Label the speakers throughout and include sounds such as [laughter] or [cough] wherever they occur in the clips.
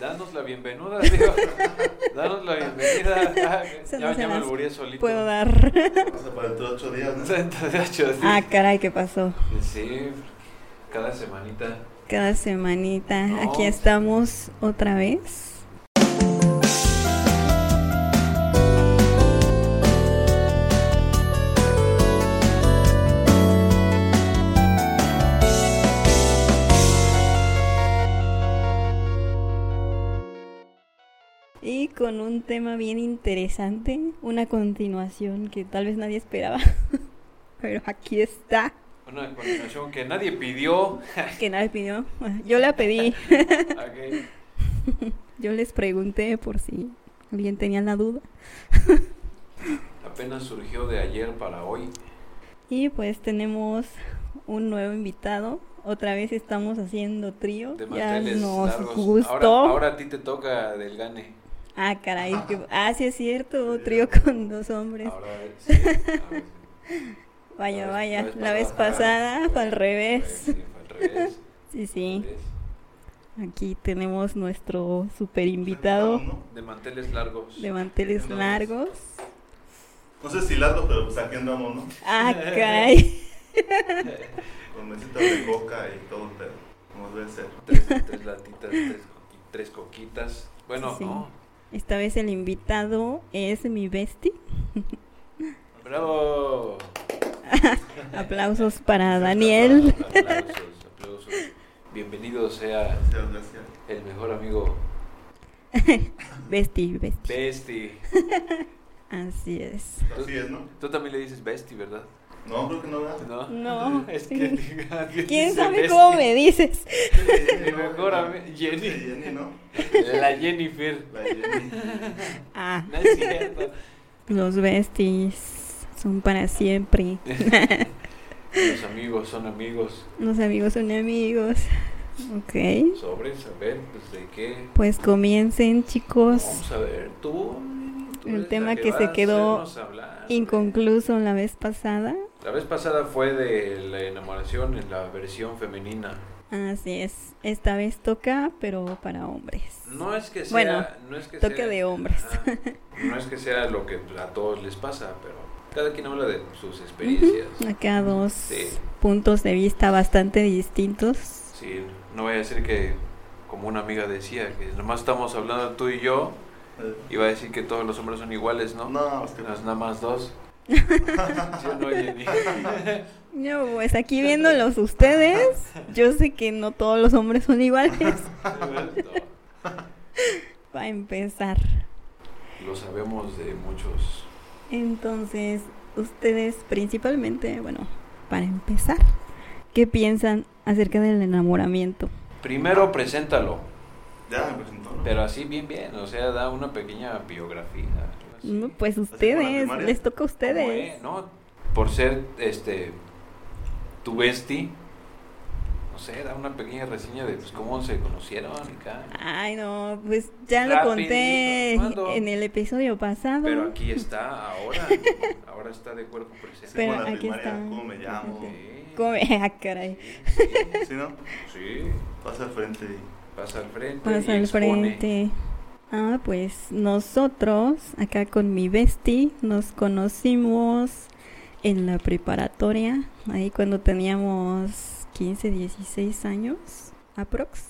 Speaker 1: Danos la bienvenida, digo. [laughs] Danos la
Speaker 2: [laughs]
Speaker 1: bienvenida.
Speaker 2: Se
Speaker 1: ya
Speaker 2: me- se
Speaker 1: ya me
Speaker 2: las
Speaker 1: alburé solito. [laughs]
Speaker 2: Puedo dar.
Speaker 3: O sea, para dentro de ocho días, ¿no?
Speaker 1: Dentro de ocho días.
Speaker 2: Ah, caray, ¿qué pasó?
Speaker 1: Sí, cada semanita.
Speaker 2: Cada semanita.
Speaker 1: No.
Speaker 2: Aquí estamos otra vez. Y con un tema bien interesante, una continuación que tal vez nadie esperaba. [laughs] Pero aquí está.
Speaker 1: Una continuación que nadie pidió.
Speaker 2: Que nadie pidió. [laughs] Bueno, Yo la pedí.
Speaker 1: Ok.
Speaker 2: Yo les pregunté por si alguien tenía la duda.
Speaker 1: Apenas surgió de ayer para hoy.
Speaker 2: Y pues tenemos un nuevo invitado. Otra vez estamos haciendo trío.
Speaker 1: De
Speaker 2: Ya
Speaker 1: manteles
Speaker 2: nos
Speaker 1: largos. Ahora,
Speaker 2: gustó.
Speaker 1: ahora a ti te toca del gane.
Speaker 2: Ah, caray. que- Ah, sí es cierto.
Speaker 3: Sí.
Speaker 2: Trío con dos hombres.
Speaker 1: Ahora
Speaker 2: [laughs]
Speaker 1: sí. ahora sí.
Speaker 2: Vaya,
Speaker 1: La
Speaker 2: vaya.
Speaker 1: vez-
Speaker 2: La vez pasada fue al
Speaker 1: Sí,
Speaker 2: revés.
Speaker 1: fue al revés.
Speaker 2: Sí,
Speaker 1: al
Speaker 2: sí.
Speaker 1: revés.
Speaker 2: Aquí tenemos nuestro super [laughs]
Speaker 3: Cada
Speaker 2: invitado
Speaker 3: uno.
Speaker 1: De manteles largos.
Speaker 2: de manteles
Speaker 1: Uno,
Speaker 2: largos.
Speaker 3: No sé si largo, pero pues aquí andamos, ¿no?
Speaker 2: Ah,
Speaker 1: [laughs]
Speaker 2: caray.
Speaker 3: Con mesita de coca y todo el pedo. Como debe ser.
Speaker 1: Tres, tres latitas, tres, coqui- tres coquitas. Bueno,
Speaker 2: Sí.
Speaker 1: no.
Speaker 2: Esta vez el invitado es mi bestie.
Speaker 1: ¡Bravo!
Speaker 2: Aplausos para Daniel.
Speaker 1: Aplausos, aplausos. Bienvenido sea
Speaker 3: Gracias, gracias.
Speaker 1: el mejor amigo
Speaker 2: Besti, Besti.
Speaker 1: Besti.
Speaker 2: Así es.
Speaker 3: Así es, ¿no?
Speaker 1: Tú también le dices Besti, ¿verdad?
Speaker 3: No, creo que no,
Speaker 1: [laughs]
Speaker 3: ¿verdad?
Speaker 1: No.
Speaker 2: No,
Speaker 1: Es
Speaker 2: sí. [laughs]
Speaker 1: que [laughs] alguien
Speaker 2: ¿Quién
Speaker 1: dice
Speaker 2: sabe
Speaker 1: Besti.
Speaker 2: cómo me dices?
Speaker 1: Mi mejor amiga,
Speaker 3: Sí,
Speaker 1: Jenny.
Speaker 3: Jenny, ¿no?
Speaker 1: La Jennifer. [laughs]
Speaker 3: La Jenny.
Speaker 2: Ah,
Speaker 1: No es cierto.
Speaker 2: los besties son para siempre.
Speaker 1: Los amigos son amigos.
Speaker 2: Los amigos son amigos. Ok.
Speaker 1: Sobre saber, pues de qué.
Speaker 2: Pues comiencen, chicos.
Speaker 1: Vamos a ver, tú. tú
Speaker 2: Pues El
Speaker 1: eres la
Speaker 2: tema que
Speaker 1: va
Speaker 2: se
Speaker 1: a
Speaker 2: quedó
Speaker 1: hacernos hablar.
Speaker 2: Inconcluso la vez pasada.
Speaker 1: La vez pasada fue de la enamoración en la versión femenina.
Speaker 2: Así es. Esta vez toca, pero para hombres.
Speaker 1: No es que sea.
Speaker 2: Bueno,
Speaker 1: no es que
Speaker 2: toque
Speaker 1: sea-
Speaker 2: de hombres.
Speaker 1: Ajá. no es que sea lo que a todos les pasa, pero cada quien habla de sus experiencias.
Speaker 2: [laughs] Acá dos
Speaker 1: Sí.
Speaker 2: puntos de vista bastante distintos.
Speaker 1: Sí, no voy a decir que, como una amiga decía, que nomás estamos hablando tú y yo,
Speaker 3: Eh,
Speaker 1: iba a decir que todos los hombres son iguales, ¿no?
Speaker 3: No, es que pues,
Speaker 1: No es nada más dos. ¿Sí o no, Jenny? [laughs]
Speaker 2: No, pues aquí viéndolos ustedes, yo sé que no todos los hombres son iguales. Para empezar.
Speaker 1: Lo sabemos de muchos.
Speaker 2: Entonces, ustedes principalmente, bueno, para empezar, ¿qué piensan acerca del enamoramiento?
Speaker 1: Primero, preséntalo.
Speaker 3: ya me presentó, ¿no?
Speaker 1: Pero así bien, bien, o sea, da una pequeña biografía. algo así.
Speaker 2: No, Pues
Speaker 3: como la
Speaker 2: ustedes,
Speaker 3: primaria.
Speaker 2: les toca a
Speaker 1: Como,
Speaker 2: ustedes.
Speaker 1: eh, ¿no? Por ser, este, tu bestie, no sé, da una pequeña reseña de pues, cómo se conocieron acá.
Speaker 2: Ay, no, pues ya lo
Speaker 1: Rapidito,
Speaker 2: conté
Speaker 1: ¿cuándo?
Speaker 2: en el episodio pasado.
Speaker 1: Pero aquí está
Speaker 2: [laughs]
Speaker 1: ahora, ahora está de cuerpo presente.
Speaker 3: Sí, como
Speaker 2: pero
Speaker 3: la
Speaker 2: aquí
Speaker 3: primaria,
Speaker 2: está.
Speaker 3: ¿Cómo me llamo?
Speaker 1: Sí.
Speaker 2: Come, [laughs] ah, caray.
Speaker 1: Sí,
Speaker 3: ¿Sí, no?
Speaker 1: sí,
Speaker 3: Pasa al frente y...
Speaker 1: pasa al frente.
Speaker 2: Pasa
Speaker 1: y
Speaker 2: Pues al
Speaker 1: expone.
Speaker 2: frente. Ah, pues nosotros, acá con mi bestie, nos conocimos en la preparatoria, ahí cuando teníamos 15, 16 años, aprox.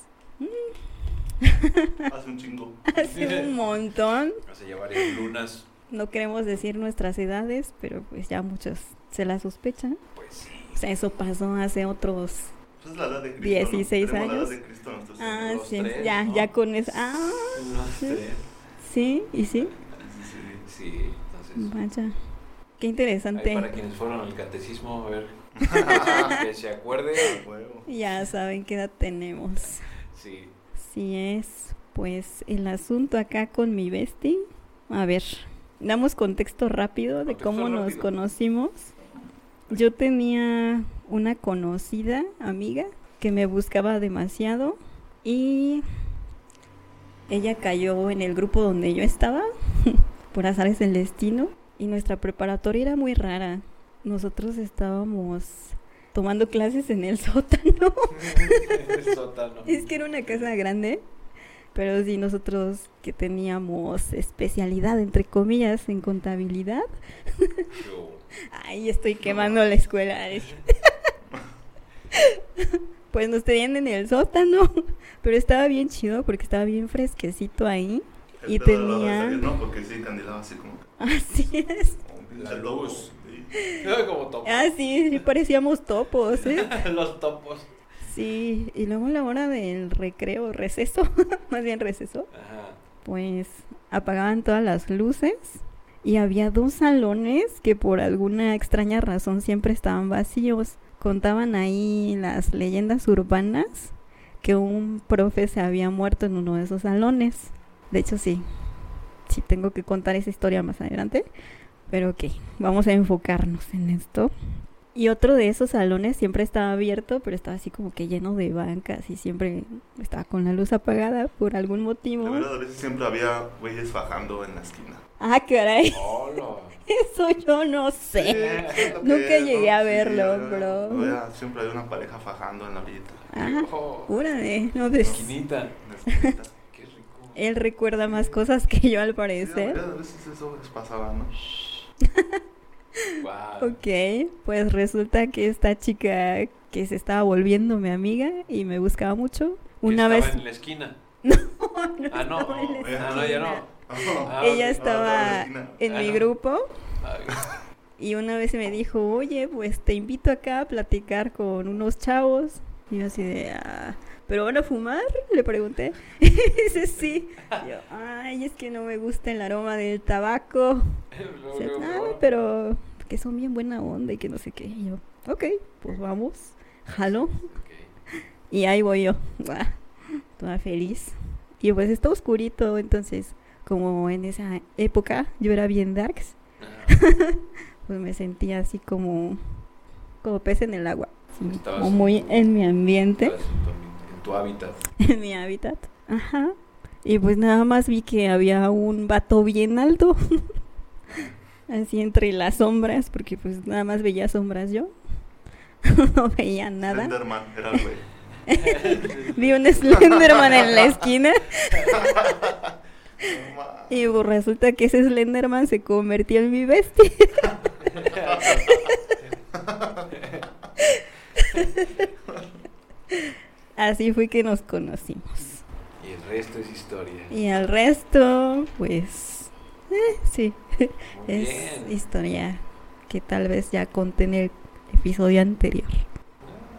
Speaker 2: [laughs]
Speaker 3: Hace un chingo.
Speaker 2: Hace un montón.
Speaker 1: [laughs] Hace ya varias lunas.
Speaker 2: No queremos decir nuestras edades, pero pues ya muchos se la sospechan.
Speaker 1: Pues sí.
Speaker 2: O sea, eso pasó hace otros...
Speaker 3: Pues es la edad de Cristo,
Speaker 2: 16
Speaker 3: ¿no? Tenemos
Speaker 2: años.
Speaker 3: la edad de Cristo nosotros.
Speaker 2: Ah,
Speaker 1: los
Speaker 2: sí,
Speaker 1: tres,
Speaker 2: ya,
Speaker 1: ¿no?
Speaker 2: ya con eso. Ah,
Speaker 1: Unos tres.
Speaker 2: sí, y sí.
Speaker 3: Sí, sí, sí.
Speaker 1: Sí, entonces.
Speaker 2: Vaya. Qué
Speaker 1: ahí
Speaker 2: interesante.
Speaker 1: para quienes fueron al catecismo, a ver. [laughs] que se acuerde.
Speaker 3: A Ah, huevo.
Speaker 2: Ya saben qué edad tenemos.
Speaker 1: [laughs] Sí.
Speaker 2: Así es, pues el asunto acá con mi bestie. A ver, damos contexto rápido de
Speaker 1: Contexto
Speaker 2: cómo nos
Speaker 1: rápido.
Speaker 2: conocimos. Yo tenía una conocida amiga que me buscaba demasiado y ella cayó en el grupo donde yo estaba, [laughs] por azares del destino, y nuestra preparatoria era muy rara. Nosotros estábamos tomando clases en el [laughs] sótano.
Speaker 1: El sótano.
Speaker 2: Es que era una casa grande Pero sí, nosotros que teníamos especialidad, entre comillas, en contabilidad.
Speaker 1: Yo,
Speaker 2: Ay, estoy quemando la escuela. [laughs] pues nos tenían en el sótano. Pero estaba bien chido porque estaba bien fresquecito ahí.
Speaker 3: El
Speaker 2: Y
Speaker 3: pedo de la
Speaker 2: tenía-
Speaker 3: hora de salir, No, porque sí, candilaba así como que,
Speaker 2: Así es.
Speaker 3: como un pinche
Speaker 1: La
Speaker 3: loco,
Speaker 1: luz.
Speaker 3: sí.
Speaker 1: Era como topo.
Speaker 2: Así, sí parecíamos topos, ¿eh?
Speaker 1: [laughs] Los topos.
Speaker 2: Sí, y luego la hora del recreo, receso, [laughs] más bien receso,
Speaker 1: Ajá.
Speaker 2: pues apagaban todas las luces y había dos salones que por alguna extraña razón siempre estaban vacíos. Contaban ahí las leyendas urbanas que un profe se había muerto en uno de esos salones. De hecho, sí, sí tengo que contar esa historia más adelante, pero ok, vamos a enfocarnos en esto. Y otro de esos salones siempre estaba abierto, pero estaba así como que lleno de bancas y siempre estaba con la luz apagada por algún motivo.
Speaker 3: La verdad, a veces siempre había güeyes fajando en la esquina.
Speaker 2: Ah, caray, [laughs]
Speaker 1: Hola.
Speaker 2: eso yo no sé.
Speaker 3: Sí, es lo que
Speaker 2: Nunca
Speaker 3: es,
Speaker 2: llegué a verlo,
Speaker 3: había-
Speaker 2: bro.
Speaker 3: había- siempre había una pareja fajando en la orillita.
Speaker 2: Ajá,
Speaker 1: Oh,
Speaker 2: Ah, órale, no pues,
Speaker 1: esquinita.
Speaker 3: en la
Speaker 2: [laughs]
Speaker 3: esquinita. Sí,
Speaker 1: Qué rico.
Speaker 2: él recuerda más cosas que yo al
Speaker 3: la mayoría
Speaker 2: parecer.
Speaker 3: de veces eso les
Speaker 1: [laughs]
Speaker 3: pasaba, ¿no?
Speaker 1: Wow.
Speaker 2: Eh. Ok, pues resulta que esta chica que se estaba volviendo mi amiga y me buscaba mucho, una vez...
Speaker 1: En la esquina.
Speaker 2: [laughs] [laughs] No
Speaker 1: Ah, no.
Speaker 2: estaba en la
Speaker 3: eh,
Speaker 1: Ah, no, ya no.
Speaker 3: [laughs]
Speaker 1: Ah, ok.
Speaker 2: Ella
Speaker 1: No,
Speaker 2: estaba en
Speaker 1: Ah,
Speaker 2: mi
Speaker 1: no.
Speaker 2: grupo
Speaker 1: Ay, [laughs]
Speaker 2: y una vez me dijo, oye, pues te invito acá a platicar con unos chavos. Y yo así de, "Ah, ¿pero van a fumar? Le pregunté. [laughs] Y dice, sí. Y yo, ay, es que no me gusta el aroma del tabaco.
Speaker 1: luego,
Speaker 2: O sea,
Speaker 1: luego,
Speaker 2: "Ah,
Speaker 1: luego.
Speaker 2: pero que son bien buena onda y que no sé qué. Y yo, ok, pues vamos, jalo.
Speaker 1: Ok.
Speaker 2: Y ahí voy yo, ah, toda feliz. Y pues está oscurito, entonces, como en esa época yo era bien darks,
Speaker 1: Ajá.
Speaker 2: pues me sentía así como, como pez en el agua. sí,
Speaker 1: Estabas-
Speaker 2: como muy en mi ambiente,
Speaker 1: Estás En tu ambi- en tu hábitat.
Speaker 2: [laughs] en mi hábitat. Ajá. Y pues nada más vi que había un vato bien alto. [laughs] así entre las sombras, porque pues nada más veía sombras yo. [laughs] no veía nada.
Speaker 3: Slenderman era el güey.
Speaker 2: Vi un Slenderman en la esquina.
Speaker 3: No mames.
Speaker 2: Y pues resulta que ese Slenderman se convirtió en mi bestia. Así fue que nos conocimos.
Speaker 1: Y el resto es historia.
Speaker 2: Y el resto, pues, eh, sí,
Speaker 1: Muy
Speaker 2: es
Speaker 1: bien.
Speaker 2: historia que tal vez ya conté en el episodio anterior.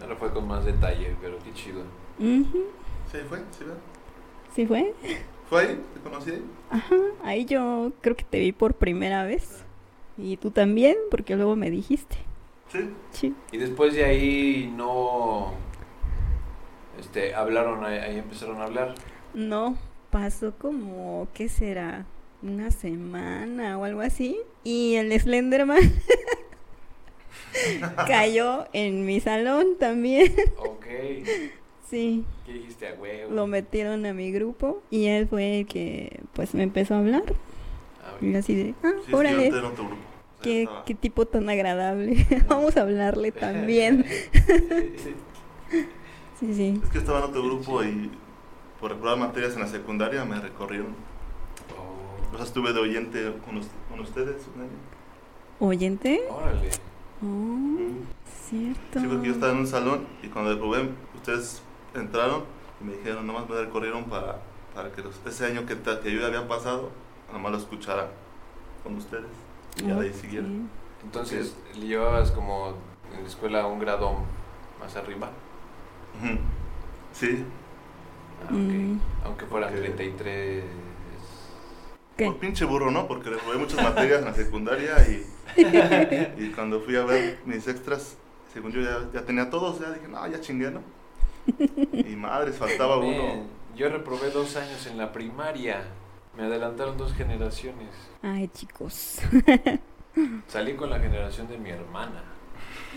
Speaker 1: Ahora fue con más detalle, pero qué chido.
Speaker 2: Ujú,
Speaker 3: Sí, fue, sí, ¿verdad?
Speaker 2: ¿Sí fue?
Speaker 3: ¿Fue ahí? ¿Te conocí ahí?
Speaker 2: Ajá, ahí yo creo que te vi por primera vez. Y tú también, porque luego me dijiste.
Speaker 3: Sí.
Speaker 2: Sí.
Speaker 1: Y después de ahí no. Este, hablaron, ahí, ahí empezaron a
Speaker 2: [laughs]
Speaker 1: hablar.
Speaker 2: No, pasó como, ¿qué será? Una semana o algo así. Y el Slenderman [laughs] cayó en mi salón también. [laughs]
Speaker 1: Ok.
Speaker 2: Sí,
Speaker 1: ¿Qué dijiste a huevo?
Speaker 2: lo metieron a mi grupo y él fue el que pues me empezó a hablar.
Speaker 1: Ah,
Speaker 2: Y yo
Speaker 1: bien.
Speaker 2: así de, ah,
Speaker 3: Sí, es que yo
Speaker 2: órale,
Speaker 3: antes era otro grupo. O sea,
Speaker 2: qué,
Speaker 3: estaba-
Speaker 2: qué tipo tan agradable. [laughs] Vamos a hablarle también.
Speaker 3: [laughs]
Speaker 2: Sí, sí.
Speaker 3: Es que estaba en otro grupo y por reprobar materias en la secundaria me recorrieron.
Speaker 1: [laughs]
Speaker 3: O
Speaker 1: Oh,
Speaker 3: sea, estuve de oyente con, us- con ustedes. un año.
Speaker 2: ¿Oyente?
Speaker 1: órale.
Speaker 2: Oh,
Speaker 3: Mm.
Speaker 2: cierto.
Speaker 3: Sí, porque yo estaba en un salón y cuando reprobé, ustedes entraron y me dijeron, nomás me recorrieron para, para que los- ese año que, ta- que yo ya había pasado, nomás lo escuchara con ustedes. Y ya de ahí
Speaker 2: Ok.
Speaker 3: siguieron.
Speaker 1: Entonces, le llevabas como en la escuela un grado más arriba.
Speaker 3: Ujú. Sí,
Speaker 1: Ah, ok.
Speaker 2: Mm.
Speaker 1: Aunque fueran
Speaker 3: Ok.
Speaker 1: 33.
Speaker 2: ¿Qué?
Speaker 3: por pinche burro, ¿no? Porque reprobé muchas materias en la secundaria
Speaker 2: [laughs]
Speaker 3: y, y cuando fui a ver mis extras, según yo ya, ya tenía todos, ya dije, no, ya
Speaker 2: [laughs]
Speaker 3: chingué, ¿no? Y madres, faltaba uno.
Speaker 1: Man, yo reprobé dos años en la primaria. Me adelantaron dos generaciones.
Speaker 2: Ay,
Speaker 1: [laughs]
Speaker 2: chicos.
Speaker 1: Salí con la generación de mi hermana.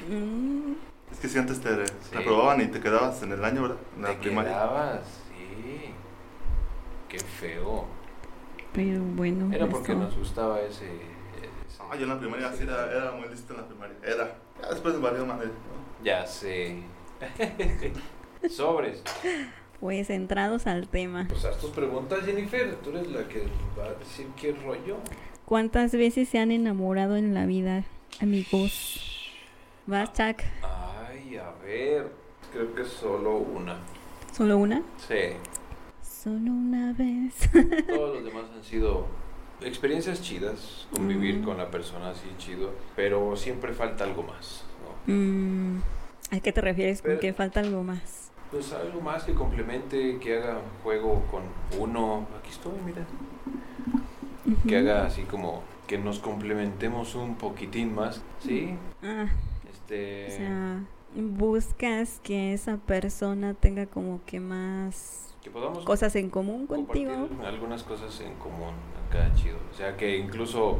Speaker 2: Mm.
Speaker 3: Es que si antes te reprobaban y te quedabas en el año, ¿verdad? En la
Speaker 1: ¿Te
Speaker 3: primaria.
Speaker 1: quedabas? Sí. Qué feo.
Speaker 2: Pero bueno. pues,
Speaker 1: Era porque
Speaker 2: eso.
Speaker 1: nos gustaba ese... ese-
Speaker 3: Ah, yo en la primaria sí era, era muy listo en la primaria. Era. Ya después me valió madre. ¿no?
Speaker 1: Ya sé. [laughs] Sobres.
Speaker 2: Pues entrados al tema.
Speaker 1: Pues haz tus preguntas, Jennifer. Tú eres la que va a decir qué rollo.
Speaker 2: ¿Cuántas veces se han enamorado en la vida, amigos? Vas, Chuck.
Speaker 1: Ay, a ver. Creo que solo una.
Speaker 2: ¿Solo una?
Speaker 1: Sí.
Speaker 2: Solo una vez.
Speaker 1: Todos los demás han sido experiencias chidas, convivir
Speaker 2: Mm.
Speaker 1: con la persona así chido, pero siempre falta algo más, ¿no?
Speaker 2: [laughs] Mm, ¿A qué te refieres con
Speaker 1: Pero-
Speaker 2: que falta algo más?
Speaker 1: Pues algo más que complemente, que haga juego con uno. Aquí estoy, mira. Que
Speaker 2: Ujú.
Speaker 1: haga así como que nos complementemos un poquitín más, ¿sí?
Speaker 2: Ah,
Speaker 1: Este.
Speaker 2: o sea, buscas que esa persona tenga como que más
Speaker 1: que podamos
Speaker 2: cosas en común
Speaker 1: compartir
Speaker 2: contigo.
Speaker 1: algunas cosas en común acá, chido. O sea, que incluso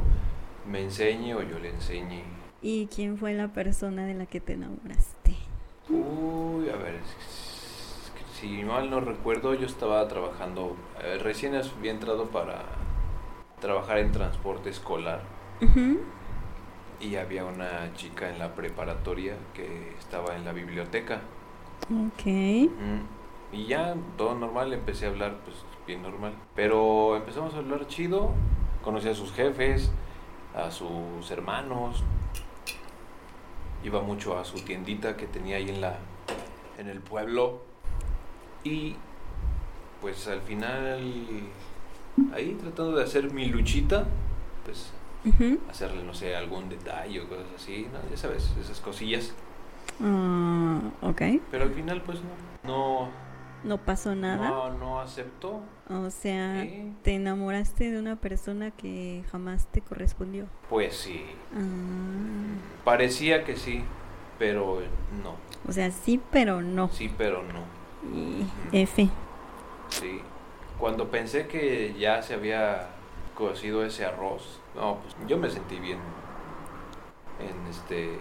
Speaker 1: me enseñe o yo le enseñe.
Speaker 2: ¿Y quién fue la persona de la que te enamoraste?
Speaker 1: Uy, a ver, es que si mal no recuerdo, yo estaba trabajando, eh, recién había entrado para trabajar en transporte escolar
Speaker 2: Ujú.
Speaker 1: y había una chica en la preparatoria que estaba en la biblioteca.
Speaker 2: Ok.
Speaker 1: Ujú. Mm, Y ya, todo normal, empecé a hablar, pues bien normal. Pero empezamos a hablar chido, conocí a sus jefes, a sus hermanos, iba mucho a su tiendita que tenía ahí en, la, en el pueblo. Y pues al final, ahí tratando de hacer mi luchita, pues
Speaker 2: Ujú.
Speaker 1: hacerle, no sé, algún detalle o cosas así, ¿no? ya sabes, esas cosillas.
Speaker 2: Ah, ok.
Speaker 1: Pero al final, pues no. No,
Speaker 2: No pasó nada.
Speaker 1: No, no aceptó.
Speaker 2: O sea,
Speaker 1: Sí.
Speaker 2: te enamoraste de una persona que jamás te correspondió.
Speaker 1: Pues sí.
Speaker 2: Ah,
Speaker 1: Parecía que sí, pero no.
Speaker 2: o sea, sí, pero no.
Speaker 1: Sí, pero no.
Speaker 2: Y F.
Speaker 1: Sí. Cuando pensé que ya se había cocido ese arroz, no, pues yo me sentí bien. En este.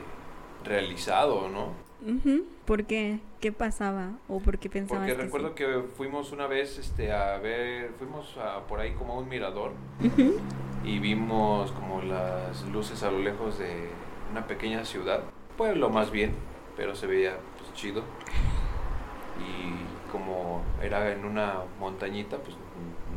Speaker 1: realizado, ¿no?
Speaker 2: Ujú. ¿Por qué? ¿Qué pasaba? ¿O por qué pensabas
Speaker 1: Porque
Speaker 2: que
Speaker 1: recuerdo
Speaker 2: sí?
Speaker 1: que fuimos una vez este, a ver. fuimos a, por ahí como a un mirador
Speaker 2: Ujú.
Speaker 1: y vimos como las luces a lo lejos de una pequeña ciudad, pueblo más bien, pero se veía pues, chido. Y como era en una montañita, pues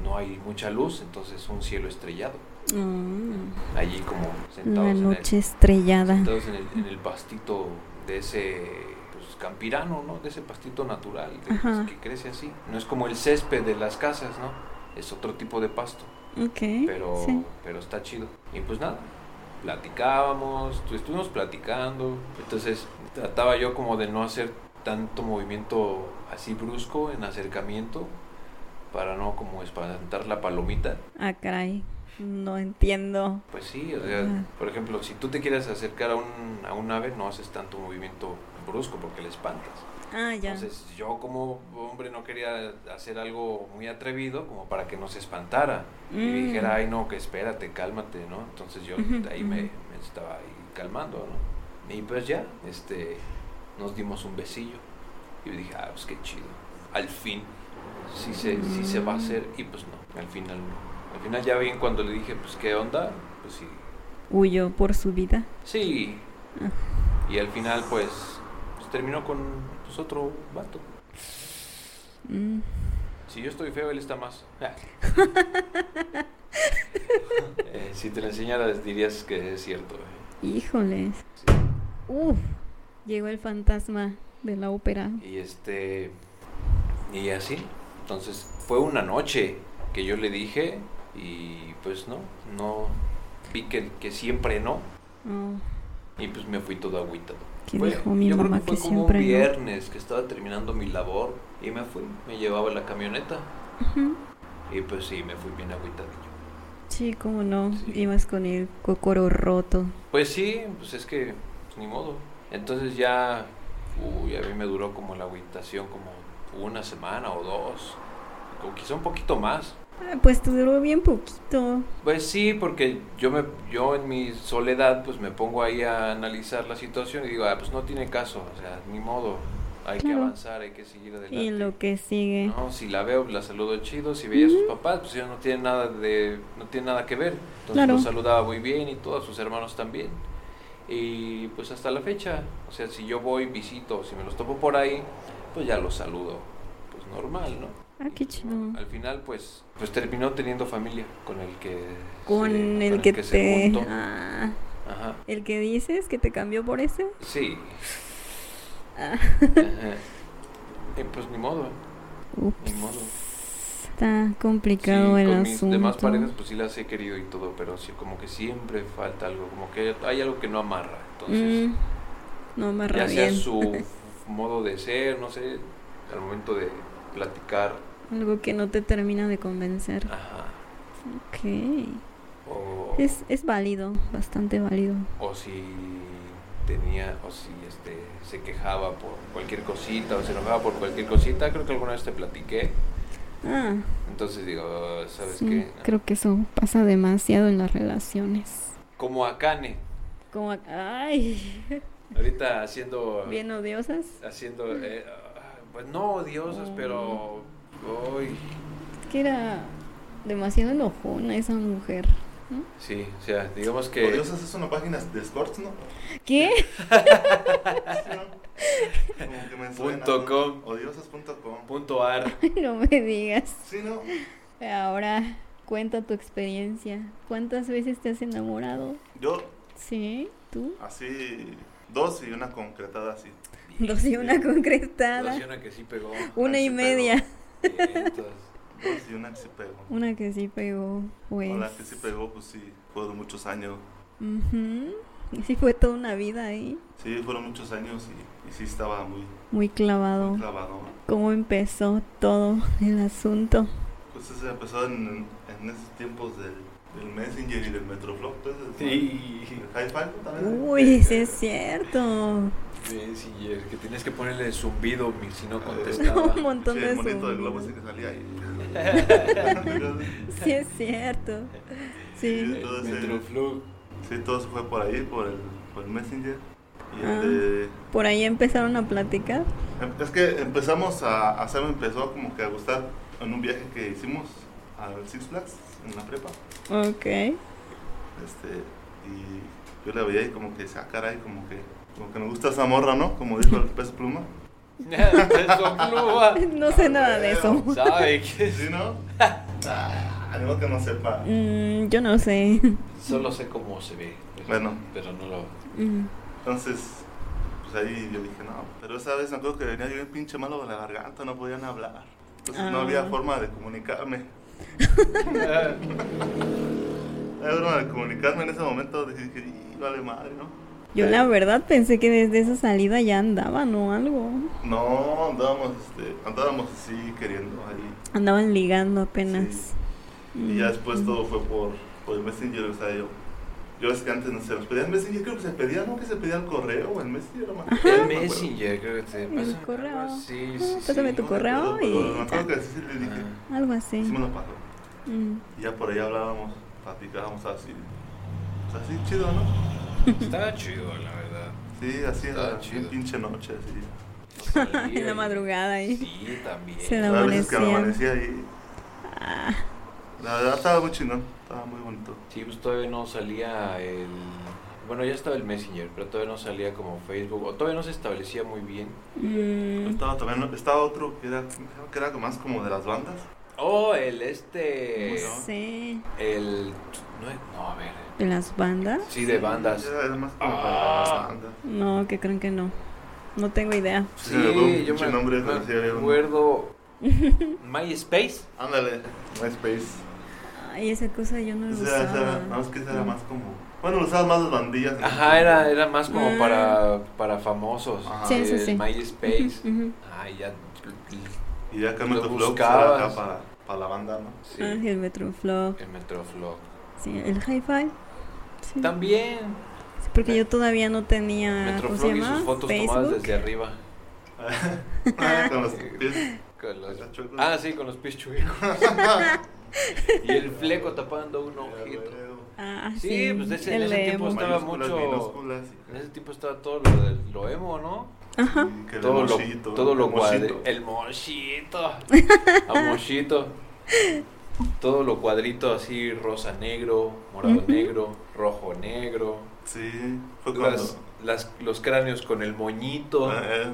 Speaker 1: no hay mucha luz, entonces un cielo estrellado.
Speaker 2: Ah,
Speaker 1: Allí como
Speaker 2: una
Speaker 1: sentados, en el,
Speaker 2: noche estrellada.
Speaker 1: sentados en, el, en el pastito de ese pues, campirano, ¿no? De ese pastito natural de- pues,
Speaker 2: Ajá.
Speaker 1: que crece así. No es como el césped de las casas, ¿no? Es otro tipo de pasto
Speaker 2: Ok.
Speaker 1: pero,
Speaker 2: sí.
Speaker 1: pero está chido. Y pues nada, platicábamos, tu- estuvimos platicando, entonces trataba yo como de no hacer tanto movimiento así brusco en acercamiento para no como espantar la palomita.
Speaker 2: Ah, caray. No entiendo.
Speaker 1: Pues sí, o sea,
Speaker 2: Ajá.
Speaker 1: por ejemplo, si tú te quieres acercar a un, a un ave, no haces tanto movimiento brusco porque le espantas.
Speaker 2: Ah, ya.
Speaker 1: Entonces yo como hombre no quería hacer algo muy atrevido como para que no se espantara y
Speaker 2: Mm.
Speaker 1: dijera, ay no, que espérate, cálmate, ¿no? Entonces yo
Speaker 2: Ujú,
Speaker 1: ahí me,
Speaker 2: ujú.
Speaker 1: me estaba ahí calmando, ¿no? Y pues ya, este, nos dimos un besillo y yo dije, ah, pues qué chido, al fin, sí se, sí se
Speaker 2: Mm.
Speaker 1: va a hacer y pues no, al final no. Al final ya bien cuando le dije, pues qué onda, pues sí,
Speaker 2: Huyó por su vida.
Speaker 1: sí.
Speaker 2: Ah.
Speaker 1: Y al final pues, pues terminó con pues, otro vato.
Speaker 2: Mm.
Speaker 1: Si yo estoy feo, él está más. Ah. Eh, si te lo enseñaras, dirías que es cierto. eh.
Speaker 2: Híjoles.
Speaker 1: Sí.
Speaker 2: Uf. Llegó el fantasma de la ópera.
Speaker 1: Y este. Y así. Entonces, fue una noche que yo le dije, y pues no, no. Vi que, que siempre no,
Speaker 2: Oh,
Speaker 1: y pues me fui todo agüitado.
Speaker 2: ¿Qué
Speaker 1: Fue-
Speaker 2: dijo mi
Speaker 1: yo
Speaker 2: mamá
Speaker 1: creo que fue como
Speaker 2: siempre?
Speaker 1: un
Speaker 2: no?
Speaker 1: viernes que estaba terminando mi labor, y me fui. Me llevaba la camioneta,
Speaker 2: Ujú.
Speaker 1: y pues sí, me fui bien agüitadillo.
Speaker 2: Sí, cómo no.
Speaker 1: Sí.
Speaker 2: Ibas con el cocoro roto.
Speaker 1: Pues sí, pues es que pues, ni modo. Entonces ya, uy, a mí me duró como la agüitación como una semana o dos, o quizá un poquito más.
Speaker 2: Ah, Pues te duró bien poquito.
Speaker 1: Pues sí, porque yo me, yo en mi soledad, pues me pongo ahí a analizar la situación y digo, ah, pues no tiene caso, o sea, ni modo, hay
Speaker 2: Claro.
Speaker 1: que avanzar, hay que seguir adelante.
Speaker 2: Y lo que sigue.
Speaker 1: No, si la veo, la saludo chido. Si veía a sus papás, pues ellos no tienen nada de, no tienen nada que ver. Entonces
Speaker 2: Claro.
Speaker 1: los saludaba muy bien y todos sus hermanos también. Y pues hasta la fecha, o sea, si yo voy, visito, si me los topo por ahí, pues ya los saludo. Pues no normal, ¿no?
Speaker 2: Ah, qué chido.
Speaker 1: Al final, pues, pues terminó teniendo familia con el que...
Speaker 2: Con
Speaker 1: se-
Speaker 2: el,
Speaker 1: con
Speaker 2: que,
Speaker 1: se
Speaker 2: te...
Speaker 1: juntó.
Speaker 2: Ah,
Speaker 1: Ajá.
Speaker 2: el que dices que te cambió por ese. [laughs]
Speaker 1: Sí.
Speaker 2: Ah.
Speaker 1: Ajá. Y pues ni modo,
Speaker 2: Ups.
Speaker 1: ni modo.
Speaker 2: Está
Speaker 1: Sí,
Speaker 2: complicado el
Speaker 1: con mis
Speaker 2: asunto.
Speaker 1: demás parejas pues sí las he querido y todo, pero sí como que siempre falta algo, como que hay algo que no amarra. Entonces,
Speaker 2: Mm, no amarra
Speaker 1: ya sea
Speaker 2: bien.
Speaker 1: su modo de ser, no sé, al momento de platicar,
Speaker 2: [laughs] Algo que no te termina de convencer.
Speaker 1: ajá,
Speaker 2: Ok.
Speaker 1: o,
Speaker 2: Es, es válido, bastante válido.
Speaker 1: o si tenía, o si este se quejaba por cualquier cosita, o se enojaba por cualquier cosita, creo que alguna vez te platiqué,
Speaker 2: Ah,
Speaker 1: entonces digo, "Ah, ¿sabes
Speaker 2: sí,
Speaker 1: qué?
Speaker 2: creo que eso pasa demasiado en las relaciones.
Speaker 1: Como a Kane,
Speaker 2: Como, a- ay, [laughs]
Speaker 1: ahorita haciendo...
Speaker 2: bien odiosas.
Speaker 1: haciendo, eh, ah, pues no odiosas,
Speaker 2: Mm.
Speaker 1: pero hoy
Speaker 2: Es que era demasiado enojona esa mujer.
Speaker 1: sí, o sea, digamos que
Speaker 3: Odiosas es una página de escorts, ¿no?
Speaker 2: ¿Qué? [laughs]
Speaker 3: Como que me suena,
Speaker 1: Punto
Speaker 3: ¿no?
Speaker 1: com.
Speaker 3: Odiosas.com.
Speaker 1: punto
Speaker 2: [laughs]
Speaker 1: ar.
Speaker 2: No me digas.
Speaker 3: Sí, ¿no?
Speaker 2: Ahora cuenta tu experiencia. ¿Cuántas veces te has enamorado?
Speaker 3: Yo
Speaker 2: Sí, tú.
Speaker 3: así dos y una concretada así.
Speaker 2: Dos y una concretada.
Speaker 1: Dos y una que sí
Speaker 2: [laughs]
Speaker 1: pegó.
Speaker 2: Una y
Speaker 3: sí, pero-
Speaker 2: media.
Speaker 1: Entonces,
Speaker 3: Dos y una que sí pegó.
Speaker 2: Una que sí pegó, pues.
Speaker 3: Con la que sí pegó, pues sí, fueron muchos años.
Speaker 2: Ujú. Y sí fue toda una vida ahí.
Speaker 3: Sí, fueron muchos años y, y sí estaba muy
Speaker 2: Muy clavado.
Speaker 3: clavado.
Speaker 2: ¿Cómo empezó todo el asunto?
Speaker 3: Pues eso empezó en, en esos tiempos del, del Messenger y del Metroflop, entonces.
Speaker 1: sí,
Speaker 3: El Hi-Fi ¿no? también.
Speaker 2: Uy, sí es cierto.
Speaker 1: sí, sí, es que tienes que ponerle zumbido mi- si no
Speaker 2: [laughs] Un
Speaker 1: contestaba.
Speaker 2: montón
Speaker 3: Sí,
Speaker 2: de
Speaker 3: el monito del globo
Speaker 2: sonidos.
Speaker 3: ese que salía ahí.
Speaker 2: [laughs] Sí es cierto. Sí.
Speaker 1: El
Speaker 3: Entonces,
Speaker 1: [laughs] Metroflug.
Speaker 3: sí, todo se fue por ahí, por el, por el Messenger. Y el
Speaker 2: Ah.
Speaker 3: de-
Speaker 2: Por ahí empezaron a platicar.
Speaker 3: em- Es que empezamos a, a hacer, me empezó como que a gustar en un viaje que hicimos al Six Flags en la prepa.
Speaker 2: Ok.
Speaker 3: Este, y yo la veía y como que decía, "Ah, caray, como que, como que me gusta esa morra, ¿no? Como dijo el pez pluma.
Speaker 1: Peso
Speaker 2: [laughs]
Speaker 1: pluma.
Speaker 2: No sé nada de eso.
Speaker 1: Sabe que
Speaker 3: ¿Sí, no? [laughs] Ah, algo que no sepa.
Speaker 2: Mm, yo no sé.
Speaker 1: solo sé cómo se ve.
Speaker 3: Bueno.
Speaker 1: Pero no lo.
Speaker 2: Mm.
Speaker 3: Entonces, pues ahí yo dije, no. Pero esa vez me acuerdo que venía yo bien pinche malo con la garganta, no podían hablar. Entonces no
Speaker 2: Ah.
Speaker 3: había forma de comunicarme. No había forma de comunicarme en ese momento. Dije, "Y, vale madre, ¿no?
Speaker 2: Yo la verdad pensé que desde esa salida ya andaban o algo.
Speaker 3: No, andábamos, este, andábamos así queriendo ahí.
Speaker 2: Andaban ligando apenas. Mm.
Speaker 3: Y ya después todo fue por, por el Messenger, o sea, yo. Yo es que antes no se nos pedía el Messenger, creo que se pedía, ¿no? Que se pedía el correo o el Messenger, no me acuerdo,
Speaker 1: El
Speaker 3: no me acuerdo.
Speaker 1: Messenger, creo que te
Speaker 2: El
Speaker 1: pásame
Speaker 2: correo.
Speaker 1: algo así, sí, sí.
Speaker 2: Pásame tu
Speaker 3: No me
Speaker 2: correo
Speaker 3: acuerdo,
Speaker 2: y
Speaker 3: pero Me acuerdo
Speaker 2: ya.
Speaker 3: que así le dije,
Speaker 1: Ah,
Speaker 2: Algo así.
Speaker 3: sí me lo pasó.
Speaker 2: Mm.
Speaker 3: Y ya por ahí hablábamos, platicábamos así. Pues así chido, ¿no?
Speaker 1: Estaba chido, la verdad.
Speaker 3: Sí, así en
Speaker 1: Ah,
Speaker 3: la
Speaker 1: chido.
Speaker 3: bien pinche noche, así.
Speaker 1: Sí,
Speaker 2: En la madrugada ahí.
Speaker 1: Sí, también.
Speaker 2: Se la-
Speaker 3: Las veces que me
Speaker 2: amanecía.
Speaker 3: amanecía ahí.
Speaker 2: Ah.
Speaker 3: La verdad estaba muy chingón, estaba muy bonito.
Speaker 1: Sí, pues todavía no salía el... Bueno, ya estaba el Messenger, pero todavía no salía como Facebook, o todavía no se establecía muy bien.
Speaker 2: Mm.
Speaker 3: Estaba también, estaba otro que era, que era más como de las bandas.
Speaker 1: Oh, el este...
Speaker 2: No sé.
Speaker 1: El... No, es- no, a ver.
Speaker 2: ¿De las bandas?
Speaker 1: Sí, de bandas.
Speaker 3: Era era más como
Speaker 1: Ah.
Speaker 3: para las bandas.
Speaker 2: No, que creen que no. No tengo idea.
Speaker 3: Sí, algún
Speaker 1: yo
Speaker 3: pinche
Speaker 1: me,
Speaker 3: nombre,
Speaker 1: me
Speaker 3: pero sí había
Speaker 2: [laughs]
Speaker 3: uno.
Speaker 1: acuerdo... MySpace.
Speaker 3: Ándale, MySpace.
Speaker 2: Ay, esa cosa yo no
Speaker 3: O
Speaker 2: lo
Speaker 3: sea, esa era- no,
Speaker 2: usaba.
Speaker 3: es que esa era más como. Bueno, lo usaban más las bandillas. ¿no?
Speaker 1: Ajá, era, era más como
Speaker 2: Ah.
Speaker 1: para, para famosos.
Speaker 3: Ajá.
Speaker 2: Sí, sí,
Speaker 1: El
Speaker 2: sí. [laughs]
Speaker 1: MySpace.
Speaker 2: Ujú, ujú.
Speaker 1: Ay, ya...
Speaker 3: Y ya acá
Speaker 1: Lo
Speaker 3: me tocó
Speaker 1: buscabas.
Speaker 3: acá para, para la banda,
Speaker 2: [laughs]
Speaker 3: ¿no?
Speaker 1: Sí,
Speaker 2: Ah,
Speaker 1: el
Speaker 2: el Metroflog.
Speaker 1: Metroflog.
Speaker 2: Sí, el Hi-Fi. Sí.
Speaker 1: También.
Speaker 2: Sí, Porque yo todavía no tenía. Ah, ¿Cómo se
Speaker 1: Metroflog y
Speaker 2: llama?
Speaker 1: sus fotos tomadas
Speaker 2: Facebook.
Speaker 1: desde arriba.
Speaker 3: Con los pies.
Speaker 1: Con los-
Speaker 3: Está chueco.
Speaker 1: Ah, sí, con los pies
Speaker 2: [laughs]
Speaker 1: chuecos. y el fleco tapando un ojito.
Speaker 2: Ah,
Speaker 1: Sí,
Speaker 2: sí,
Speaker 1: pues de ese-
Speaker 2: el
Speaker 1: de ese tiempo
Speaker 2: emo.
Speaker 1: estaba-
Speaker 3: Mayúsculas,
Speaker 1: mucho-
Speaker 3: minúsculas
Speaker 1: En ese tiempo estaba todo lo, del- lo emo, ¿no?
Speaker 2: Ajá.
Speaker 3: y que el
Speaker 1: Todo lo,
Speaker 3: mochito,
Speaker 1: todo lo
Speaker 3: el mochito.
Speaker 1: cuadri- El mochito.
Speaker 2: [laughs]
Speaker 1: A mochito. Todo lo cuadrito así, rosa negro, morado
Speaker 2: Ujú.
Speaker 1: negro, rojo negro.
Speaker 3: Sí, fue Pues cuando.
Speaker 1: Las, las- los cráneos con el moñito.
Speaker 3: Ah, eh,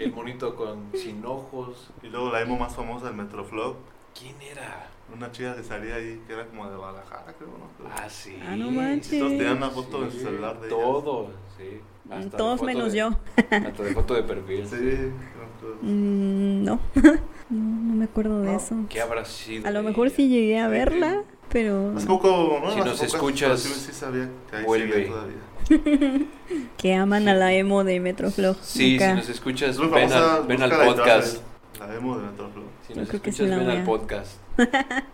Speaker 1: El monito con sin ojos.
Speaker 3: Y luego la emo más famosa del Metroflop,
Speaker 1: ¿Quién era?
Speaker 3: una chica que salía ahí que era como de Guadalajara, creo, ¿no?
Speaker 1: Ah, sí.
Speaker 2: Ah, no manches. Mm,
Speaker 3: Todos tenían una foto en su celular de ellas.
Speaker 1: Todo, sí. Hasta de
Speaker 2: Todos
Speaker 1: foto
Speaker 2: menos
Speaker 1: de-
Speaker 2: yo.
Speaker 1: [laughs] Hasta de foto de perfil.
Speaker 3: Sí, creo que-
Speaker 2: Mm, no. [laughs] no, no me acuerdo de
Speaker 3: No,
Speaker 2: eso.
Speaker 1: ¿Qué habrá sido?
Speaker 2: A lo
Speaker 1: de
Speaker 2: mejor
Speaker 1: ella?
Speaker 2: sí llegué a
Speaker 3: Sí.
Speaker 2: verla, pero
Speaker 3: Hace poco, ¿no?
Speaker 1: Si
Speaker 3: Hace
Speaker 1: nos
Speaker 3: poco,
Speaker 1: escuchas,
Speaker 3: Sí, sí sabía que ahí
Speaker 1: vuelve.
Speaker 3: seguía todavía.
Speaker 2: que aman a la emo de Metroflog.
Speaker 1: Sí,
Speaker 2: Acá.
Speaker 1: si nos escuchas,
Speaker 3: Es muy
Speaker 1: ven,
Speaker 3: famosa,
Speaker 1: al- ven al
Speaker 3: búscala y te vas a ver.
Speaker 1: podcast.
Speaker 3: La emo de Metroflop.
Speaker 1: Si
Speaker 2: Yo
Speaker 1: nos
Speaker 2: creo que
Speaker 1: escuchas,
Speaker 2: sí la
Speaker 1: ven
Speaker 2: voy
Speaker 1: al
Speaker 2: a-
Speaker 1: podcast.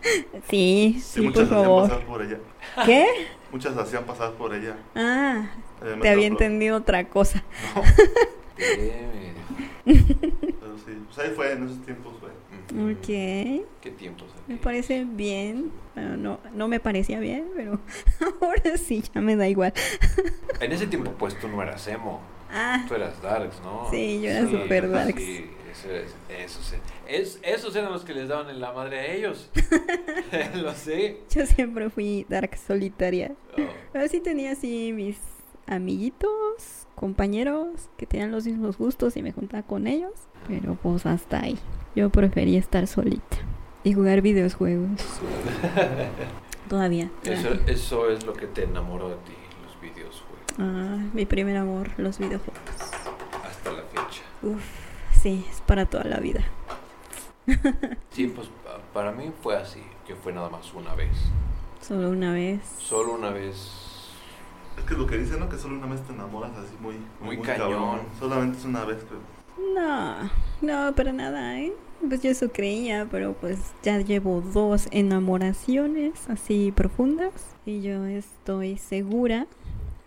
Speaker 2: sí,
Speaker 3: Sí,
Speaker 2: sí,
Speaker 3: muchas
Speaker 2: por
Speaker 3: hacían
Speaker 2: favor.
Speaker 3: pasar por ella.
Speaker 2: ¿Qué?
Speaker 3: [laughs] Muchas hacían pasar por ella.
Speaker 2: Ah,
Speaker 3: en el
Speaker 2: te había
Speaker 3: Metroflop.
Speaker 2: entendido otra cosa.
Speaker 3: No,
Speaker 1: Eh,
Speaker 3: pero sí. Pues ahí fue, en esos tiempos fue.
Speaker 1: mm,
Speaker 2: Ok.
Speaker 1: ¿Qué tiempos?
Speaker 2: Me
Speaker 1: aquellos?
Speaker 2: parece bien. Bueno, no, no me parecía bien, pero [laughs] ahora sí ya me da igual.
Speaker 1: En ese tiempo, pues tú no eras emo.
Speaker 2: Ah,
Speaker 1: Tú eras Darks, ¿no?
Speaker 2: Sí, yo era
Speaker 1: Sí,
Speaker 2: super darks.
Speaker 1: Sí, eso es- esos, e- es- esos eran los que les daban en la madre a
Speaker 2: [laughs]
Speaker 1: ellos. [laughs] Lo sé.
Speaker 2: yo siempre fui dark solitaria.
Speaker 1: Oh,
Speaker 2: Pero sí tenía así mis amiguitos, compañeros que tenían los mismos gustos y me juntaba con ellos. Pero pues hasta ahí. Yo prefería estar solita y jugar videojuegos. Todavía.
Speaker 1: eso, eso es lo que te enamoró de ti, los videojuegos.
Speaker 2: Ah, mi primer amor, los videojuegos.
Speaker 1: Hasta la fecha.
Speaker 2: Sí, es para toda la vida. [laughs]
Speaker 1: Sí, pues pa- para mí fue así, que fue nada más una vez.
Speaker 2: Solo una vez.
Speaker 1: Solo una vez.
Speaker 3: Es que lo que dicen, ¿no? Que solo una vez te enamoras así muy...
Speaker 1: Muy cañón.
Speaker 3: Solamente es una vez, creo.
Speaker 2: No, no, para nada, ¿eh? Pues yo eso creía, pero pues ya llevo dos enamoraciones así profundas y yo estoy segura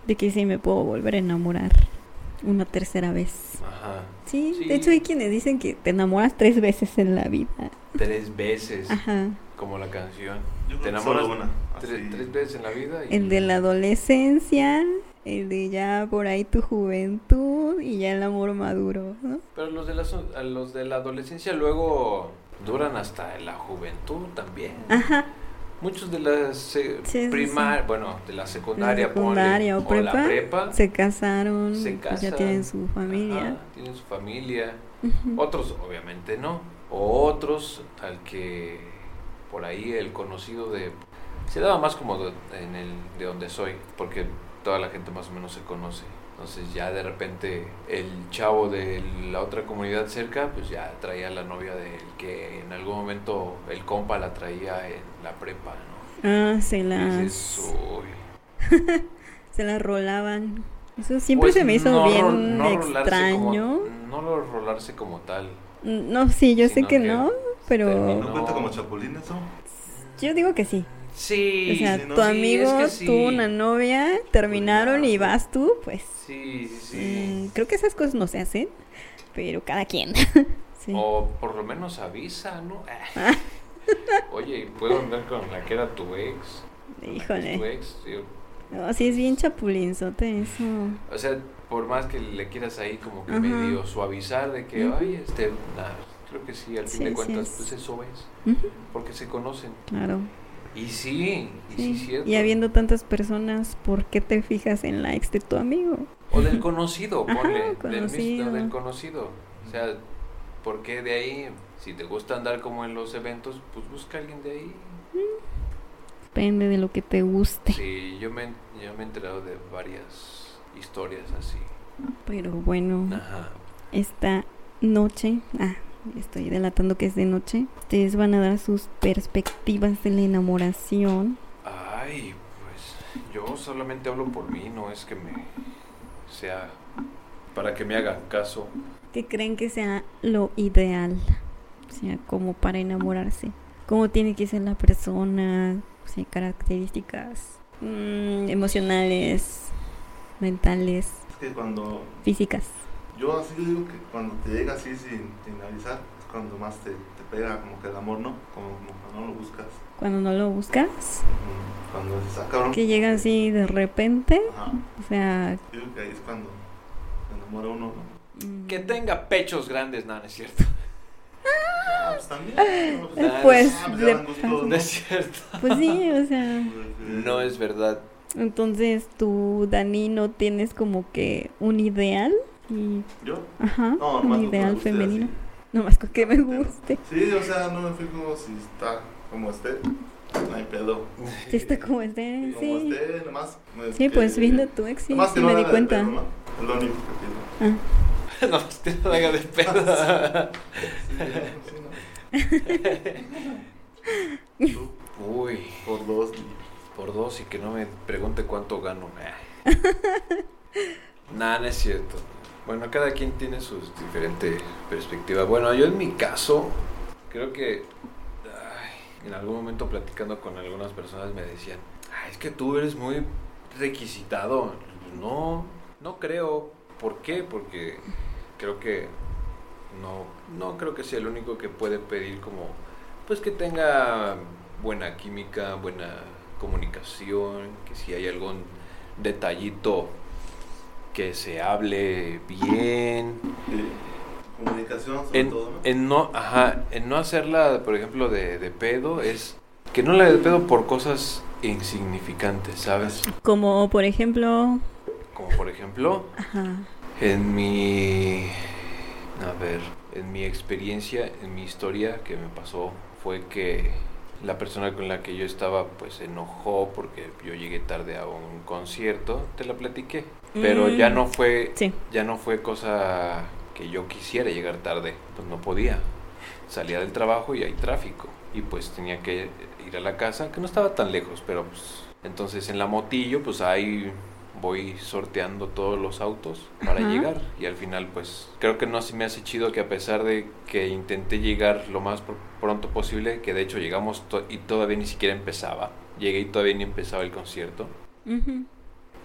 Speaker 2: de que sí me puedo volver a enamorar una tercera vez.
Speaker 1: Ajá.
Speaker 2: Sí,
Speaker 1: Sí.
Speaker 2: de hecho hay quienes dicen que te enamoras tres veces en la vida.
Speaker 1: Tres veces,
Speaker 2: Ajá,
Speaker 1: como la canción.
Speaker 3: Yo creo
Speaker 1: Te
Speaker 3: que solo
Speaker 1: enamoras
Speaker 3: una. así.
Speaker 1: Tres, tres veces en la vida. Y...
Speaker 2: el de la adolescencia, el de ya por ahí tu juventud y ya el amor maduro, ¿no?
Speaker 1: Pero los de, la, so- a los de la adolescencia luego duran hasta la juventud también.
Speaker 2: Ajá,
Speaker 1: Muchos de la se-
Speaker 2: Sí, sí,
Speaker 1: primar- bueno, de la secundaria,
Speaker 2: La
Speaker 1: ponle,
Speaker 2: secundaria o
Speaker 1: la
Speaker 2: prepa,
Speaker 1: prepa,
Speaker 2: se casaron,
Speaker 1: Se
Speaker 2: pues
Speaker 1: casan.
Speaker 2: ya tienen su familia.
Speaker 1: Ajá, tienen su familia.
Speaker 2: Ujú.
Speaker 1: Otros, obviamente, no. O otros al que por ahí el conocido de. Se daba más como de- en el de donde soy, porque toda la gente más o menos se conoce. Entonces, ya de repente, el chavo de la otra comunidad cerca, pues ya traía la novia del que en algún momento el compa la traía en la prepa, ¿no?
Speaker 2: Ah, se
Speaker 1: Y
Speaker 2: las,
Speaker 1: dices, "Uy".
Speaker 2: se las rolaban. Eso siempre se me
Speaker 1: Pues
Speaker 2: hizo
Speaker 1: no ro-
Speaker 2: bien
Speaker 1: no rolarse como-
Speaker 2: extraño.
Speaker 1: no lo rolarse como tal.
Speaker 2: Mm, No, sí, yo sé
Speaker 1: Sino
Speaker 2: que
Speaker 1: que
Speaker 2: no, pero
Speaker 1: terminó.
Speaker 3: ¿No cuenta como chapulín eso?
Speaker 2: yo digo que sí.
Speaker 1: Sí.
Speaker 2: O sea,
Speaker 3: sí, no,
Speaker 2: tu
Speaker 1: sí,
Speaker 2: amigo
Speaker 1: es que sí.
Speaker 2: tuvo una novia, terminaron y vas tú, pues.
Speaker 1: Sí, sí,
Speaker 2: mm,
Speaker 1: sí.
Speaker 2: creo que esas cosas no se hacen, pero cada quien. [laughs] sí.
Speaker 1: O por lo menos avisa,
Speaker 2: [laughs]
Speaker 1: ¿no? Oye, ¿puedo andar con la que era tu ex? ¿Con la que es Tu
Speaker 2: Híjole.
Speaker 1: ex. Yo-
Speaker 2: No, sí, es bien chapulinzote eso.
Speaker 1: O sea, por más que le quieras ahí como que
Speaker 2: Ajá.
Speaker 1: medio suavizar de que,
Speaker 2: Ujú.
Speaker 1: ay, este, nah, creo que sí, al fin
Speaker 2: Sí,
Speaker 1: de
Speaker 2: sí
Speaker 1: cuentas,
Speaker 2: es.
Speaker 1: pues eso es,
Speaker 2: Ujú,
Speaker 1: porque se conocen.
Speaker 2: claro.
Speaker 1: Y sí, y sí,
Speaker 2: Sí,
Speaker 1: es cierto.
Speaker 2: Y habiendo tantas personas, ¿por qué te fijas en la ex de tu amigo?
Speaker 1: O del conocido,
Speaker 2: Ajá,
Speaker 1: ponle. Del, mis-
Speaker 2: conocido.
Speaker 1: del conocido. O sea, porque de ahí, si te gusta andar como en los eventos, pues busca a alguien de ahí.
Speaker 2: Depende de lo que te guste.
Speaker 1: Sí, yo me, yo me he enterado de varias historias así.
Speaker 2: Pero bueno,
Speaker 1: Ajá.
Speaker 2: esta noche, ah, estoy delatando que es de noche, ustedes van a dar sus perspectivas de la enamoración.
Speaker 1: Ay, pues yo solamente hablo por mí, no es que me sea para que me hagan caso.
Speaker 2: ¿Qué creen que sea lo ideal? O sea, como para enamorarse. ¿Cómo tiene que ser la persona? O sea, características mm, emocionales, mentales,
Speaker 3: Es que cuando...
Speaker 2: físicas.
Speaker 3: Yo así digo que cuando te llega así sin, sin avisar, es cuando más te, te pega, como que el amor, ¿no? Como, como cuando no lo buscas.
Speaker 2: Cuando no lo buscas,
Speaker 3: Mm, Cuando se sacaron...
Speaker 2: que llega así de repente,
Speaker 3: Ajá.
Speaker 2: o sea...
Speaker 3: Yo creo que ahí es cuando se enamora uno, ¿no?
Speaker 2: mm,
Speaker 1: Que tenga pechos grandes, no, no es cierto.
Speaker 3: Ah, pues también. ¿no?
Speaker 1: Eh,
Speaker 2: Pues,
Speaker 3: Ah, pues ya
Speaker 2: le- [laughs]
Speaker 3: dan gustos,
Speaker 1: [laughs]
Speaker 3: ¿no? eh,
Speaker 1: No es cierto.
Speaker 2: pues sí, o sea...
Speaker 1: No es verdad. [laughs]
Speaker 2: Entonces tú, Dani, no tienes como que un ideal Y,
Speaker 3: ¿Yo?
Speaker 2: ajá,
Speaker 3: No,
Speaker 2: un
Speaker 3: nomás no
Speaker 2: ideal
Speaker 3: me guste
Speaker 2: femenino.
Speaker 3: así.
Speaker 2: Nomás con que me guste.
Speaker 3: Sí, o sea, no me fui como si está como esté. No hay pedo.
Speaker 2: Sí, está como este,
Speaker 3: Como
Speaker 2: sí.
Speaker 3: esté, nomás. me-
Speaker 2: Sí, pues
Speaker 3: que-
Speaker 2: viendo tu ex, sí,
Speaker 3: nomás
Speaker 2: sí
Speaker 3: que no
Speaker 2: me
Speaker 3: haga
Speaker 2: di
Speaker 3: de
Speaker 2: cuenta.
Speaker 3: pedo, ¿no? Es lo único que pido.
Speaker 2: Ah,
Speaker 1: no, pues que no haga de pedo.
Speaker 2: [laughs]
Speaker 3: Tú,
Speaker 1: Uy,
Speaker 3: Por dos.
Speaker 1: por dos y que no me pregunte cuánto gano. Nada, no es cierto. Bueno, cada quien tiene sus diferentes perspectivas. Bueno, yo en mi caso, creo que ay, en algún momento platicando con algunas personas me decían, "Ay, es que tú eres muy requisitado. No, no creo. ¿Por qué? Porque creo que no, no creo que sea el único que puede pedir como, pues que tenga buena química, buena comunicación, que si hay algún detallito que se hable bien.
Speaker 3: eh, Comunicación, sobre
Speaker 1: En,
Speaker 3: todo. ¿no?
Speaker 1: en no, ajá, en no hacerla, por ejemplo, de, de pedo, es que no la de pedo por cosas insignificantes, ¿sabes?
Speaker 2: como por ejemplo,
Speaker 1: Como por ejemplo,
Speaker 2: ajá,
Speaker 1: en mi. A ver, en mi experiencia, en mi historia que me pasó, fue que la persona con la que yo estaba, pues se enojó porque yo llegué tarde a un concierto, te la platiqué. Pero
Speaker 2: Mm.
Speaker 1: ya no fue.
Speaker 2: sí.
Speaker 1: Ya no fue cosa que yo quisiera llegar tarde, pues no podía. Salía del trabajo y hay tráfico. Y pues tenía que ir a la casa, que no estaba tan lejos, pero pues. Entonces en la motillo, pues ahí voy sorteando todos los autos para
Speaker 2: Ajá.
Speaker 1: llegar. Y al final, pues creo que no se me hace chido que a pesar de que intenté llegar lo más pr- pronto posible, que de hecho llegamos to- y todavía ni siquiera empezaba. Llegué y todavía ni empezaba el concierto.
Speaker 2: Ujú.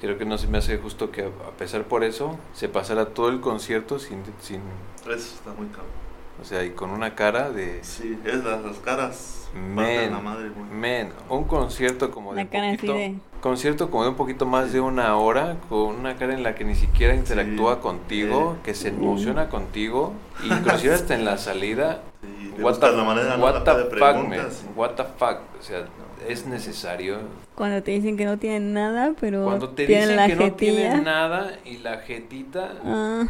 Speaker 1: Creo que no se me hace justo que, a pesar por eso, se pasara todo el concierto sin, sin
Speaker 3: Eso está muy cabrón.
Speaker 1: o sea, y con una cara de...
Speaker 3: Sí, es las, las caras. parten
Speaker 1: Men,
Speaker 3: la madre, güey.
Speaker 1: men, un concierto como de...
Speaker 2: La
Speaker 1: un
Speaker 2: cara así
Speaker 1: poquito-
Speaker 2: de-
Speaker 1: Concierto como de un poquito más de una hora, con una cara en la que ni siquiera interactúa
Speaker 3: Sí. eh.
Speaker 1: contigo, que se emociona contigo,
Speaker 3: [laughs]
Speaker 1: inclusive hasta en la salida.
Speaker 3: Sí, le
Speaker 1: What the,
Speaker 3: gusta la manera, no
Speaker 1: what
Speaker 3: la
Speaker 1: the
Speaker 3: puede
Speaker 1: fuck, man,
Speaker 3: preguntas.
Speaker 1: what the fuck, o sea, es necesario
Speaker 2: Cuando te dicen que no tienen nada, pero
Speaker 1: Cuando te
Speaker 2: tienen
Speaker 1: dicen
Speaker 2: la
Speaker 1: que no
Speaker 2: jetilla.
Speaker 1: tienen nada y la jetita,
Speaker 2: Ah,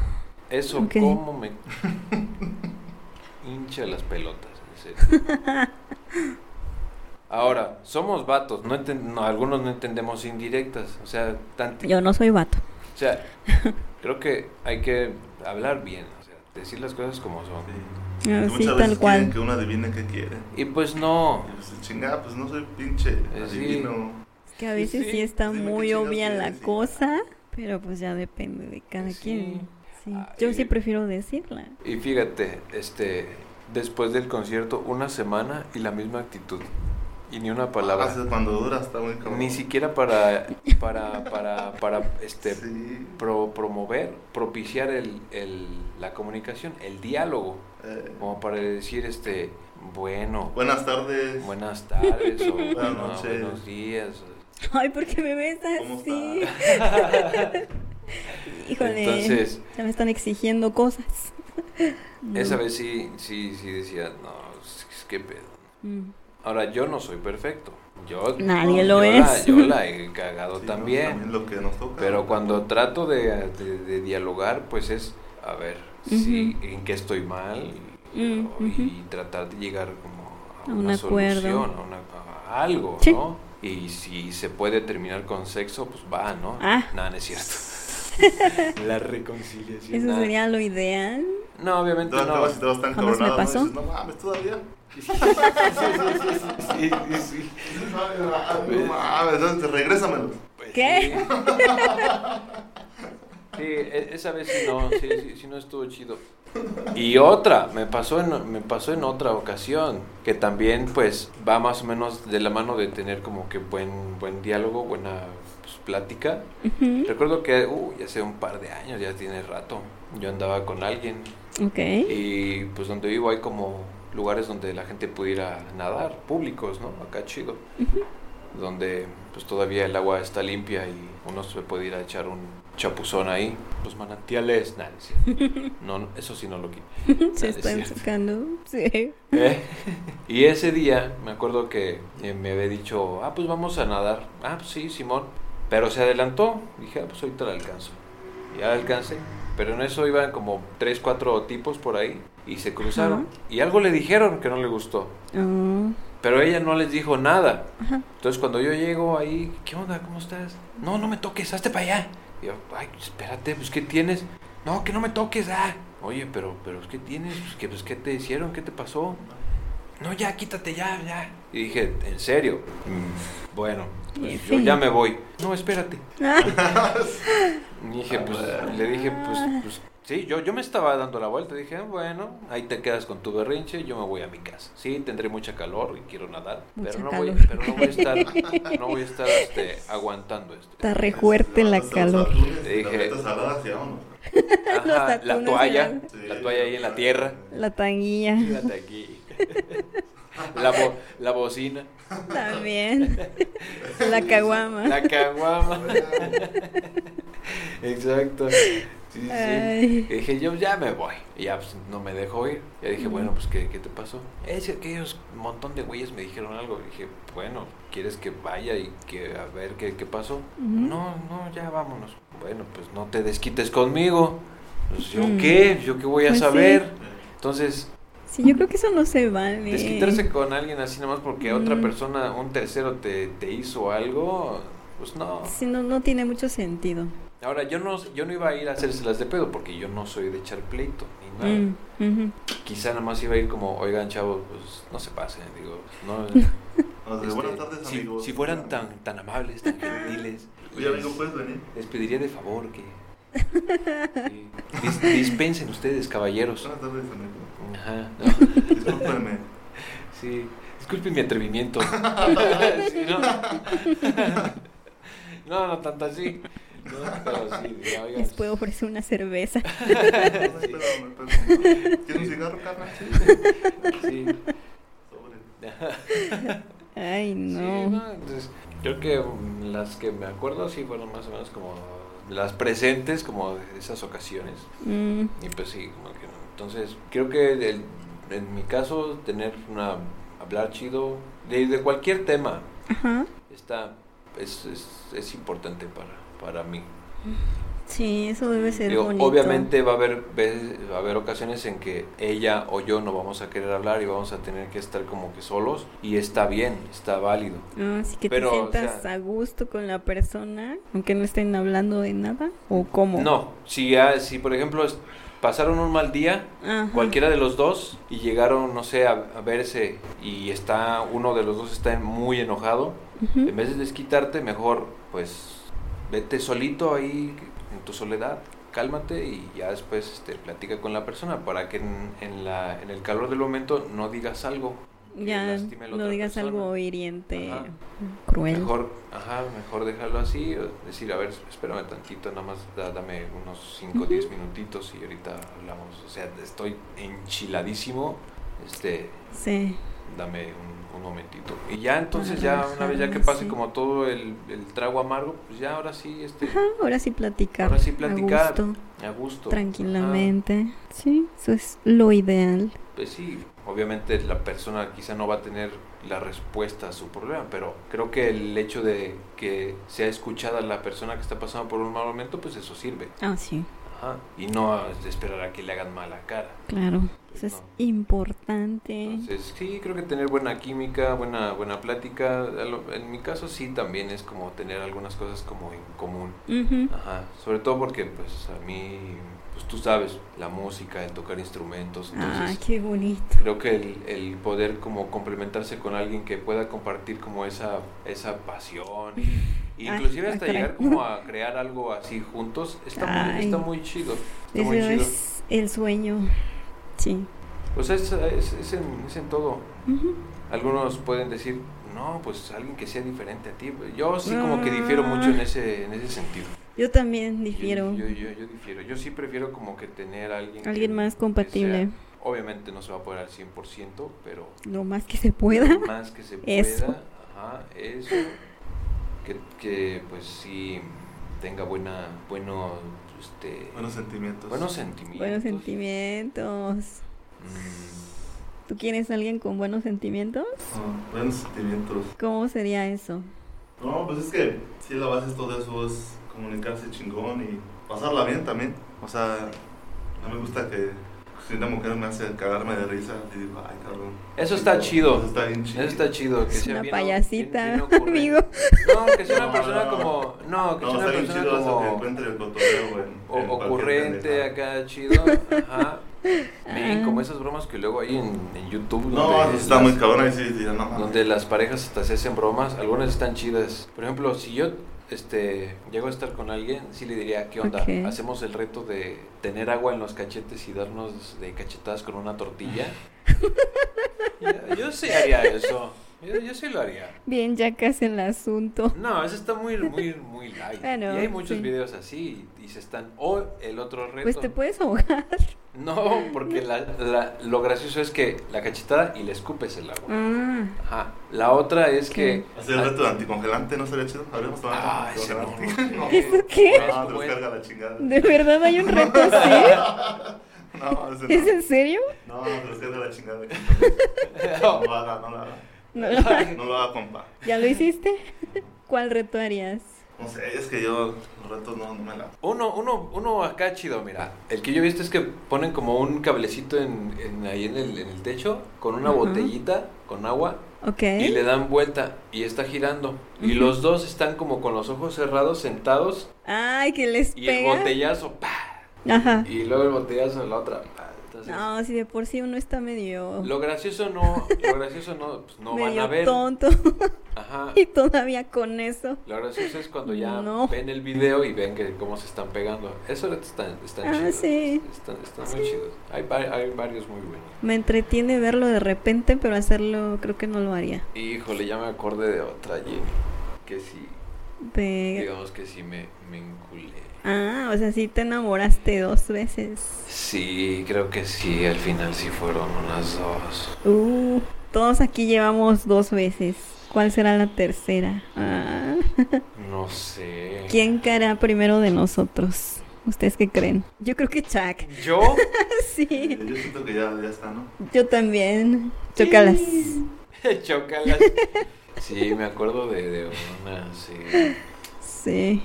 Speaker 1: eso
Speaker 2: ok.
Speaker 1: como me hincha las pelotas, en serio. Ahora, somos vatos, no enten- no, algunos no entendemos indirectas, o sea, tanti-
Speaker 2: yo no soy vato.
Speaker 1: o sea, creo que hay que hablar bien, o sea, decir las cosas como son.
Speaker 3: Sí.
Speaker 2: Ah,
Speaker 3: Y
Speaker 2: sí,
Speaker 3: muchas
Speaker 2: tal
Speaker 3: veces
Speaker 2: cual.
Speaker 3: quieren que uno adivine qué quiere.
Speaker 1: Y pues no,
Speaker 3: Y pues, chingada, pues no soy pinche
Speaker 1: Eh, sí.
Speaker 3: adivino.
Speaker 2: Es que a
Speaker 1: Sí,
Speaker 2: veces
Speaker 1: sí,
Speaker 2: sí, está
Speaker 3: dime qué
Speaker 2: muy
Speaker 3: chingados
Speaker 2: obvia la
Speaker 3: quieres y-
Speaker 2: cosa, pero pues ya depende de cada
Speaker 1: Sí.
Speaker 2: quien. Sí.
Speaker 1: Ah,
Speaker 2: Yo
Speaker 1: y-
Speaker 2: sí prefiero decirla. [laughs]
Speaker 1: y fíjate, este, después del concierto, una semana y la misma actitud, y ni una palabra.
Speaker 3: Hace cuando dura está muy cabrón.
Speaker 1: Ni siquiera para, para, para, para este,
Speaker 3: Sí.
Speaker 1: pro- promover, propiciar el, el- la comunicación, el diálogo,
Speaker 3: Eh,
Speaker 1: como para decir, este, bueno,
Speaker 3: buenas tardes.
Speaker 1: buenas tardes, o
Speaker 3: Pues. [laughs] Buenas
Speaker 1: bueno,
Speaker 3: noches.
Speaker 1: buenos días.
Speaker 2: Ay, ¿por qué me ves
Speaker 3: ¿Cómo
Speaker 2: así? Híjole,
Speaker 1: Entonces,
Speaker 2: ya me están exigiendo cosas.
Speaker 3: Mm.
Speaker 2: Mm, No.
Speaker 1: esa vez sí, sí, sí decía, no, es es que pedo.
Speaker 2: Mm.
Speaker 1: Ahora, yo no soy perfecto. Yo,
Speaker 2: Nadie
Speaker 1: yo
Speaker 2: lo
Speaker 1: la-
Speaker 2: es.
Speaker 1: yo
Speaker 2: [laughs]
Speaker 1: la he cagado
Speaker 3: Sí,
Speaker 1: también.
Speaker 3: Lo que nos toca.
Speaker 1: Pero cuando trato de, de- de dialogar, pues es, a ver, si,
Speaker 2: Ujú.
Speaker 1: en qué estoy mal y,
Speaker 2: Mm,
Speaker 1: o- y
Speaker 2: ujú.
Speaker 1: tratar de llegar como a
Speaker 2: A
Speaker 1: una
Speaker 2: un acuerdo.
Speaker 1: solución, a, una- a algo,
Speaker 2: Sí.
Speaker 1: ¿no? Y si se puede terminar con sexo, pues va, ¿no?
Speaker 2: Ah.
Speaker 1: Nada, no es cierto.
Speaker 2: [laughs]
Speaker 1: La reconciliación.
Speaker 2: Eso
Speaker 1: nah.
Speaker 2: sería lo ideal.
Speaker 1: No, obviamente
Speaker 3: Entonces,
Speaker 1: no.
Speaker 3: si te vas tan
Speaker 2: Jamás me
Speaker 3: cabronado,
Speaker 2: pasó.
Speaker 3: ¿no? Dices, no
Speaker 1: [laughs]
Speaker 3: mames, todavía.
Speaker 1: Sí, sí, sí.
Speaker 3: Dices, "Ay, No mames, entonces regrésamelo.
Speaker 1: Pues
Speaker 2: ¿Qué?
Speaker 1: [laughs] Sí, Sí, e- esa vez sí no, sí, sí, sí no estuvo chido. Y otra, me pasó, en, me pasó en otra ocasión, que también pues va más o menos de la mano de tener como que buen, buen diálogo, buena pues, plática.
Speaker 2: Ujú.
Speaker 1: Recuerdo que, uy, hace un par de años, ya tiene rato, yo andaba con alguien
Speaker 2: Ok.
Speaker 1: y pues donde vivo hay como lugares donde la gente pudiera nadar, públicos, ¿no? Acá chido. Donde pues todavía el agua está limpia y uno se puede ir a echar un chapuzón ahí. Los manantiales, nada, es cierto. no, no, eso sí no lo quito.
Speaker 2: Se
Speaker 1: Ah, es
Speaker 2: están
Speaker 1: cierto.
Speaker 2: sacando. Sí.
Speaker 1: ¿Eh? [laughs] Y ese día me acuerdo que eh, me había dicho, ah, pues vamos a nadar. Ah, pues sí, Simón. Pero se adelantó. Dije, ah, pues ahorita la alcanzo. Ya la alcancé. Pero en eso iban como tres, cuatro tipos por ahí y se cruzaron. Y algo le dijeron que no le gustó. Ah.
Speaker 2: [laughs] Oh,
Speaker 1: Pero ella no les dijo nada.
Speaker 2: ajá.
Speaker 1: Entonces cuando yo llego ahí, ¿qué onda? ¿Cómo estás? No, no me toques, hazte para allá. Y yo, ay, espérate, pues ¿qué tienes? No, que no me toques, ah. Oye, pero, pero ¿qué tienes? Pues, ¿qué, pues, ¿Qué te hicieron? ¿Qué te pasó? No, ya, quítate, ya, ya. Y dije, ¿en serio? "Mm, Bueno, pues, yo ya me voy. No, espérate.
Speaker 2: Ah,
Speaker 1: Y dije, pues, le dije, pues, pues, sí, yo, yo me estaba dando la vuelta. Dije, "Ah, bueno, ahí te quedas con tu berrinche, yo me voy a mi casa. Sí, tendré mucha calor y quiero nadar,
Speaker 2: Mucha
Speaker 1: pero, no voy,
Speaker 2: calor.
Speaker 1: pero no voy a
Speaker 2: [laughs]
Speaker 1: estar, no voy a estar este, aguantando esto.
Speaker 2: Está re fuerte la calor.
Speaker 1: Dije-
Speaker 3: Dije. saladas y vámonos.
Speaker 1: Ajá,
Speaker 2: Los
Speaker 1: la
Speaker 2: atunes
Speaker 1: toalla,
Speaker 2: en
Speaker 3: Sí.
Speaker 1: la toalla ahí en la tierra.
Speaker 2: La tanguilla
Speaker 1: Quédate aquí. La, bo- la bocina, [laughs]
Speaker 2: también. La caguama.
Speaker 1: la caguama. Exacto. Sí, sí.
Speaker 2: Ay.
Speaker 1: Y dije, yo ya me voy. Y ya pues, no me dejó ir. Ya dije, bueno, pues, ¿qué, qué te pasó? Es que aquellos montón de güeyes me dijeron algo. Y dije, bueno, ¿quieres que vaya y que a ver qué, qué pasó?
Speaker 2: Ujú.
Speaker 1: No, no, ya vámonos. Bueno, pues no te desquites conmigo. Pues, ¿Yo
Speaker 2: Mm.
Speaker 1: qué? ¿Yo qué voy a
Speaker 2: Pues, sí.
Speaker 1: saber? Entonces,
Speaker 2: Sí, yo creo que eso no se vale.
Speaker 1: desquitarse con alguien así nomás porque otra
Speaker 2: Mm.
Speaker 1: persona, un tercero te, te hizo algo, pues no.
Speaker 2: Sí, no, no tiene mucho sentido.
Speaker 1: Ahora, yo no, yo no iba a ir a hacérselas de pedo porque yo no soy de echar pleito ni nada.
Speaker 2: Mm, ujú.
Speaker 1: quizá nada más iba a ir como, oigan chavos, pues no se pasen, digo, no,
Speaker 3: Nos dice,
Speaker 1: este,
Speaker 3: Buenas tardes,
Speaker 1: si,
Speaker 3: amigos.
Speaker 1: si fueran tan, tan amables, tan gentiles,
Speaker 3: [laughs] Oye,
Speaker 1: les,
Speaker 3: amigo, pues. ¿puedes venir?
Speaker 1: les pediría de favor que sí, dis- dispensen ustedes, caballeros.
Speaker 3: Buenas tardes, amigo.
Speaker 1: Ajá, no,
Speaker 3: Discúlpenme.
Speaker 1: sí, disculpen mi
Speaker 3: [laughs]
Speaker 1: atrevimiento. Sí, no. [laughs] no, no tanto así. No, pero sí, digo, oigan,
Speaker 2: Les puedo ofrecer una cerveza. [laughs]
Speaker 3: No hay pedo, no hay pedo. ¿Quieres un cigarro, carnal? Sí.
Speaker 1: sí.
Speaker 3: Sobre.
Speaker 2: Ay,
Speaker 1: Sí,
Speaker 2: no.
Speaker 1: no, entonces, creo que mm, las que me acuerdo sí fueron más o menos como las presentes, como de esas ocasiones.
Speaker 2: Mm,
Speaker 1: Y pues sí, como que no. Entonces, creo que el- en mi caso, tener una. hablar chido de, de cualquier tema
Speaker 2: ajá.
Speaker 1: está. es, es, es importante para, para mí.
Speaker 2: Sí, eso debe ser
Speaker 1: Digo,
Speaker 2: bonito.
Speaker 1: obviamente va a haber veces- va a haber ocasiones en que ella o yo no vamos a querer hablar y vamos a tener que estar como que solos y está bien, está válido.
Speaker 2: Ah, Así que
Speaker 1: Pero,
Speaker 2: te
Speaker 1: o
Speaker 2: sientas
Speaker 1: sea-
Speaker 2: a gusto con la persona, aunque no estén hablando de nada. ¿O cómo?
Speaker 1: No, si, ya- si por ejemplo es- pasaron un mal día,
Speaker 2: Ajá.
Speaker 1: cualquiera de los dos, y llegaron, no sé, a, a verse y está uno de los dos está muy enojado,
Speaker 2: Ujú.
Speaker 1: en vez de desquitarte, mejor pues vete solito ahí en tu soledad, cálmate y ya después este, platica con la persona para que en, en la, en el calor del momento no digas algo. que
Speaker 2: Ya
Speaker 1: lastime a la
Speaker 2: no
Speaker 1: otra
Speaker 2: digas
Speaker 1: persona.
Speaker 2: algo hiriente,
Speaker 1: Ajá.
Speaker 2: cruel.
Speaker 1: Mejor, ajá, mejor dejarlo así, o decir, a ver, espérame tantito, nada más da- dame unos 5 o 10 minutitos y ahorita hablamos. O sea, estoy enchiladísimo, este,
Speaker 2: Sí.
Speaker 1: dame un, un momentito. Y ya entonces,
Speaker 2: Para
Speaker 1: ya una vez ya que
Speaker 2: relajarme,
Speaker 1: pase
Speaker 2: sí.
Speaker 1: como todo el, el trago amargo, pues ya ahora sí, este,
Speaker 2: Ajá, ahora sí platicar.
Speaker 1: Ahora sí platicar,
Speaker 2: A gusto,
Speaker 1: a gusto.
Speaker 2: tranquilamente. Sí, eso es lo ideal.
Speaker 1: Ajá, pues sí, obviamente la persona quizá no va a tener la respuesta a su problema, pero creo que el hecho de que sea escuchada la persona que está pasando por un mal momento, pues eso sirve.
Speaker 2: Ah, sí,
Speaker 1: Ajá. Y no a- esperar a que le hagan mala cara.
Speaker 2: claro. Eso es
Speaker 1: No.
Speaker 2: importante.
Speaker 1: Entonces, sí, creo que tener buena química, buena buena plática. a lo- En mi caso, sí, también es como tener algunas cosas como en común.
Speaker 2: Ujú.
Speaker 1: Ajá. Sobre todo porque, pues, a mí, pues tú sabes, la música, el tocar instrumentos.
Speaker 2: Ah,
Speaker 1: Entonces,
Speaker 2: qué bonito.
Speaker 1: creo que el, el poder como complementarse con alguien que pueda compartir como esa, esa pasión.
Speaker 2: Ay,
Speaker 1: Inclusive
Speaker 2: [laughs] ah,
Speaker 1: hasta
Speaker 2: caray.
Speaker 1: llegar como a crear algo así juntos. Está, muy,
Speaker 2: Ay.
Speaker 1: está muy chido. Está
Speaker 2: Eso
Speaker 1: muy chido.
Speaker 2: es el sueño. Sí.
Speaker 1: Pues es, es, es en, es en todo.
Speaker 2: Ujú.
Speaker 1: Algunos pueden decir, no, pues alguien que sea diferente a ti. Yo sí como que difiero mucho en ese, en ese sentido.
Speaker 2: Yo también
Speaker 1: Yo-
Speaker 2: difiero.
Speaker 1: Yo, yo, yo difiero. Yo sí prefiero como que tener a alguien... que-
Speaker 2: Alguien más
Speaker 1: que
Speaker 2: compatible.
Speaker 1: sea- obviamente no se va a poder al 100%, pero
Speaker 2: Lo más que se pueda.
Speaker 1: más que se pueda.
Speaker 2: Eso.
Speaker 1: Ajá, eso. Que, que, pues sí tenga buena, bueno, este,
Speaker 3: Buenos sentimientos.
Speaker 1: buenos sentimientos.
Speaker 2: [laughs] Buenos sentimientos.
Speaker 1: Mm,
Speaker 2: ¿Tú quieres a alguien con buenos sentimientos?
Speaker 3: Ah, buenos sentimientos.
Speaker 2: ¿Cómo sería eso?
Speaker 3: No, pues es que sí, la base de todo eso es comunicarse chingón y pasarla bien también. O sea, no me gusta que pues, si una mujer me hace cagarme de risa y digo, ay, cabrón.
Speaker 1: Eso está chido.
Speaker 3: Eso está bien
Speaker 1: Eso
Speaker 3: chido.
Speaker 1: está chido. Que
Speaker 2: Es
Speaker 1: sea
Speaker 2: una
Speaker 1: bien-
Speaker 2: payasita,
Speaker 1: bien- bien ocurrente.
Speaker 2: amigo.
Speaker 1: No, que sea una
Speaker 3: No,
Speaker 1: persona
Speaker 3: no.
Speaker 1: como. No, que
Speaker 3: No,
Speaker 1: sea
Speaker 3: está
Speaker 1: una
Speaker 3: bien
Speaker 1: persona
Speaker 3: chido eso que
Speaker 1: como.
Speaker 3: encuentre el cotorreo en,
Speaker 1: o-
Speaker 3: en cualquier
Speaker 1: ocurrente,
Speaker 3: pendeja.
Speaker 1: acá chido.
Speaker 2: [laughs]
Speaker 1: Ajá. Ven,
Speaker 2: Ah.
Speaker 1: como esas bromas que luego hay en, en YouTube.
Speaker 3: No,
Speaker 1: donde
Speaker 3: eso está
Speaker 1: las-
Speaker 3: muy cabrón. Ahí sí, diría, no mames.
Speaker 1: donde las parejas hasta se hacen bromas, algunas están chidas. Por ejemplo, si yo este llego a estar con alguien, sí le diría, ¿qué onda?
Speaker 2: Ok.
Speaker 1: Hacemos el reto de tener agua en los cachetes y darnos de cachetadas con una
Speaker 2: [laughs]
Speaker 1: tortilla. yo, yo sí haría eso. Yo, yo sí lo haría.
Speaker 2: Bien yacas en el asunto.
Speaker 1: No, eso está muy, muy, muy light.
Speaker 2: Bueno,
Speaker 1: y hay muchos
Speaker 2: sí.
Speaker 1: videos así y, y se están... O el otro reto...
Speaker 2: Pues te puedes ahogar.
Speaker 1: No, porque la- la- lo gracioso es que la cachetada y le escupes el agua.
Speaker 2: Ah,
Speaker 1: Ajá. La otra es que...
Speaker 3: Hacer el reto de anticongelante, ¿no sería chido? Habríamos tomado
Speaker 1: Ah, ese no, [laughs]
Speaker 3: anticongelante. [laughs]
Speaker 1: no.
Speaker 2: ¿Eso qué?
Speaker 1: No,
Speaker 3: No,
Speaker 1: es
Speaker 3: te
Speaker 1: bueno.
Speaker 3: descarga la chingada. [laughs]
Speaker 2: ¿de verdad hay un reto
Speaker 1: [laughs]
Speaker 2: así?
Speaker 3: No, ese
Speaker 2: ¿Es
Speaker 3: no.
Speaker 2: en serio?
Speaker 3: No, te descarga la chingada.
Speaker 1: No.
Speaker 3: No lo haga, no lo haga.
Speaker 2: No [laughs] lo hagas.
Speaker 3: No lo haga, compa.
Speaker 2: ¿Ya lo hiciste? [laughs] ¿Cuál reto harías?
Speaker 3: No sé, es que yo los retos no, no me la...
Speaker 1: Uno, uno, uno acá chido, mira. El que yo he visto es que ponen como un cablecito en, en- ahí en el, en el techo con una
Speaker 2: Ajá.
Speaker 1: botellita con agua
Speaker 2: Ok.
Speaker 1: y le dan vuelta y está girando. Y
Speaker 2: ¿Eh? Ujú.
Speaker 1: los dos están como con los ojos cerrados, sentados
Speaker 2: Ay, que les
Speaker 1: y el
Speaker 2: pega.
Speaker 1: botellazo, ¡pa!
Speaker 2: Ajá.
Speaker 1: Y luego el botellazo en la otra. ¡pa! Entonces,
Speaker 2: Ah. No, si de por sí uno está medio,
Speaker 1: Lo gracioso no, lo gracioso no, pues no van a
Speaker 2: medio
Speaker 1: ver.
Speaker 2: tonto [laughs]
Speaker 1: Ajá.
Speaker 2: y todavía con eso.
Speaker 1: Lo gracioso es cuando ya
Speaker 2: No.
Speaker 1: ven el video y ven que cómo se están pegando. Eso están, están
Speaker 2: Ah,
Speaker 1: chidos.
Speaker 2: sí.
Speaker 1: Están, están muy chidos. Hay, va- hay varios muy buenos.
Speaker 2: Me entretiene verlo de repente, pero hacerlo creo que no lo haría.
Speaker 1: Híjole, ya me acordé de otra, Jenny. Que sí,
Speaker 2: De...
Speaker 1: digamos que sí me, me enculé.
Speaker 2: Ah, o sea, sí te enamoraste dos veces.
Speaker 1: Sí, creo que sí, al final sí fueron unas dos.
Speaker 2: Uh, todos aquí llevamos dos veces. ¿Cuál será la tercera? Ah, [laughs]
Speaker 1: No sé.
Speaker 2: ¿Quién caerá primero de nosotros? ¿Ustedes qué creen? Yo creo que Chuck. [laughs]
Speaker 1: ¿Yo? [laughs]
Speaker 2: Sí,
Speaker 3: Eh, Yo siento que ya, ya está, ¿no?
Speaker 2: yo también. Chócalas.
Speaker 1: Chócalas. Sí, me acuerdo de, de una, sí.
Speaker 2: Sí.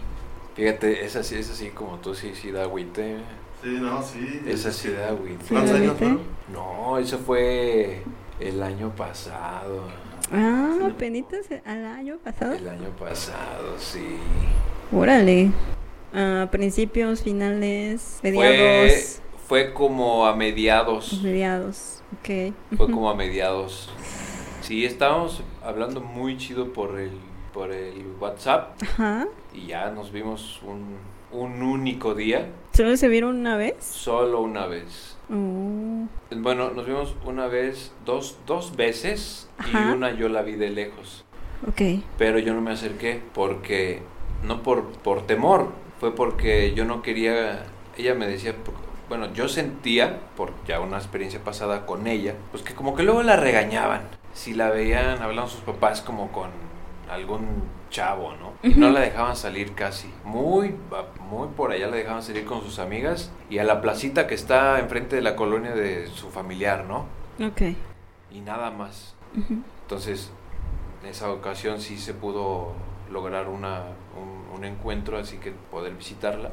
Speaker 1: Fíjate, esa sí, esa sí, como tú, sí, sí da agüite.
Speaker 3: Sí, no, sí.
Speaker 1: Esa sí da agüite.
Speaker 2: Sí,
Speaker 3: ¿Cuántos
Speaker 2: da
Speaker 3: años
Speaker 2: agüite.
Speaker 3: fueron?
Speaker 1: No, eso fue el año pasado.
Speaker 2: Ah, penitas al año pasado.
Speaker 1: El año pasado, sí.
Speaker 2: Órale. Ah, principios, finales,
Speaker 1: Fue,
Speaker 2: mediados.
Speaker 1: fue como a mediados.
Speaker 2: Mediados, ok.
Speaker 1: Fue como a mediados. Sí, estábamos hablando muy chido por el, por el WhatsApp
Speaker 2: Ajá.
Speaker 1: y ya nos vimos un, un único día,
Speaker 2: ¿Solo se vieron una vez?
Speaker 1: solo una vez.
Speaker 2: Oh.
Speaker 1: Bueno, nos vimos una vez, dos, dos veces y
Speaker 2: Ajá.
Speaker 1: una yo la vi de lejos.
Speaker 2: Ok.
Speaker 1: Pero yo no me acerqué porque, no por, por temor, fue porque yo no quería, ella me decía, por- bueno, yo sentía, por ya una experiencia pasada con ella, pues que como que luego la regañaban. Si la veían, hablaban sus papás como con algún chavo, ¿no? Y no
Speaker 2: Ujú.
Speaker 1: la dejaban salir casi. Muy, va- muy por allá la dejaban salir con sus amigas y a la placita que está enfrente de la colonia de su familiar, ¿no?
Speaker 2: Ok.
Speaker 1: Y nada más.
Speaker 2: Ujú.
Speaker 1: Entonces, en esa ocasión sí se pudo lograr una, un, un encuentro, así que poder visitarla.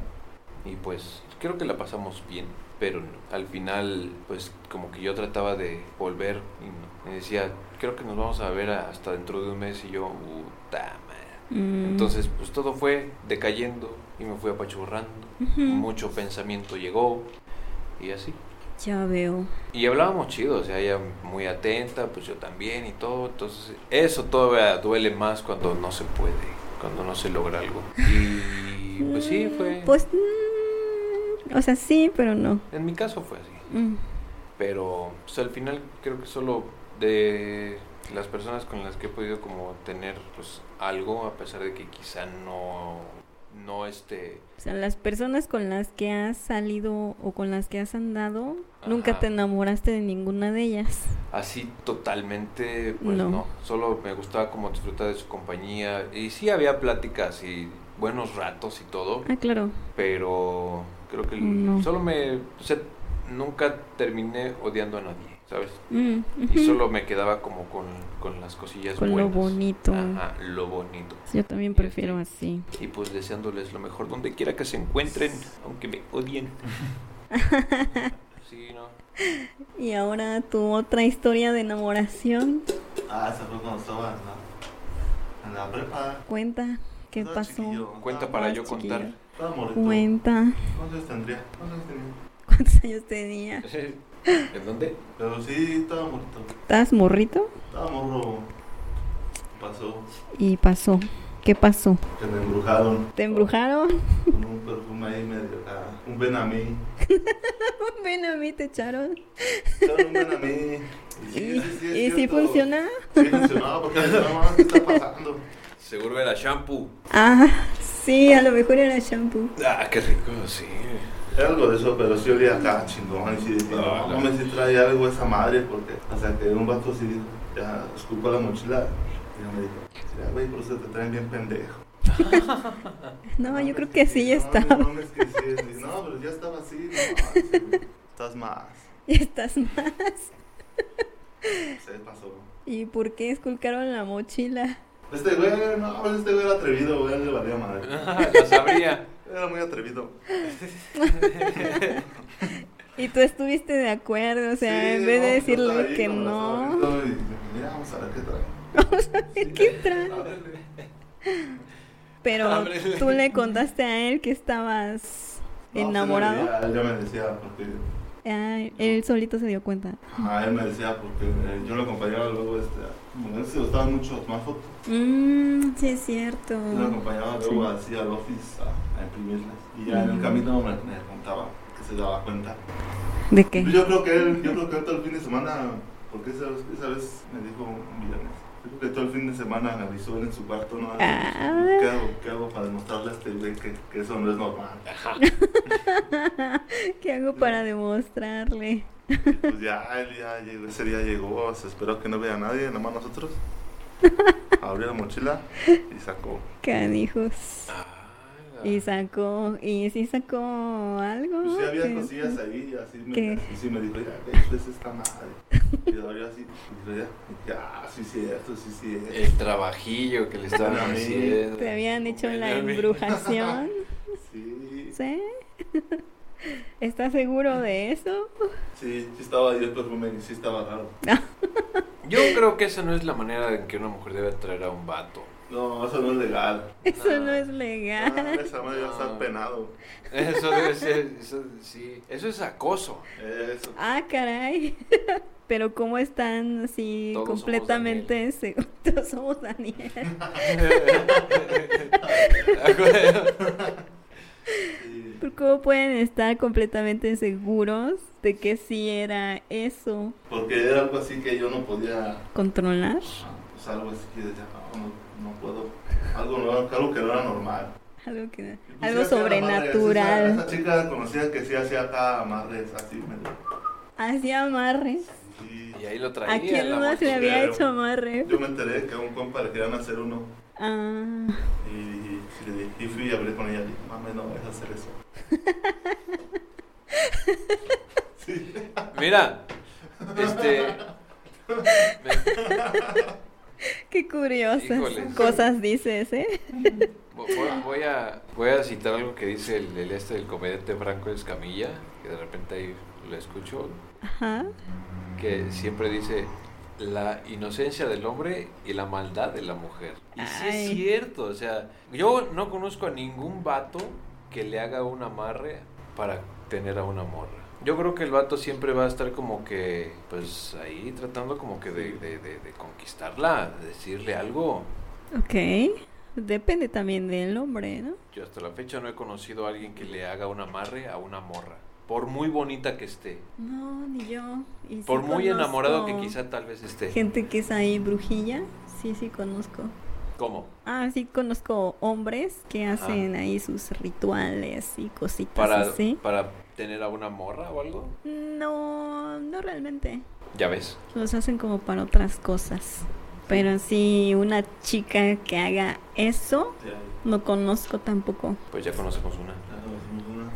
Speaker 1: Y pues creo que la pasamos bien, pero no. al final, pues como que yo trataba de volver y no. me decía, creo que nos vamos a ver a- hasta dentro de un mes y yo, puta madre.
Speaker 2: Mm.
Speaker 1: Entonces, pues todo fue decayendo y me fui apachurrando.
Speaker 2: Ujú.
Speaker 1: Mucho pensamiento llegó y así.
Speaker 2: Ya veo.
Speaker 1: Y hablábamos chido, o sea, ella muy atenta, pues yo también y todo. Entonces, eso todavía duele más cuando no se puede, cuando no se logra algo. Y pues sí, fue.
Speaker 2: Mm, Pues. mm, o sea, sí, pero no.
Speaker 1: En mi caso fue así.
Speaker 2: Mm.
Speaker 1: Pero pues, al final creo que solo de las personas con las que he podido como tener pues algo, a pesar de que quizá no, no este...
Speaker 2: O sea, las personas con las que has salido o con las que has andado, nunca
Speaker 1: Ajá.
Speaker 2: te enamoraste de ninguna de ellas.
Speaker 1: Así totalmente, pues no.
Speaker 2: No.
Speaker 1: Solo me gustaba como disfrutar de su compañía. Y sí había pláticas y buenos ratos y todo.
Speaker 2: Ah, claro.
Speaker 1: Pero creo que el-
Speaker 2: No.
Speaker 1: solo me... o sea, nunca terminé odiando a nadie. ¿sabes?
Speaker 2: Mm,
Speaker 1: Y
Speaker 2: ujú.
Speaker 1: solo me quedaba como con, con las cosillas
Speaker 2: Con lo
Speaker 1: buenas.
Speaker 2: bonito.
Speaker 1: Ajá, lo bonito.
Speaker 2: Yo también prefiero así.
Speaker 1: Y pues deseándoles lo mejor donde quiera que se encuentren, aunque me
Speaker 2: [laughs]
Speaker 1: odien. Sí, no.
Speaker 2: Y ahora tu otra historia de enamoración.
Speaker 3: Ah, esa fue cuando estaba en la, en la prepa.
Speaker 2: Cuenta, ¿qué
Speaker 3: Estaba
Speaker 2: pasó?
Speaker 3: chiquillo,
Speaker 1: Cuenta
Speaker 3: estaba-
Speaker 1: para
Speaker 2: Ah,
Speaker 1: yo contar.
Speaker 2: chiquillo.
Speaker 3: Estaba morrito.
Speaker 2: Cuenta. [laughs]
Speaker 3: ¿Cuántos años tendría? ¿Cuántos años tenía?
Speaker 2: ¿Cuántos años tenía?
Speaker 1: [laughs] ¿En dónde?
Speaker 3: Pero sí, estaba morrito.
Speaker 2: ¿Estabas morrito?
Speaker 3: Estaba morro. Pasó.
Speaker 2: Y pasó. ¿Qué pasó?
Speaker 3: Que me embrujaron
Speaker 2: ¿Te embrujaron? [laughs]
Speaker 3: con un perfume ahí medio. ah, un Benamí.
Speaker 2: Ven a mí, te echaron.
Speaker 3: Echaron un Benamí.
Speaker 2: ¿Y,
Speaker 3: es
Speaker 2: y si
Speaker 3: cierto.
Speaker 2: funciona?
Speaker 3: Sí funcionaba porque no mames, ¿qué está pasando?
Speaker 1: Seguro era shampoo.
Speaker 2: Ah, sí, a lo mejor era shampoo.
Speaker 1: Ah, qué rico, sí. [laughs]
Speaker 3: Era algo de eso, pero sí olía acá chingón. Y sí decía,
Speaker 1: Ah,
Speaker 3: no,
Speaker 1: la-
Speaker 3: no me si trae algo esa madre, porque hasta que un vato sí dijo, ya escupo la mochila. Y yo me dijo, ya güey, por eso te traen bien pendejo.
Speaker 2: No, yo
Speaker 3: mames,
Speaker 2: creo que sí ya
Speaker 3: no,
Speaker 2: estaba. [laughs]
Speaker 3: No, mames, que sí. Y dice, no, pero ya estaba así. No, mames, güey, estás más.
Speaker 2: Estás más.
Speaker 3: Se pasó.
Speaker 2: ¿Y por qué esculcaron la mochila?
Speaker 3: Este güey, no, pues este güey era atrevido, güey, le valía madre.
Speaker 1: Ah, Lo sabría.
Speaker 3: Era muy atrevido.
Speaker 2: Y tú estuviste de acuerdo, o sea,
Speaker 3: Sí,
Speaker 2: en vez de
Speaker 3: no, yo
Speaker 2: decirle
Speaker 3: estaba ahí
Speaker 2: que
Speaker 3: como
Speaker 2: no.
Speaker 3: las horas, y todo, y Mira, vamos a ver qué trae.
Speaker 2: ¿Qué trae?
Speaker 3: Ábrele.
Speaker 2: Pero
Speaker 1: Ábrele.
Speaker 2: tú le contaste a él que estabas
Speaker 3: No,
Speaker 2: enamorado.
Speaker 3: pues, ya, ya me decía, porque
Speaker 2: Ah, él solito se dio cuenta.
Speaker 3: Ajá, él me decía, porque eh, yo lo acompañaba luego, este, como él se gustaban mucho las fotos,
Speaker 2: Mmm, sí es cierto.
Speaker 3: yo lo acompañaba luego así al office a, a imprimirlas. Y ya en el camino me, me contaba que se daba cuenta.
Speaker 2: ¿De qué?
Speaker 3: Yo creo que él, yo creo que todo el fin de semana, porque esa, vez- esa vez me dijo un viernes, yo creo que todo el fin de semana me avisó él en su cuarto, ¿no?
Speaker 2: Ah.
Speaker 3: ¿Qué hago? ¿Qué hago para demostrarle a este güey que, que eso no es normal?
Speaker 2: [laughs] ¿Qué hago para demostrarle?
Speaker 3: Y Pues ya, él ya llegó, ese día llegó, se esperó que no vea a nadie, nomás nosotros. Abrió la mochila y sacó.
Speaker 2: Canijos.
Speaker 3: Ah.
Speaker 2: Y
Speaker 1: Y
Speaker 2: sacó, y sí sacó algo.
Speaker 3: Pues sí había
Speaker 2: que-
Speaker 3: cosillas ahí, así me,
Speaker 2: ¿Qué?
Speaker 3: y sí me dijo, ya, ve, esto es esta madre. Y lo abrió así, y yo ya, y dije, ah, sí, cierto, sí,
Speaker 2: [laughs]
Speaker 3: cierto.
Speaker 1: el trabajillo que le estaban
Speaker 3: Benamí.
Speaker 1: haciendo.
Speaker 2: Te habían hecho la
Speaker 1: Benamí.
Speaker 3: [laughs]
Speaker 2: embrujación,
Speaker 3: Sí,
Speaker 2: ¿sí? ¿Estás seguro de eso?
Speaker 3: sí, sí estaba ahí el perfume y sí estaba raro.
Speaker 1: Yo creo que esa no es la manera en que una mujer debe atraer a un vato.
Speaker 3: No, eso no es
Speaker 2: [laughs]
Speaker 3: legal.
Speaker 2: Eso no
Speaker 1: No.
Speaker 2: es
Speaker 3: Ah,
Speaker 2: legal.
Speaker 3: esa madre va a estar
Speaker 1: No.
Speaker 3: penado.
Speaker 1: Eso debe ser, eso, sí. Eso es acoso. [laughs]
Speaker 3: Eso.
Speaker 2: Ah, caray. [laughs] Pero cómo están así
Speaker 1: Todos somos
Speaker 2: completamente seguros. [laughs] Todos somos Daniel.
Speaker 3: Sí.
Speaker 2: Pero ¿Cómo pueden estar completamente seguros de que sí era eso?
Speaker 3: Porque era algo así que yo no podía
Speaker 2: ¿Controlar?
Speaker 3: pues algo así que decía, no, no, no puedo, algo, no- algo que no era normal.
Speaker 2: Algo, que,
Speaker 3: Y pues
Speaker 2: algo
Speaker 3: sí hacía amarres,
Speaker 2: sobrenatural.
Speaker 3: Esa, esa chica conocía que sí hacía acá amarres, así medio.
Speaker 2: Hacía amarres.
Speaker 3: Sí.
Speaker 1: Y ahí lo traía.
Speaker 2: ¿A quién
Speaker 1: la
Speaker 2: más le
Speaker 1: mochila.
Speaker 2: había
Speaker 3: mochilera.
Speaker 2: hecho amarre?
Speaker 3: Yo me enteré que a un compa le querían hacer uno
Speaker 2: Ah,
Speaker 3: y, y, y le dije- y fui y hablé con ella y dije, mami, no vas a hacer eso. sí.
Speaker 1: Mira, este. me-
Speaker 2: qué curiosas
Speaker 1: Híjoles.
Speaker 2: cosas dices, ¿eh?
Speaker 1: vo- vo- voy, a, voy a citar algo que dice el, el este del comediante Franco Escamilla, que de repente ahí lo escucho,
Speaker 2: Ajá.
Speaker 1: que siempre dice la inocencia del hombre y la maldad de la mujer. Y sí es
Speaker 2: Ay.
Speaker 1: cierto, o sea, yo no conozco a ningún vato que le haga un amarre para tener a una morra. Yo creo que el vato siempre va a estar como que, pues ahí tratando como que de, de- de- de conquistarla, de decirle algo.
Speaker 2: Ok. Depende también del hombre, ¿no?
Speaker 1: Yo hasta la fecha no he conocido a alguien que le haga un amarre a una morra, por muy bonita que esté,
Speaker 2: No, ni yo. Y sí
Speaker 1: por muy enamorado que
Speaker 2: conozco
Speaker 1: quizá tal vez esté.
Speaker 2: Gente que es ahí brujilla, sí, sí conozco.
Speaker 1: ¿Cómo?
Speaker 2: Ah, sí conozco hombres que hacen ahí sus rituales y cositas
Speaker 1: para,
Speaker 2: así.
Speaker 1: para tener a una morra o algo.
Speaker 2: No, no realmente.
Speaker 1: Ya ves.
Speaker 2: Los hacen como para otras cosas. Pero sí, una chica que haga eso,
Speaker 3: Ya, ya
Speaker 2: no conozco tampoco.
Speaker 1: Pues ya conocemos una.
Speaker 3: conocimos una.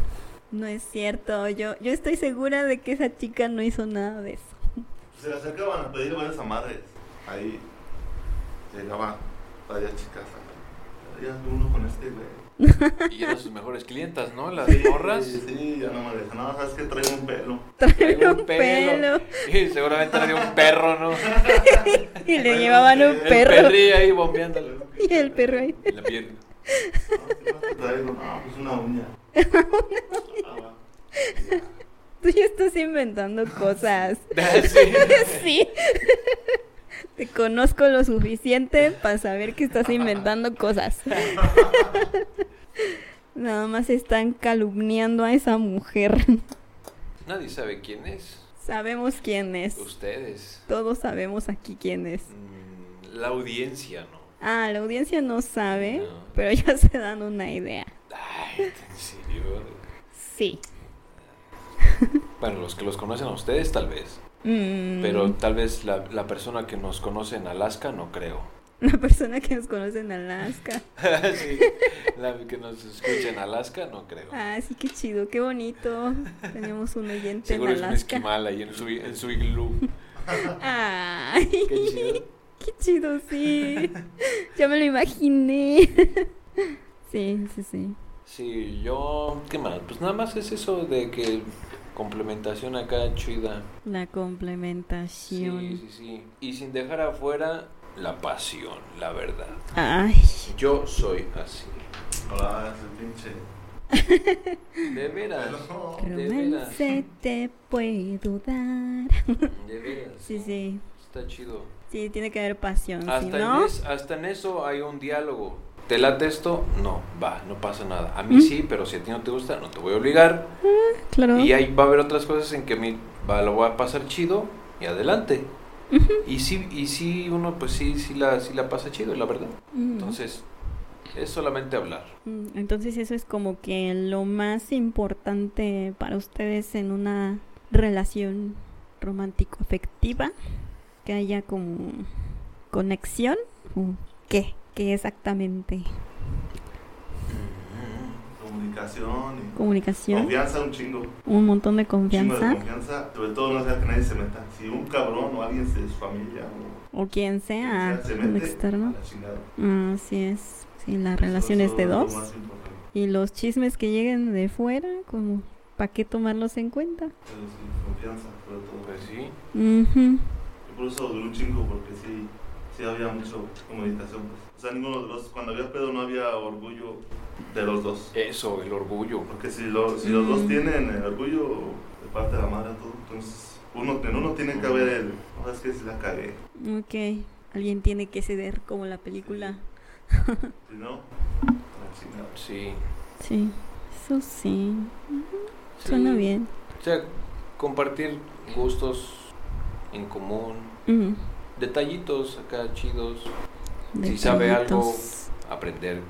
Speaker 2: No es cierto, yo, yo estoy segura de que esa chica no hizo nada de eso.
Speaker 3: Pues, se le acercaban a pedir varios amarres. Ahí llegaban varias chicas. acá. Ya uno con este, güey.
Speaker 1: Y eran sus mejores clientas, ¿no? Las
Speaker 3: Sí,
Speaker 1: morras.
Speaker 3: Sí, sí, ya no me decían, no, sabes que traigo un pelo.
Speaker 2: Traía
Speaker 1: Traía
Speaker 2: un pelo.
Speaker 1: Y seguramente traía un perro, ¿no?
Speaker 2: Y le llevaban un
Speaker 3: El
Speaker 1: El
Speaker 2: [laughs] perro.
Speaker 1: perrillo ahí bombeándole.
Speaker 2: [laughs] [laughs] Y el perro ahí.
Speaker 1: En la [laughs] pierna.
Speaker 3: No, ¿qué más te traigo? No, pues
Speaker 2: [laughs]
Speaker 3: una uña. Ah, va.
Speaker 2: Tú ya estás [laughs] inventando cosas.
Speaker 1: Ah, Sí.
Speaker 2: [laughs] Sí. Te conozco lo suficiente para saber que estás inventando
Speaker 1: [laughs]
Speaker 2: cosas. Nada más están calumniando a esa mujer.
Speaker 1: Nadie sabe quién es.
Speaker 2: Sabemos quién es.
Speaker 1: Ustedes.
Speaker 2: Todos sabemos aquí quién es.
Speaker 1: Mm, La audiencia, ¿no?
Speaker 2: Ah, la audiencia no sabe,
Speaker 1: No.
Speaker 2: pero ya [laughs] se dan una idea.
Speaker 1: Ay, en serio.
Speaker 2: Sí.
Speaker 1: Bueno, los que los conocen a ustedes, tal vez.
Speaker 2: Mm,
Speaker 1: Pero tal vez la, la persona que nos conoce en Alaska, no creo.
Speaker 2: La persona que nos conoce en Alaska.
Speaker 1: [laughs] Sí. La que nos escucha en Alaska, no creo.
Speaker 2: Ah, sí, qué chido, qué bonito. Tenemos un oyente
Speaker 1: Seguro
Speaker 2: en
Speaker 1: es un
Speaker 2: Alaska.
Speaker 1: esquimal ahí en su, en su iglú.
Speaker 2: Ay,
Speaker 1: Qué chido.
Speaker 2: qué [laughs] chido, [laughs] sí. Ya me lo imaginé. [laughs] Sí, sí, sí.
Speaker 1: Sí, yo. ¿Qué más? Pues nada más es eso de que complementación acá chida.
Speaker 2: La complementación.
Speaker 1: Sí, sí, sí. Y sin dejar afuera la pasión, la verdad.
Speaker 2: Ay,
Speaker 1: Yo soy así.
Speaker 3: Hola, ese Ah,
Speaker 2: [laughs]
Speaker 3: pinche.
Speaker 1: De veras.
Speaker 3: No.
Speaker 1: De veras.
Speaker 2: romance te puedo dar. [laughs]
Speaker 1: De veras.
Speaker 2: Sí,
Speaker 1: ¿no?
Speaker 2: sí.
Speaker 1: Está chido.
Speaker 2: Sí, tiene que haber pasión, si
Speaker 1: Hasta,
Speaker 2: no.
Speaker 1: en es- hasta en eso hay un diálogo. ¿Te late esto? No, va, no pasa nada. A mí
Speaker 2: Mm.
Speaker 1: sí, pero si a ti no te gusta, no te voy a obligar.
Speaker 2: Claro.
Speaker 1: Y ahí va a haber otras cosas en que me va, lo voy a pasar chido y adelante. Y sí, y sí, uno pues sí, sí la, sí la pasa chido, la verdad.
Speaker 2: Mm.
Speaker 1: Entonces, es solamente hablar.
Speaker 2: Mm, Entonces eso es como que lo más importante para ustedes en una relación romántico-afectiva, que haya como conexión. ¿O ¿Qué? ¿Qué exactamente?
Speaker 3: Comunicación y
Speaker 2: ¿Comunicación?
Speaker 3: confianza, un chingo.
Speaker 2: ¿Un montón de
Speaker 3: Un chingo de
Speaker 2: confianza?
Speaker 3: confianza. Sobre todo no sea que nadie se meta. Si un cabrón o alguien de su familia o
Speaker 2: ¿O quien
Speaker 3: quien
Speaker 2: sea?
Speaker 3: sea, se
Speaker 2: ¿Un
Speaker 3: mete,
Speaker 2: externo?
Speaker 3: a la chingada.
Speaker 2: Ah, Así es. Sí, las
Speaker 3: Eso-
Speaker 2: relaciones
Speaker 3: Pues eso
Speaker 2: de
Speaker 3: es lo
Speaker 2: dos.
Speaker 3: más importante.
Speaker 2: Y los chismes que lleguen de fuera, como, ¿para qué tomarlos en cuenta?
Speaker 3: Pero sí, confianza, sobre todo.
Speaker 1: Pues sí.
Speaker 2: Ujú.
Speaker 3: Yo por eso duré un chingo, porque sí, sí había mucho comunicación. Pues. O sea, ninguno de los dos, cuando había pedo no había orgullo de los dos.
Speaker 1: Eso, el orgullo.
Speaker 3: Porque si, lo- si los dos
Speaker 2: Mm.
Speaker 3: tienen el orgullo de parte de la madre, todo, entonces uno, en uno tiene que haber el, no es que si la cagué,
Speaker 2: Ok. Alguien tiene que ceder como la película.
Speaker 3: si no, la chingada.
Speaker 1: Sí.
Speaker 2: Sí, eso sí.
Speaker 1: Sí.
Speaker 2: Suena bien.
Speaker 1: O sea, compartir gustos en común,
Speaker 2: Mm,
Speaker 1: detallitos acá chidos, Si sabe algo.
Speaker 2: detallitos.
Speaker 1: aprender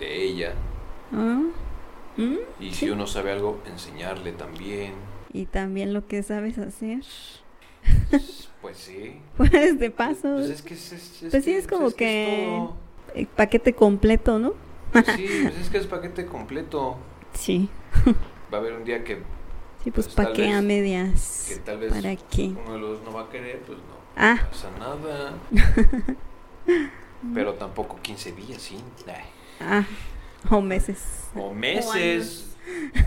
Speaker 1: de ella.
Speaker 2: Ah, mm,
Speaker 1: Y
Speaker 2: Sí.
Speaker 1: si uno sabe algo, enseñarle también.
Speaker 2: Y también lo que sabes hacer. [laughs]
Speaker 1: Pues sí.
Speaker 2: Pues de paso,
Speaker 1: Pues es que es, es- es
Speaker 2: Pues sí,
Speaker 1: que-
Speaker 2: es como que-
Speaker 1: es todo.
Speaker 2: eh, paquete completo, ¿no?
Speaker 1: Pues sí, pues es que es paquete completo.
Speaker 2: Sí.
Speaker 1: Va a haber un día que,
Speaker 2: Sí, pues,
Speaker 1: Pues,
Speaker 2: pa'
Speaker 1: tal
Speaker 2: qué a
Speaker 1: vez-
Speaker 2: medias.
Speaker 1: que tal vez
Speaker 2: ¿Para qué?
Speaker 1: uno de los dos no va a querer, pues no
Speaker 2: Ah,
Speaker 1: pasa nada.
Speaker 2: [laughs]
Speaker 1: Pero tampoco 15 días, sí. Ay,
Speaker 2: ah, o meses.
Speaker 1: O meses,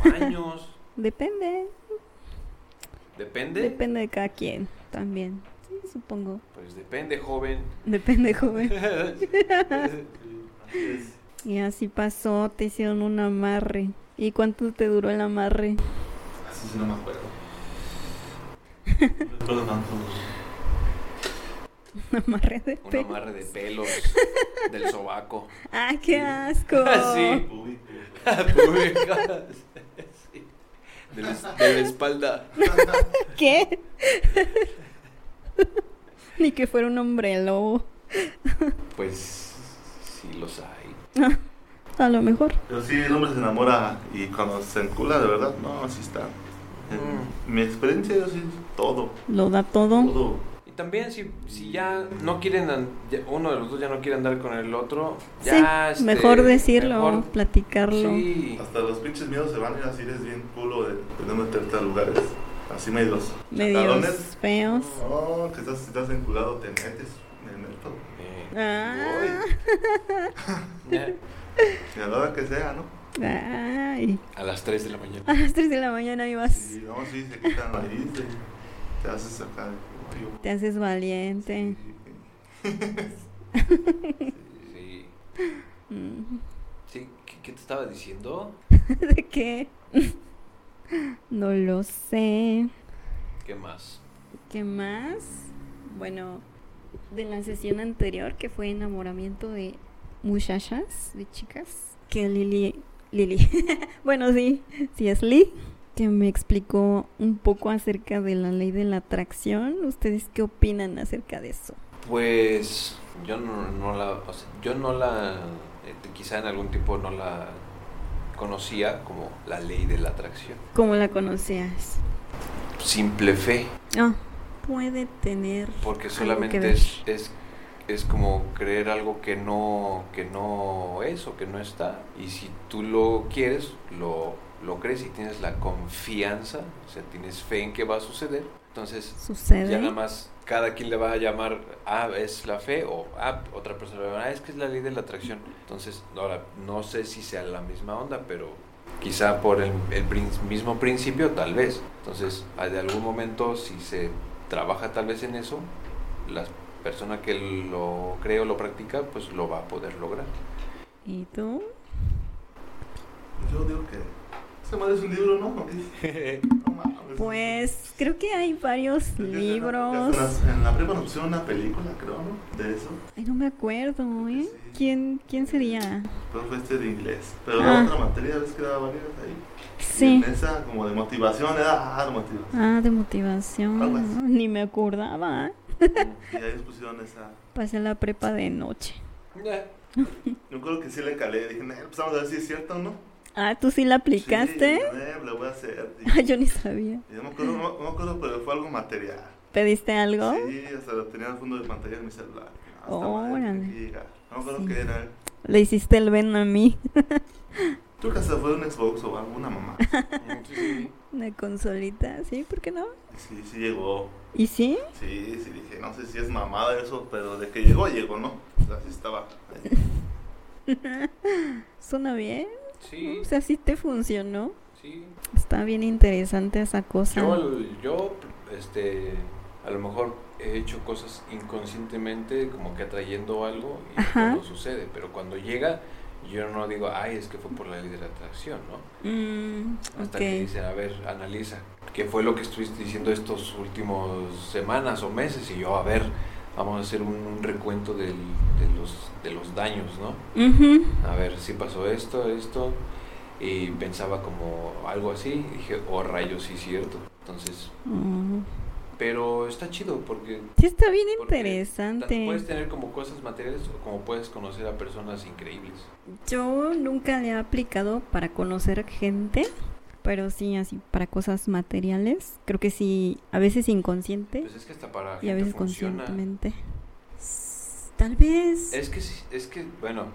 Speaker 1: o años.
Speaker 2: Depende,
Speaker 1: Depende.
Speaker 2: depende de cada quien también. Sí, supongo.
Speaker 1: pues depende, joven.
Speaker 2: Depende, [laughs]
Speaker 1: [laughs]
Speaker 2: joven.
Speaker 3: Así es.
Speaker 2: Y así pasó, te hicieron un amarre. ¿Y cuánto te duró el amarre? [laughs]
Speaker 3: Así sí no me acuerdo. No recuerdo tanto.
Speaker 2: Un amarre de
Speaker 1: Un
Speaker 2: pelo.
Speaker 1: amarre de pelos del sobaco.
Speaker 2: ¡Ah, qué
Speaker 1: [laughs]
Speaker 2: asco!
Speaker 1: Ah, Sí.
Speaker 3: Uy,
Speaker 1: Pues, Sí. De la, es- [laughs] de la espalda.
Speaker 2: ¿Qué? [laughs] Ni que fuera un hombre lobo.
Speaker 1: Pues sí los hay.
Speaker 2: A lo mejor.
Speaker 3: Pero sí, el hombre se enamora y cuando se encula, de verdad, no, así está.
Speaker 2: Mm.
Speaker 3: En mi experiencia, yo sí, todo.
Speaker 2: Lo da todo.
Speaker 3: Todo.
Speaker 1: Y también si, si ya no quieren, an- ya uno de los dos ya no quiere andar con el otro,
Speaker 2: Sí,
Speaker 1: ya... este,
Speaker 2: mejor decirlo, Ah.
Speaker 1: mejor-
Speaker 2: platicarlo.
Speaker 1: sí.
Speaker 3: Hasta los pinches miedos se van a ir así, eres bien culo de, de no meterte a lugares. Así medios.
Speaker 2: Medios
Speaker 3: chacalones.
Speaker 2: feos.
Speaker 3: No, que estás, si estás enculado, te metes. Me meto.
Speaker 1: Eh,
Speaker 2: Ah,
Speaker 1: eh,
Speaker 3: Y a la hora que sea, ¿no?
Speaker 2: ay.
Speaker 1: a las 3 de la mañana.
Speaker 2: A las 3 de la mañana ibas.
Speaker 3: Sí, no, sí, se quitan la nariz. Te, te haces sacar.
Speaker 2: Te haces valiente.
Speaker 1: Sí.
Speaker 2: Mm.
Speaker 1: Sí, ¿qué, qué te estaba diciendo?
Speaker 2: ¿De qué? No lo sé.
Speaker 1: ¿Qué más?
Speaker 2: ¿Qué más? Bueno, de la sesión anterior que fue enamoramiento de muchachas, de chicas, que Lili, Lili, [laughs] bueno sí, sí es Lee, que me explicó un poco acerca de la ley de la atracción. ¿Ustedes qué opinan acerca de eso?
Speaker 1: Pues yo no, no la, o sea, yo no la, eh, quizá en algún tipo no la conocía como la ley de la atracción.
Speaker 2: ¿Cómo la conocías?
Speaker 1: Simple fe,
Speaker 2: Ah, puede tener.
Speaker 1: porque
Speaker 2: algo que
Speaker 1: solamente
Speaker 2: ver.
Speaker 1: es, es, es como creer algo que no, que no es o que no está. Y si tú lo quieres, lo, lo crees y tienes la confianza, o sea, tienes fe en que va a suceder, entonces
Speaker 2: Sucede.
Speaker 1: Ya nada más cada quien le va a llamar, ah, es la fe, o ah, otra persona le va a llamar, ah, es que es la ley de la atracción. Entonces, ahora, no sé si sea la misma onda, pero quizá por el, el prin- mismo principio, tal vez. Entonces, ah, de algún momento, si se trabaja tal vez en eso, la persona que lo cree o lo practica, pues lo va a poder lograr.
Speaker 2: ¿Y tú?
Speaker 3: Yo digo que. Ese madre es un
Speaker 2: [laughs]
Speaker 3: libro, ¿no? No mames.
Speaker 2: Pues creo que hay varios
Speaker 3: Creo que
Speaker 2: libros.
Speaker 3: En la, en la prepa nos pusieron una película, creo, ¿no? De eso.
Speaker 2: Ay, no me acuerdo,
Speaker 3: que
Speaker 2: ¿eh?
Speaker 3: sí.
Speaker 2: ¿Quién, quién sería?
Speaker 3: Pero fue este de inglés. Pero la
Speaker 2: Ah.
Speaker 3: otra materia, ves que daba varias ahí.
Speaker 2: Sí.
Speaker 3: Y en esa, como de motivación, era ah, de motivación.
Speaker 2: Ah, de motivación.
Speaker 3: Algo así.
Speaker 2: ¿no? [laughs] Ni me acordaba. ¿eh?
Speaker 3: Y ahí nos pusieron esa.
Speaker 2: Pasé la prepa de noche.
Speaker 3: Yo creo que sí le calé. Dije, "Nah, pues vamos a ver si es cierto o no.
Speaker 2: Ah, ¿tú sí la aplicaste?
Speaker 3: Sí, eh, la voy a hacer.
Speaker 2: [laughs] Ah,
Speaker 3: Y,
Speaker 2: Yo ni sabía.
Speaker 3: y no me acuerdo, no, no me acuerdo, pero fue algo material.
Speaker 2: ¿Pediste algo?
Speaker 3: Sí, o sea, lo tenía al fondo de pantalla en mi celular. Ah, esta madre,
Speaker 2: Órale.
Speaker 3: aquí llega. No me acuerdo
Speaker 2: Sí.
Speaker 3: qué era.
Speaker 2: Le hiciste el ven a mí. [laughs]
Speaker 3: Creo que hasta fue un Xbox o alguna mamá.
Speaker 2: Una consolita, ¿sí? ¿Por qué no?
Speaker 3: Sí, sí llegó.
Speaker 2: ¿Y sí?
Speaker 3: Sí, sí dije, no sé si es mamada eso, pero de que llegó, llegó, ¿no? O sea, sí estaba.
Speaker 2: ¿Suena bien?
Speaker 1: Sí,
Speaker 2: O sea, sí te funcionó.
Speaker 1: sí.
Speaker 2: Está bien interesante esa cosa.
Speaker 1: Yo, yo, este, a lo mejor he hecho cosas inconscientemente, como que atrayendo algo y
Speaker 2: Ajá.
Speaker 1: no sucede, pero cuando llega, yo no digo, ay, es que fue por la ley de la atracción, ¿no?
Speaker 2: Mm,
Speaker 1: Hasta que
Speaker 2: ok.
Speaker 1: dicen, a ver, analiza, ¿qué fue lo que estuviste diciendo estos últimos semanas o meses? Y yo, a ver, vamos a hacer un, un recuento del- de, los, de los daños, ¿no?
Speaker 2: Ujú.
Speaker 1: a ver si pasó esto, esto, y pensaba como algo así, y dije, oh rayos, sí cierto. Entonces,
Speaker 2: Mm.
Speaker 1: pero está chido porque
Speaker 2: Sí, está bien
Speaker 1: Porque
Speaker 2: interesante.
Speaker 1: tanto puedes tener como cosas materiales o como puedes conocer a personas increíbles.
Speaker 2: Yo nunca le he aplicado para conocer gente, pero sí así para cosas materiales. Creo que sí, a veces inconsciente
Speaker 1: Pues es que hasta para
Speaker 2: y a
Speaker 1: gente
Speaker 2: veces
Speaker 1: funciona.
Speaker 2: conscientemente. S- Tal vez.
Speaker 1: Es que sí- es que bueno,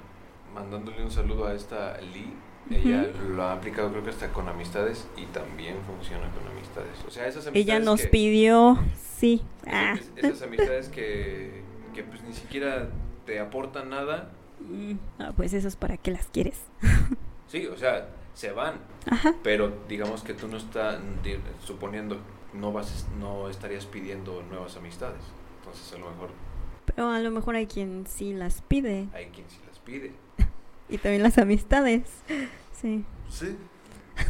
Speaker 1: mandándole un saludo a esta Lee ella lo ha aplicado creo que hasta con amistades y también funciona con amistades. O sea, esas amistades
Speaker 2: Ella nos
Speaker 1: que-
Speaker 2: pidió, sí. Ah.
Speaker 1: Esas, esas amistades que, que pues ni siquiera te aportan nada.
Speaker 2: Mm, ah, pues eso es para qué las quieres.
Speaker 1: Sí, o sea, se van.
Speaker 2: Ajá.
Speaker 1: Pero digamos que tú no estás, suponiendo, no, vas, no estarías pidiendo nuevas amistades. Entonces a lo mejor
Speaker 2: Pero a lo mejor hay quien sí las pide
Speaker 1: hay quien sí las pide.
Speaker 2: y también las amistades. Sí.
Speaker 3: Sí.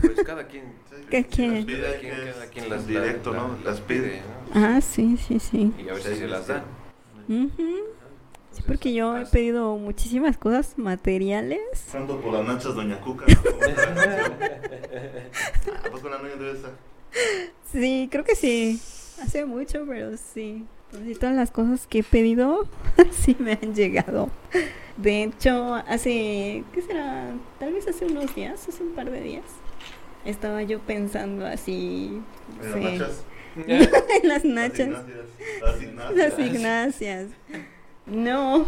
Speaker 1: Pues cada [laughs] quien,
Speaker 3: sí,
Speaker 2: ¿Qué
Speaker 3: sí,
Speaker 2: quiere?
Speaker 3: las pide,
Speaker 1: cada
Speaker 3: que
Speaker 1: quien,
Speaker 3: es
Speaker 1: cada quien las
Speaker 3: Directo,
Speaker 1: la-
Speaker 3: ¿no?
Speaker 1: la-
Speaker 3: Las pide.
Speaker 1: ¿no?
Speaker 2: Ah, sí, sí, sí.
Speaker 1: Y a ver si
Speaker 3: Sí,
Speaker 1: se las
Speaker 3: sí.
Speaker 1: dan.
Speaker 2: Ujú. Sí,
Speaker 1: Entonces,
Speaker 2: porque yo he
Speaker 1: haz- [laughs]
Speaker 2: pedido muchísimas cosas materiales.
Speaker 3: Santo por las nachas,
Speaker 1: [laughs]
Speaker 3: Doña Cuca. ¿no? Ah, pues con la noña de esa.
Speaker 2: Sí, creo que sí. Hace mucho, pero sí. Entonces, todas las cosas que he pedido, [laughs] sí me han llegado. De hecho, hace, ¿qué será? Tal vez hace unos días, hace un par de días. Estaba yo pensando así,
Speaker 3: En
Speaker 2: Sí.
Speaker 3: las nachas.
Speaker 2: [laughs] en las nachas,
Speaker 3: Las ignacias. Las
Speaker 2: las
Speaker 3: ignacias.
Speaker 2: ignacias. No,
Speaker 3: ¿no? Ah,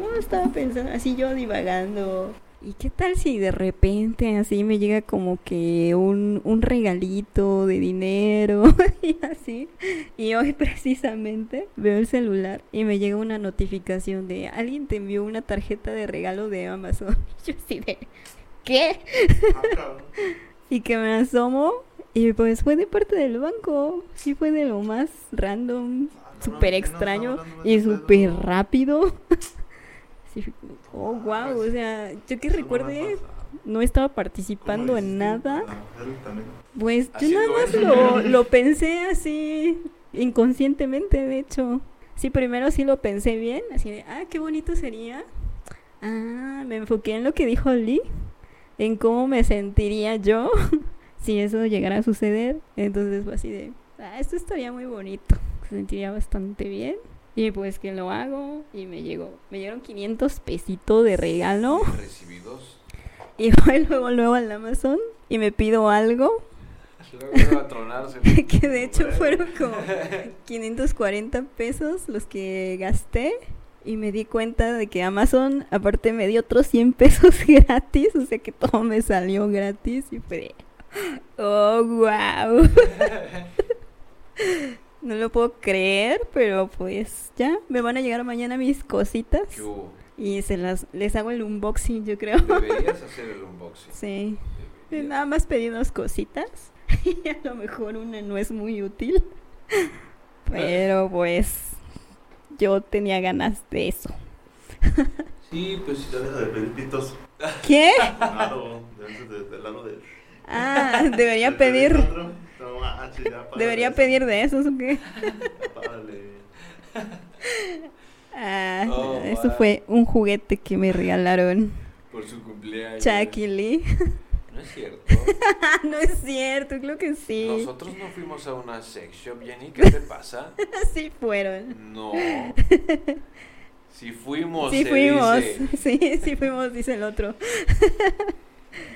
Speaker 2: no estaba pensando, así yo divagando. ¿Y qué tal si de repente así me llega como que un, un regalito de dinero [laughs] y así? Y hoy [laughs] precisamente veo el celular y me llega una notificación de alguien te envió una tarjeta de regalo de Amazon. [laughs] Yo así de, ¿qué?
Speaker 3: Ah, cabrón.
Speaker 2: Y que me asomo y pues fue de parte del banco. Sí fue de lo más random,
Speaker 3: Ah, cabrón, ¿por qué
Speaker 2: súper
Speaker 3: no
Speaker 2: extraño
Speaker 3: estaba hablando de
Speaker 2: y
Speaker 3: ese pedo?
Speaker 2: súper rápido. [laughs] Sí, oh,
Speaker 3: Ah,
Speaker 2: wow, o
Speaker 3: pues,
Speaker 2: sea, yo que
Speaker 3: eso no me ha
Speaker 2: recuerde
Speaker 3: pasado.
Speaker 2: no estaba
Speaker 3: ¿Cómo
Speaker 2: participando en
Speaker 3: hiciste?
Speaker 2: nada.
Speaker 3: Ah, él también.
Speaker 2: Pues
Speaker 1: Así
Speaker 2: yo nada
Speaker 1: lo
Speaker 2: más
Speaker 1: es. [laughs]
Speaker 2: lo, lo pensé así, inconscientemente, de hecho. Sí, primero sí lo pensé bien, así de, ah, qué bonito sería. Ah, me enfoqué en lo que dijo Lee, en cómo me sentiría yo [laughs] si eso llegara a suceder. Entonces fue así de, ah, esto estaría muy bonito, se sentiría bastante bien. Y pues que lo hago y me llegó, me llegaron 500 pesitos de regalo.
Speaker 1: [laughs] Recibidos.
Speaker 2: Y [laughs] voy luego, luego al Amazon y me pido algo.
Speaker 1: Luego va a tronarse.
Speaker 2: [laughs] que
Speaker 1: [laughs]
Speaker 2: de hecho fueron como 540 pesos los que gasté y me di cuenta de que Amazon aparte me dio otros 100 pesos [laughs] gratis, o sea que todo me salió gratis y fue de, oh wow. [laughs] No lo puedo creer, pero pues ya me van a llegar mañana mis cositas
Speaker 1: ¿Qué hubo?
Speaker 2: y se las les hago el unboxing, yo creo.
Speaker 1: Deberías hacer el unboxing.
Speaker 2: [laughs] Sí.
Speaker 1: Deberías.
Speaker 2: Nada más pedí unas cositas [laughs] y a lo mejor una no es muy útil. Pero pues yo tenía ganas de eso.
Speaker 1: Sí, pues
Speaker 3: Ya deja de pedir pitos.
Speaker 2: ¿Qué?
Speaker 3: Claro, de antes de- del lado de.
Speaker 2: Ah, debería
Speaker 3: del pedir
Speaker 2: pedir.
Speaker 3: otro. No manches, ah, ya párale.
Speaker 2: Debería pedir de esos o qué.
Speaker 3: Ya párale.
Speaker 2: Ah,
Speaker 1: Oh,
Speaker 2: eso
Speaker 1: wow.
Speaker 2: fue un juguete que me regalaron.
Speaker 1: por su cumpleaños.
Speaker 2: Chucky Lee. [laughs]
Speaker 1: No es cierto.
Speaker 2: Ah, no es cierto, creo que sí.
Speaker 1: Nosotros no fuimos a una sex shop, Jenny. ¿Qué te pasa?
Speaker 2: [laughs] Sí fueron.
Speaker 1: No. Si fuimos,
Speaker 2: Sí
Speaker 1: se
Speaker 2: fuimos.
Speaker 1: dice.
Speaker 2: [laughs] Sí, sí fuimos, dice el otro.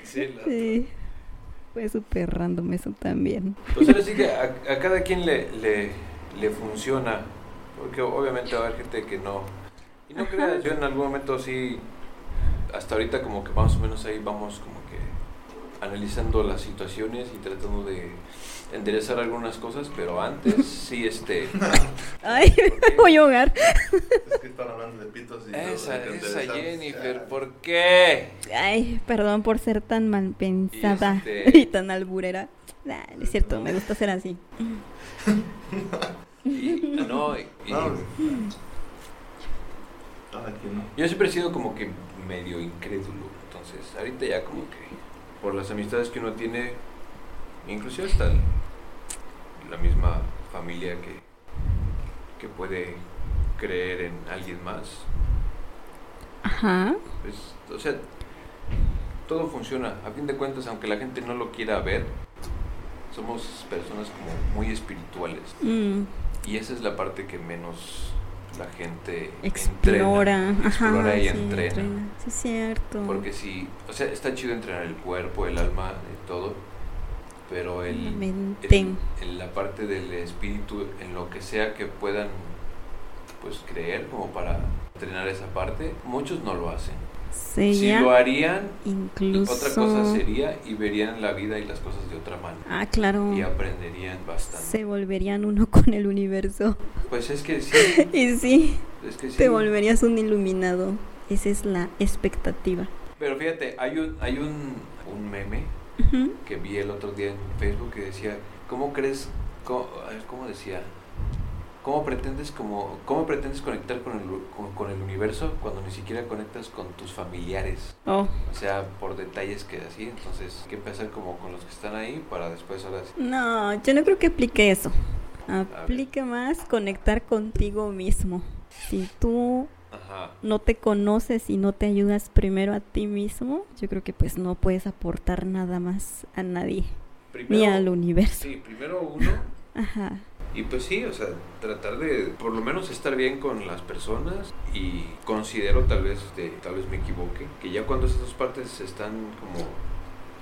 Speaker 1: Sí, la-
Speaker 2: Sí. Fue súper random eso también.
Speaker 1: Pues ahora sí que a, a cada quien le, le, le funciona, porque obviamente va a haber gente que no. Y no creas, yo en algún momento sí, hasta ahorita como que más o menos ahí vamos como que analizando las situaciones y tratando de enderezar algunas cosas, pero antes sí, este...
Speaker 2: Ay, [laughs] me voy a ahogar.
Speaker 3: Es que están hablando de pitos y.
Speaker 1: Esa,
Speaker 3: de- de-
Speaker 1: esa
Speaker 3: de- de-
Speaker 1: Jennifer,
Speaker 3: Ah,
Speaker 1: ¿por qué?
Speaker 2: Ay, perdón por ser tan mal pensada [laughs] y,
Speaker 1: este-
Speaker 2: tan alburera. Nah, no es cierto, me gusta ser así.
Speaker 1: Y- ah, no, y- y-
Speaker 3: No, cada quien, ¿no?
Speaker 1: Yo siempre he sido como que medio incrédulo, entonces ahorita ya como que por las amistades que uno tiene, inclusive hasta el- la misma familia que, que puede creer en alguien más,
Speaker 2: Ajá.
Speaker 1: pues, o sea, todo funciona, a fin de cuentas, aunque la gente no lo quiera ver, somos personas como muy espirituales
Speaker 2: Mm,
Speaker 1: y esa es la parte que menos la gente entrena.
Speaker 2: explora. Ajá.
Speaker 1: explora y
Speaker 2: sí,
Speaker 1: entrena.
Speaker 2: Sí, es cierto.
Speaker 1: Porque sí, o sea, está chido entrenar el cuerpo, el alma, eh, todo, pero
Speaker 2: La
Speaker 1: el,
Speaker 2: mente.
Speaker 1: el- el- la parte del espíritu, en lo que sea que puedan pues creer como para entrenar esa parte, muchos no lo hacen. Si
Speaker 2: Sería
Speaker 1: lo harían,
Speaker 2: incluso.
Speaker 1: otra cosa sería y verían la vida y las cosas de otra manera
Speaker 2: Ah, claro.
Speaker 1: y aprenderían bastante.
Speaker 2: Se volverían uno [laughs] con el universo.
Speaker 1: Pues es que sí,
Speaker 2: [laughs] Y sí,
Speaker 1: es que sí.
Speaker 2: te volverías un iluminado. Esa es la expectativa.
Speaker 1: Pero fíjate, hay un hay un, un meme
Speaker 2: Ujú.
Speaker 1: que vi el otro día en Facebook que decía, ¿cómo crees, cómo, a ver, ¿cómo decía? ¿Cómo pretendes, como, ¿Cómo pretendes conectar con el, con, con el universo cuando ni siquiera conectas con tus familiares?
Speaker 2: Oh,
Speaker 1: O sea, por detalles que así, entonces hay que empezar como con los que están ahí para después ahora sí.
Speaker 2: No, yo no creo que aplique eso. Aplica más conectar contigo mismo. Si tú
Speaker 1: Ajá.
Speaker 2: no te conoces y no te ayudas primero a ti mismo, yo creo que pues no puedes aportar nada más a nadie, ni al universo.
Speaker 1: Sí, primero uno
Speaker 2: Ajá.
Speaker 1: Y pues sí, o sea, tratar de por lo menos estar bien con las personas y considero tal vez, de, tal vez me equivoque, que ya cuando esas dos partes están como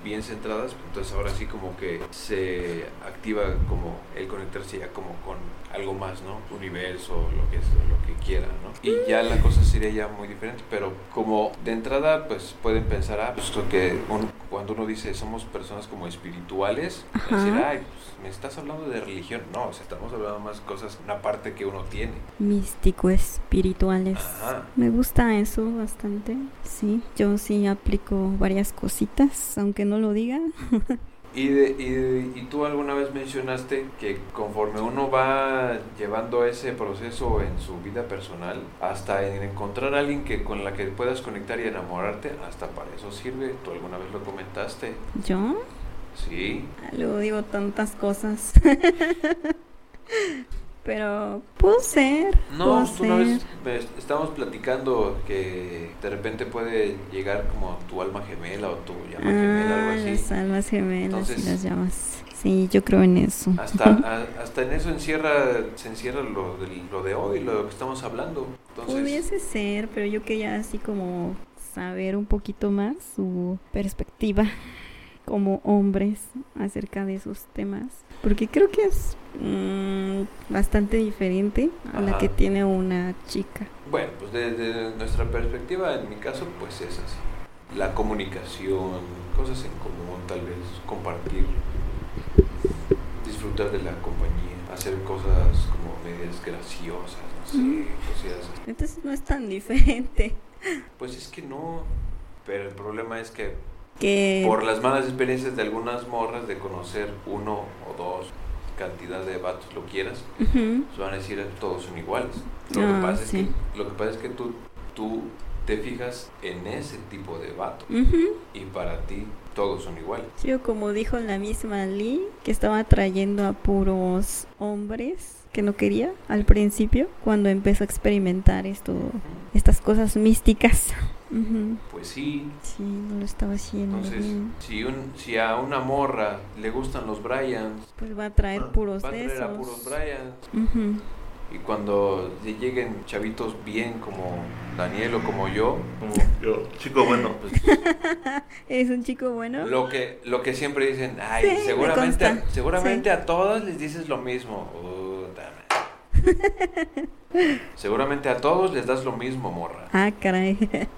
Speaker 1: bien centradas, entonces ahora sí como que se activa como el conectarse ya como con algo más, ¿no? Universo, lo que es, lo que quiera, ¿no? Y ya la cosa sería ya muy diferente, pero como de entrada pues pueden pensar, ah, pues creo que uno- cuando uno dice somos personas como espirituales,
Speaker 2: Ajá.
Speaker 1: decir, ay, pues me estás hablando de religión, no, o sea, estamos hablando más cosas, una parte que uno tiene.
Speaker 2: místico espirituales.
Speaker 1: Ajá.
Speaker 2: Me gusta eso bastante. Sí, yo sí aplico varias cositas, aunque no lo diga.
Speaker 1: Y, de- y, de- y tú alguna vez mencionaste que conforme uno va llevando ese proceso en su vida personal, hasta en encontrar a alguien que, con la que puedas conectar y enamorarte, hasta para eso sirve. Tú alguna vez lo comentaste,
Speaker 2: Yo
Speaker 1: ¿sí?
Speaker 2: Ah, luego digo tantas cosas. [laughs] Pero puedo ser.
Speaker 1: No,
Speaker 2: puedo
Speaker 1: tú una vez
Speaker 2: ser.
Speaker 1: me- estamos platicando que de repente puede llegar como tu alma gemela o tu llama gemela,
Speaker 2: Ah,
Speaker 1: algo
Speaker 2: las
Speaker 1: así.
Speaker 2: almas gemelas
Speaker 1: Entonces- Ah,
Speaker 2: y las llamas. Sí, yo creo en eso.
Speaker 1: Hasta, a- hasta en eso encierra, se encierra lo, del- lo de hoy, lo que estamos hablando. Entonces,
Speaker 2: Pudiese ser, pero yo quería así como saber un poquito más su perspectiva [laughs] como hombres acerca de esos temas, porque creo que es mm, bastante diferente a la
Speaker 1: Ajá.
Speaker 2: que tiene una chica.
Speaker 1: Bueno, pues desde nuestra perspectiva, en mi caso, pues es así. La comunicación, cosas en común, tal vez, compartir, disfrutar de la compañía, hacer cosas como medias graciosas, no sé,
Speaker 2: Mm.
Speaker 1: cosillas así.
Speaker 2: Entonces no es tan [laughs] diferente
Speaker 1: Pues es que no, pero el problema es que
Speaker 2: que
Speaker 1: por las malas experiencias de algunas morras de conocer uno o dos, cantidad de vatos, lo quieras,
Speaker 2: Ujú.
Speaker 1: pues van a decir todos son iguales. Lo,
Speaker 2: Ah,
Speaker 1: que, pasa
Speaker 2: sí.
Speaker 1: es que, lo que pasa es que tú, tú te fijas en ese tipo de vato
Speaker 2: Ujú.
Speaker 1: y para ti todos son iguales.
Speaker 2: Sí, o como dijo la misma Lee, que estaba atrayendo a puros hombres que no quería al principio, cuando empezó a experimentar esto, estas cosas místicas. Ujú.
Speaker 1: Pues sí.
Speaker 2: Sí, no lo estaba haciendo
Speaker 1: Entonces,
Speaker 2: bien.
Speaker 1: si, un, si a una morra le gustan los Bryans,
Speaker 2: Pues va a traer puros
Speaker 1: va a
Speaker 2: de
Speaker 1: traer a
Speaker 2: esos.
Speaker 1: puros Bryans.
Speaker 2: Ujú.
Speaker 1: Y cuando le lleguen chavitos bien como Daniel o como yo,
Speaker 3: Como yo, chico bueno.
Speaker 1: pues
Speaker 2: Es un chico bueno.
Speaker 1: lo que, lo que siempre dicen, ay,
Speaker 2: Sí, me
Speaker 1: seguramente,
Speaker 2: consta.
Speaker 1: seguramente
Speaker 2: Sí.
Speaker 1: a todos les dices lo mismo. Puta
Speaker 2: [laughs]
Speaker 1: madre. seguramente a todos les das lo mismo, morra.
Speaker 2: Ah, caray. [laughs]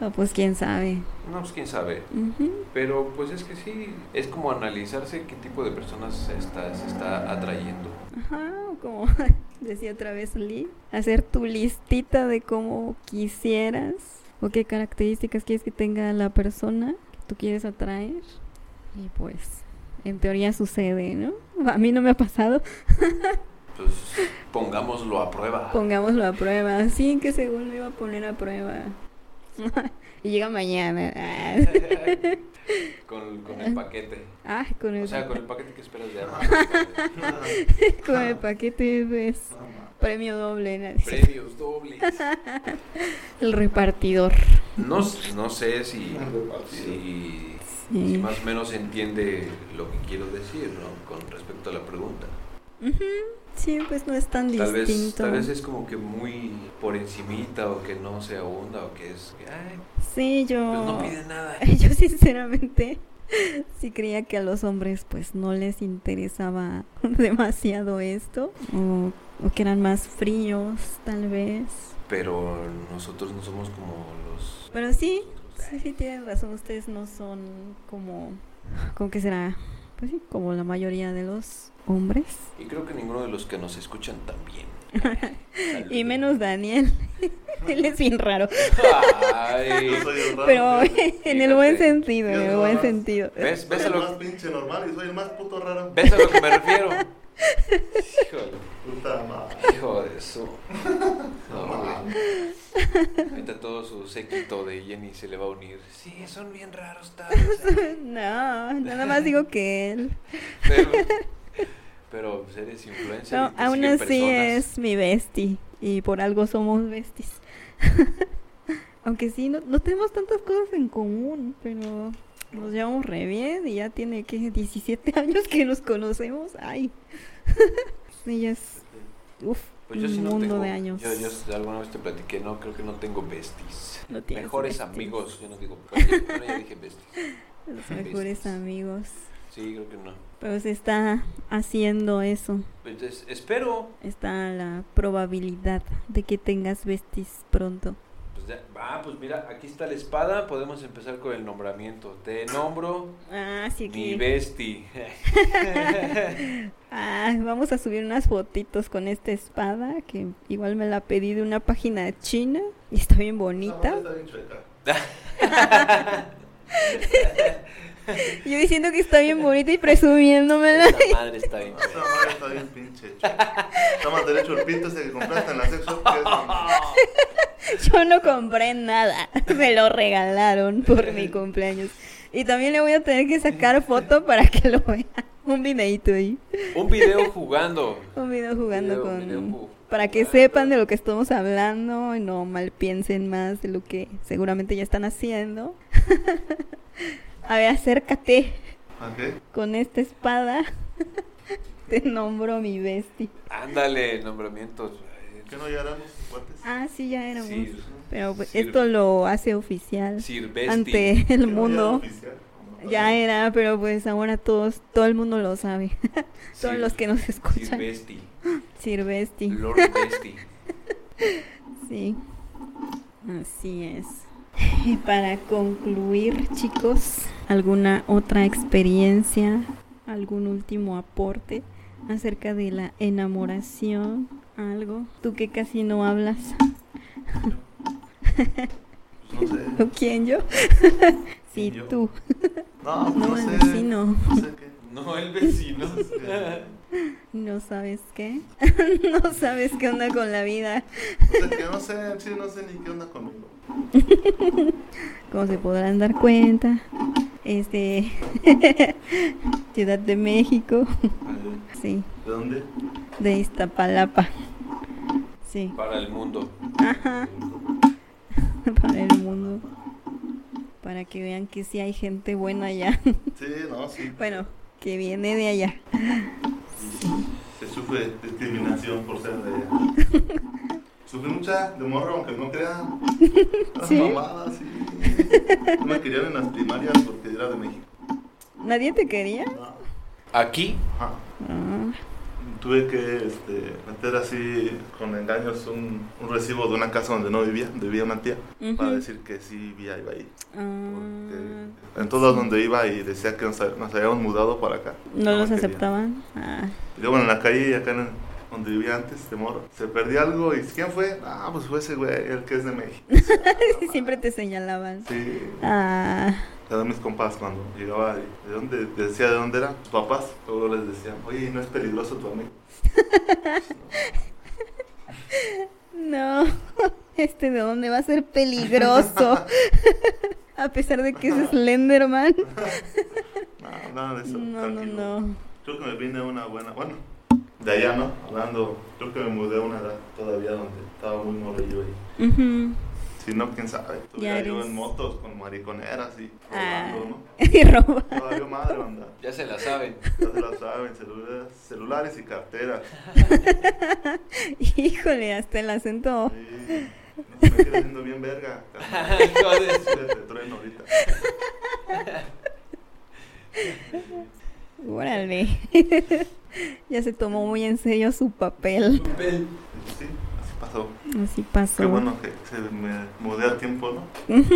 Speaker 2: Ah, pues quién sabe.
Speaker 1: No, pues quién sabe.
Speaker 2: Ujú.
Speaker 1: Pero pues es que sí, es como analizarse qué tipo de personas se está, se está atrayendo.
Speaker 2: Ajá, o como [laughs] decía otra vez Lee, hacer tu listita de cómo quisieras o qué características quieres que tenga la persona que tú quieres atraer. Y pues, en teoría sucede, ¿no? A mí no me ha pasado.
Speaker 1: Pues pongámoslo a prueba.
Speaker 2: Pongámoslo a prueba. Sí, que según lo iba a poner a prueba. [laughs] y llega mañana. [laughs] Ah,
Speaker 1: [laughs] con, con el paquete.
Speaker 2: Ah, con el,
Speaker 1: O sea, con el paquete que esperas de Amazon.
Speaker 2: [laughs] con el paquete ves. Premio doble. ¿no?
Speaker 1: Premios dobles.
Speaker 2: El repartidor.
Speaker 1: No, s- no sé si, si, si
Speaker 2: Sí.
Speaker 1: más o menos entiende lo que quiero decir, ¿no? Con respecto a la pregunta.
Speaker 2: Ujú. Sí, pues no es tan
Speaker 1: Tal vez,
Speaker 2: distinto.
Speaker 1: tal vez es como que muy por encimita o que no se abunda o que es... Ay,
Speaker 2: Sí, yo.
Speaker 1: pues no pide nada.
Speaker 2: [laughs] Yo sinceramente [laughs] sí creía que a los hombres pues no les interesaba [laughs] demasiado esto o, o que eran más fríos tal vez.
Speaker 1: Pero nosotros no somos como los...
Speaker 2: Pero sí, sí, sí tienen razón, ustedes no son como como que será pues sí, como la mayoría de los hombres
Speaker 1: Y creo que ninguno de los que nos escuchan también.
Speaker 2: [laughs] y menos Daniel. [laughs] Él es bien raro,
Speaker 1: Ay.
Speaker 3: [laughs] Yo soy el raro,
Speaker 1: [laughs]
Speaker 2: pero
Speaker 3: fíjate.
Speaker 2: [laughs] en el buen sentido, en el buen
Speaker 3: Fíjate.
Speaker 2: sentido.
Speaker 1: ¿Ves?
Speaker 3: Soy
Speaker 1: ¿Ves a
Speaker 3: el
Speaker 1: lo,
Speaker 3: más pinche normal y soy el más puto raro.
Speaker 1: ¿Ves a lo que me
Speaker 2: [laughs]
Speaker 1: refiero? Híjole,
Speaker 3: Puta madre.
Speaker 1: hijo de
Speaker 2: [laughs]
Speaker 1: eso. No, güey. Ahorita todo su séquito de Jenny se le va a unir. Sí, son bien raros ¿eh? tales.
Speaker 2: [laughs] No, nada más digo que él.
Speaker 1: Pero, pero pues, eres influencer.
Speaker 2: No,
Speaker 1: y te
Speaker 2: aún
Speaker 1: siguen
Speaker 2: así
Speaker 1: personas.
Speaker 2: es mi bestie y por algo somos besties. [laughs] Aunque sí, no, no tenemos tantas cosas en común, pero nos llevamos re bien y ya tiene que 17 años que nos conocemos. Ay, [laughs] ella es uf,
Speaker 1: Pues yo
Speaker 2: un
Speaker 1: sí no
Speaker 2: mundo
Speaker 1: tengo-
Speaker 2: de años.
Speaker 1: Yo, yo alguna vez te platiqué, no, creo que no tengo besties.
Speaker 2: No tienes
Speaker 1: Mejores
Speaker 2: besties.
Speaker 1: amigos, yo no digo. Bueno, ya dije besties.
Speaker 2: Los mejores amigos.
Speaker 1: Sí, creo que no.
Speaker 2: Pero se está haciendo eso.
Speaker 1: Entonces, espero.
Speaker 2: Está la probabilidad de que tengas besties pronto.
Speaker 1: Pues ya- ah, pues mira, aquí está la espada. Podemos empezar con el nombramiento. Te nombro
Speaker 2: Ah, sí
Speaker 1: mi
Speaker 2: que.
Speaker 1: bestie. [laughs]
Speaker 2: Ah, vamos a subir unas fotitos con esta espada que igual me la pedí de una página china y está bien bonita.
Speaker 3: Está bien chueca.
Speaker 2: [laughs] Yo diciendo que está bien bonita y presumiéndomela. [laughs]
Speaker 1: Esa madre está bien.
Speaker 3: Esa madre está bien pinche chueca. Está más derecho el pito ese que compraste en la sex shop que es-
Speaker 2: Yo no compré nada. [laughs] Me lo regalaron por mi cumpleaños. Y también le voy a tener que sacar foto para que lo vea. Un videito ahí.
Speaker 1: Un video jugando.
Speaker 2: Un video jugando
Speaker 1: Video-
Speaker 2: con.
Speaker 1: video ju-
Speaker 2: para que
Speaker 1: jugando.
Speaker 2: sepan de lo que estamos hablando y no mal piensen más de lo que seguramente ya están haciendo. [laughs] a ver, acércate
Speaker 3: Ok.
Speaker 2: con esta espada. [laughs] Te nombro mi bestia.
Speaker 1: Ándale, nombramientos.
Speaker 3: ¿Qué no ya éramos cuates?
Speaker 2: Ah, sí, ya éramos.
Speaker 1: Sir,
Speaker 2: Pero pues,
Speaker 1: Sir-
Speaker 2: esto lo hace oficial
Speaker 1: Sir Bestie.
Speaker 2: ante el
Speaker 3: ¿Que no ya era
Speaker 2: mundo.
Speaker 3: oficial? No,
Speaker 2: Ya
Speaker 3: está bien.
Speaker 2: era, pero pues ahora todos, todo el mundo lo sabe. Todos
Speaker 1: Sir-
Speaker 2: los que nos
Speaker 1: Sir
Speaker 2: escuchan.
Speaker 1: Bestie.
Speaker 2: Sir Besti.
Speaker 1: Lord Bestie.
Speaker 2: Sí. Así es. Y para concluir, chicos, ¿alguna otra experiencia? ¿Algún último aporte acerca de la enamoración? ¿Algo? ¿Tú que casi no hablas?
Speaker 3: Pues no
Speaker 2: [laughs]
Speaker 3: sé.
Speaker 2: ¿O quién yo? sí,
Speaker 3: ¿Quién yo?
Speaker 2: tú.
Speaker 3: No, pues
Speaker 2: No,
Speaker 3: no
Speaker 2: el
Speaker 3: sé.
Speaker 2: vecino.
Speaker 3: No sé qué.
Speaker 1: No, el vecino.
Speaker 2: [laughs] ¿No sabes qué? [laughs] ¿No sabes qué onda con la vida?
Speaker 3: O sea, que no sé, al chile no sé ni qué onda conmigo.
Speaker 2: Como se podrán dar cuenta, este [laughs] Ciudad de México, sí,
Speaker 3: ¿De dónde?
Speaker 2: de Iztapalapa. Sí,
Speaker 1: Para el mundo.
Speaker 2: ajá, [laughs] para el mundo. Para que vean que sí hay gente buena allá. [laughs]
Speaker 3: Sí, no, sí.
Speaker 2: Bueno, que viene de allá.
Speaker 3: Se sufre discriminación por ser
Speaker 2: [laughs]
Speaker 3: de ella. Sufrí mucha de morro, aunque no crean. Las
Speaker 2: ¿Sí?
Speaker 3: mamadas, sí. No me querían en las primarias porque era de México.
Speaker 2: ¿Nadie te quería?
Speaker 3: No.
Speaker 1: Aquí.
Speaker 3: Ajá.
Speaker 2: Ah,
Speaker 3: Tuve que este, meter así con engaños un, un recibo de una casa donde no vivía, donde vivía una tía, para
Speaker 2: ujú.
Speaker 3: decir que sí vivía iba ahí.
Speaker 2: Ah,
Speaker 3: Porque en todos donde iba y decía que nos, nos habíamos mudado para acá.
Speaker 2: ¿No los
Speaker 3: me querían.
Speaker 2: aceptaban? Ah, [laughs]
Speaker 3: Y luego en la calle, y acá en donde vivía antes, de morro, se perdió algo. ¿Y quién fue? Ah, pues fue ese güey, el que es de México.
Speaker 2: [laughs] siempre te señalaban.
Speaker 3: Sí,
Speaker 2: Ah,
Speaker 3: eran mis compas cuando llegaba, y- ¿de dónde? Decía de dónde eran sus papás. Luego les decían, oye, ¿y ¿no es peligroso tu amigo?
Speaker 2: No, [laughs] este de dónde va a ser
Speaker 3: [laughs]
Speaker 2: peligroso. a pesar de que es Slenderman.
Speaker 3: No, nada de eso.
Speaker 2: No, no,
Speaker 3: tranquilo.
Speaker 2: no.
Speaker 3: Creo que me vine a una buena, bueno, de allá, ¿no? Hablando, creo que me mudé a una edad todavía donde estaba muy morrillo ahí.
Speaker 2: Ujú.
Speaker 3: Si no, quién sabe. Estuviera yo
Speaker 2: eres-
Speaker 3: en motos con mariconeras y
Speaker 2: Ah.
Speaker 3: robando,
Speaker 2: [laughs] Y roba.
Speaker 3: ¿no? Todavía madre, banda.
Speaker 1: Ya se la saben.
Speaker 3: Ya se la saben, celulares, celulares y carteras.
Speaker 2: [laughs] Híjole, hasta el acento.
Speaker 3: Sí. No, se me estoy haciendo bien verga. carnal.
Speaker 1: Hijo de su-
Speaker 3: Sí, Te [laughs] trueno ahorita.
Speaker 2: Órale. [laughs] ya se tomó muy en serio su papel.
Speaker 3: Sí, así pasó.
Speaker 2: Así
Speaker 3: Qué
Speaker 2: pasó.
Speaker 3: bueno que se me mudé a tiempo, ¿no?
Speaker 2: Ujú.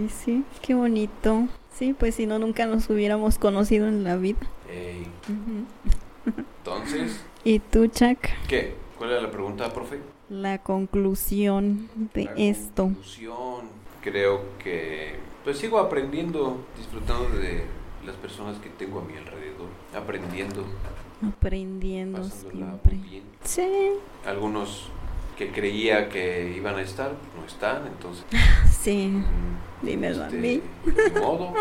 Speaker 2: Y sí, qué bonito. Sí, pues si no, nunca nos hubiéramos conocido en la vida.
Speaker 1: Ey,
Speaker 2: Ujú.
Speaker 1: Entonces,
Speaker 2: ¿Y tú, Chuck?
Speaker 1: ¿qué? ¿Cuál era la pregunta, profe?
Speaker 2: La conclusión de
Speaker 1: La
Speaker 2: esto.
Speaker 1: conclusión. Creo que pues sigo aprendiendo, disfrutando de las personas que tengo a mi alrededor, aprendiendo,
Speaker 2: Aprendiendo
Speaker 1: pasándola
Speaker 2: siempre.
Speaker 1: muy bien.
Speaker 2: Sí.
Speaker 1: Algunos que creía que iban a estar no están, entonces
Speaker 2: Sí,
Speaker 1: mm,
Speaker 2: dímelo a
Speaker 1: este,
Speaker 2: mí.
Speaker 1: ni modo.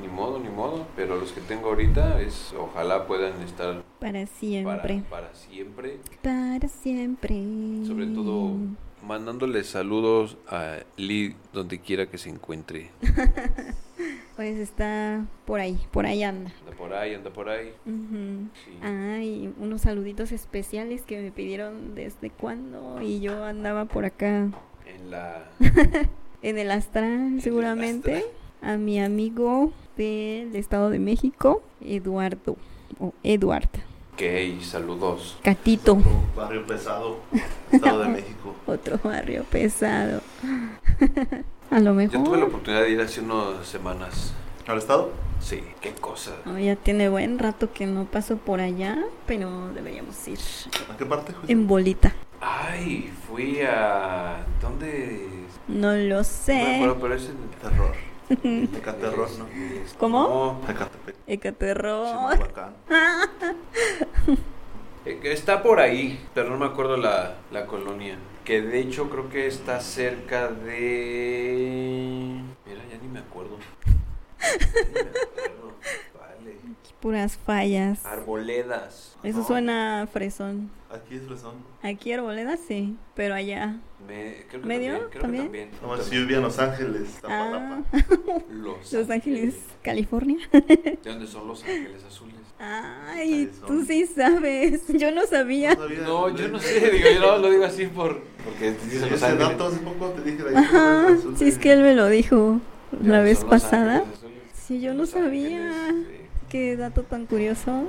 Speaker 1: Ni modo, ni modo, pero los que tengo ahorita es ojalá puedan estar
Speaker 2: Para
Speaker 1: para,
Speaker 2: siempre.
Speaker 1: para siempre.
Speaker 2: Para, siempre.
Speaker 1: Sobre todo mandándoles saludos a Lee donde quiera que se encuentre.
Speaker 2: Pues está por ahí, por ahí anda.
Speaker 1: Anda por ahí, anda por ahí.
Speaker 2: Ujú.
Speaker 1: Sí.
Speaker 2: Ah. Ay, unos saluditos especiales que me pidieron desde cuando y yo andaba por acá
Speaker 1: En la
Speaker 2: en el astral
Speaker 1: el
Speaker 2: seguramente. a mi amigo del Estado de México, Eduardo, o Eduard,
Speaker 1: Ok, saludos.
Speaker 2: Catito,
Speaker 3: Barrio pesado,
Speaker 2: [laughs]
Speaker 3: Estado de México.
Speaker 2: otro barrio pesado. [laughs] a lo
Speaker 1: Yo tuve la
Speaker 2: mejor.
Speaker 1: oportunidad de ir hace unas semanas.
Speaker 3: ¿Al Estado?
Speaker 1: Sí, qué cosa.
Speaker 2: Oh, ya tiene buen rato que no paso por allá, pero deberíamos ir
Speaker 3: ¿A qué parte? Juicio?
Speaker 2: en bolita.
Speaker 1: Ay, fui a... ¿Dónde?
Speaker 2: No lo
Speaker 1: No me
Speaker 2: sé.
Speaker 1: acuerdo, pero es
Speaker 2: [laughs]
Speaker 1: en-
Speaker 3: Terror. Ecaterror, ¿no?
Speaker 1: es-
Speaker 2: ¿Cómo?
Speaker 3: Ecatepec,
Speaker 2: Ecaterror.
Speaker 3: Chimalhuacán.
Speaker 1: no, eh, está por ahí, pero no me acuerdo la, la colonia. Que de hecho creo que está cerca de... Mira, ya ni me acuerdo. Ya ni me acuerdo. Vale.
Speaker 2: [laughs] Puras fallas.
Speaker 1: Arboledas.
Speaker 2: Eso
Speaker 3: No.
Speaker 2: suena a fresón.
Speaker 3: Aquí es fresón.
Speaker 2: Aquí Arboleda sí, pero allá.
Speaker 1: Me- creo que
Speaker 2: ¿Medio?
Speaker 1: También, creo
Speaker 2: ¿También?
Speaker 1: que
Speaker 3: No,
Speaker 1: también.
Speaker 3: más, yo vivía en Los Ángeles,
Speaker 2: Ah, [laughs]
Speaker 3: Tapalapa.
Speaker 1: Los,
Speaker 2: Los Ángeles, California.
Speaker 1: ¿De dónde son los Ángeles Azules?
Speaker 2: Ay, tú sí sabes. [laughs] Yo no sabía.
Speaker 3: No, sabía.
Speaker 1: No, yo no sé, digo, yo no lo digo así por... Porque
Speaker 3: Yo
Speaker 1: dicen los
Speaker 3: ese dato
Speaker 1: Ángeles.
Speaker 3: hace poco te dije de ahí.
Speaker 2: Ajá,
Speaker 3: Resulta
Speaker 2: sí es que él me lo dijo la
Speaker 1: pues, Son
Speaker 2: vez
Speaker 1: Los
Speaker 2: pasada.
Speaker 1: Ángeles Azules.
Speaker 2: Sí, yo no
Speaker 1: Los
Speaker 2: sabía.
Speaker 1: Ángeles, sí.
Speaker 2: Qué dato tan curioso.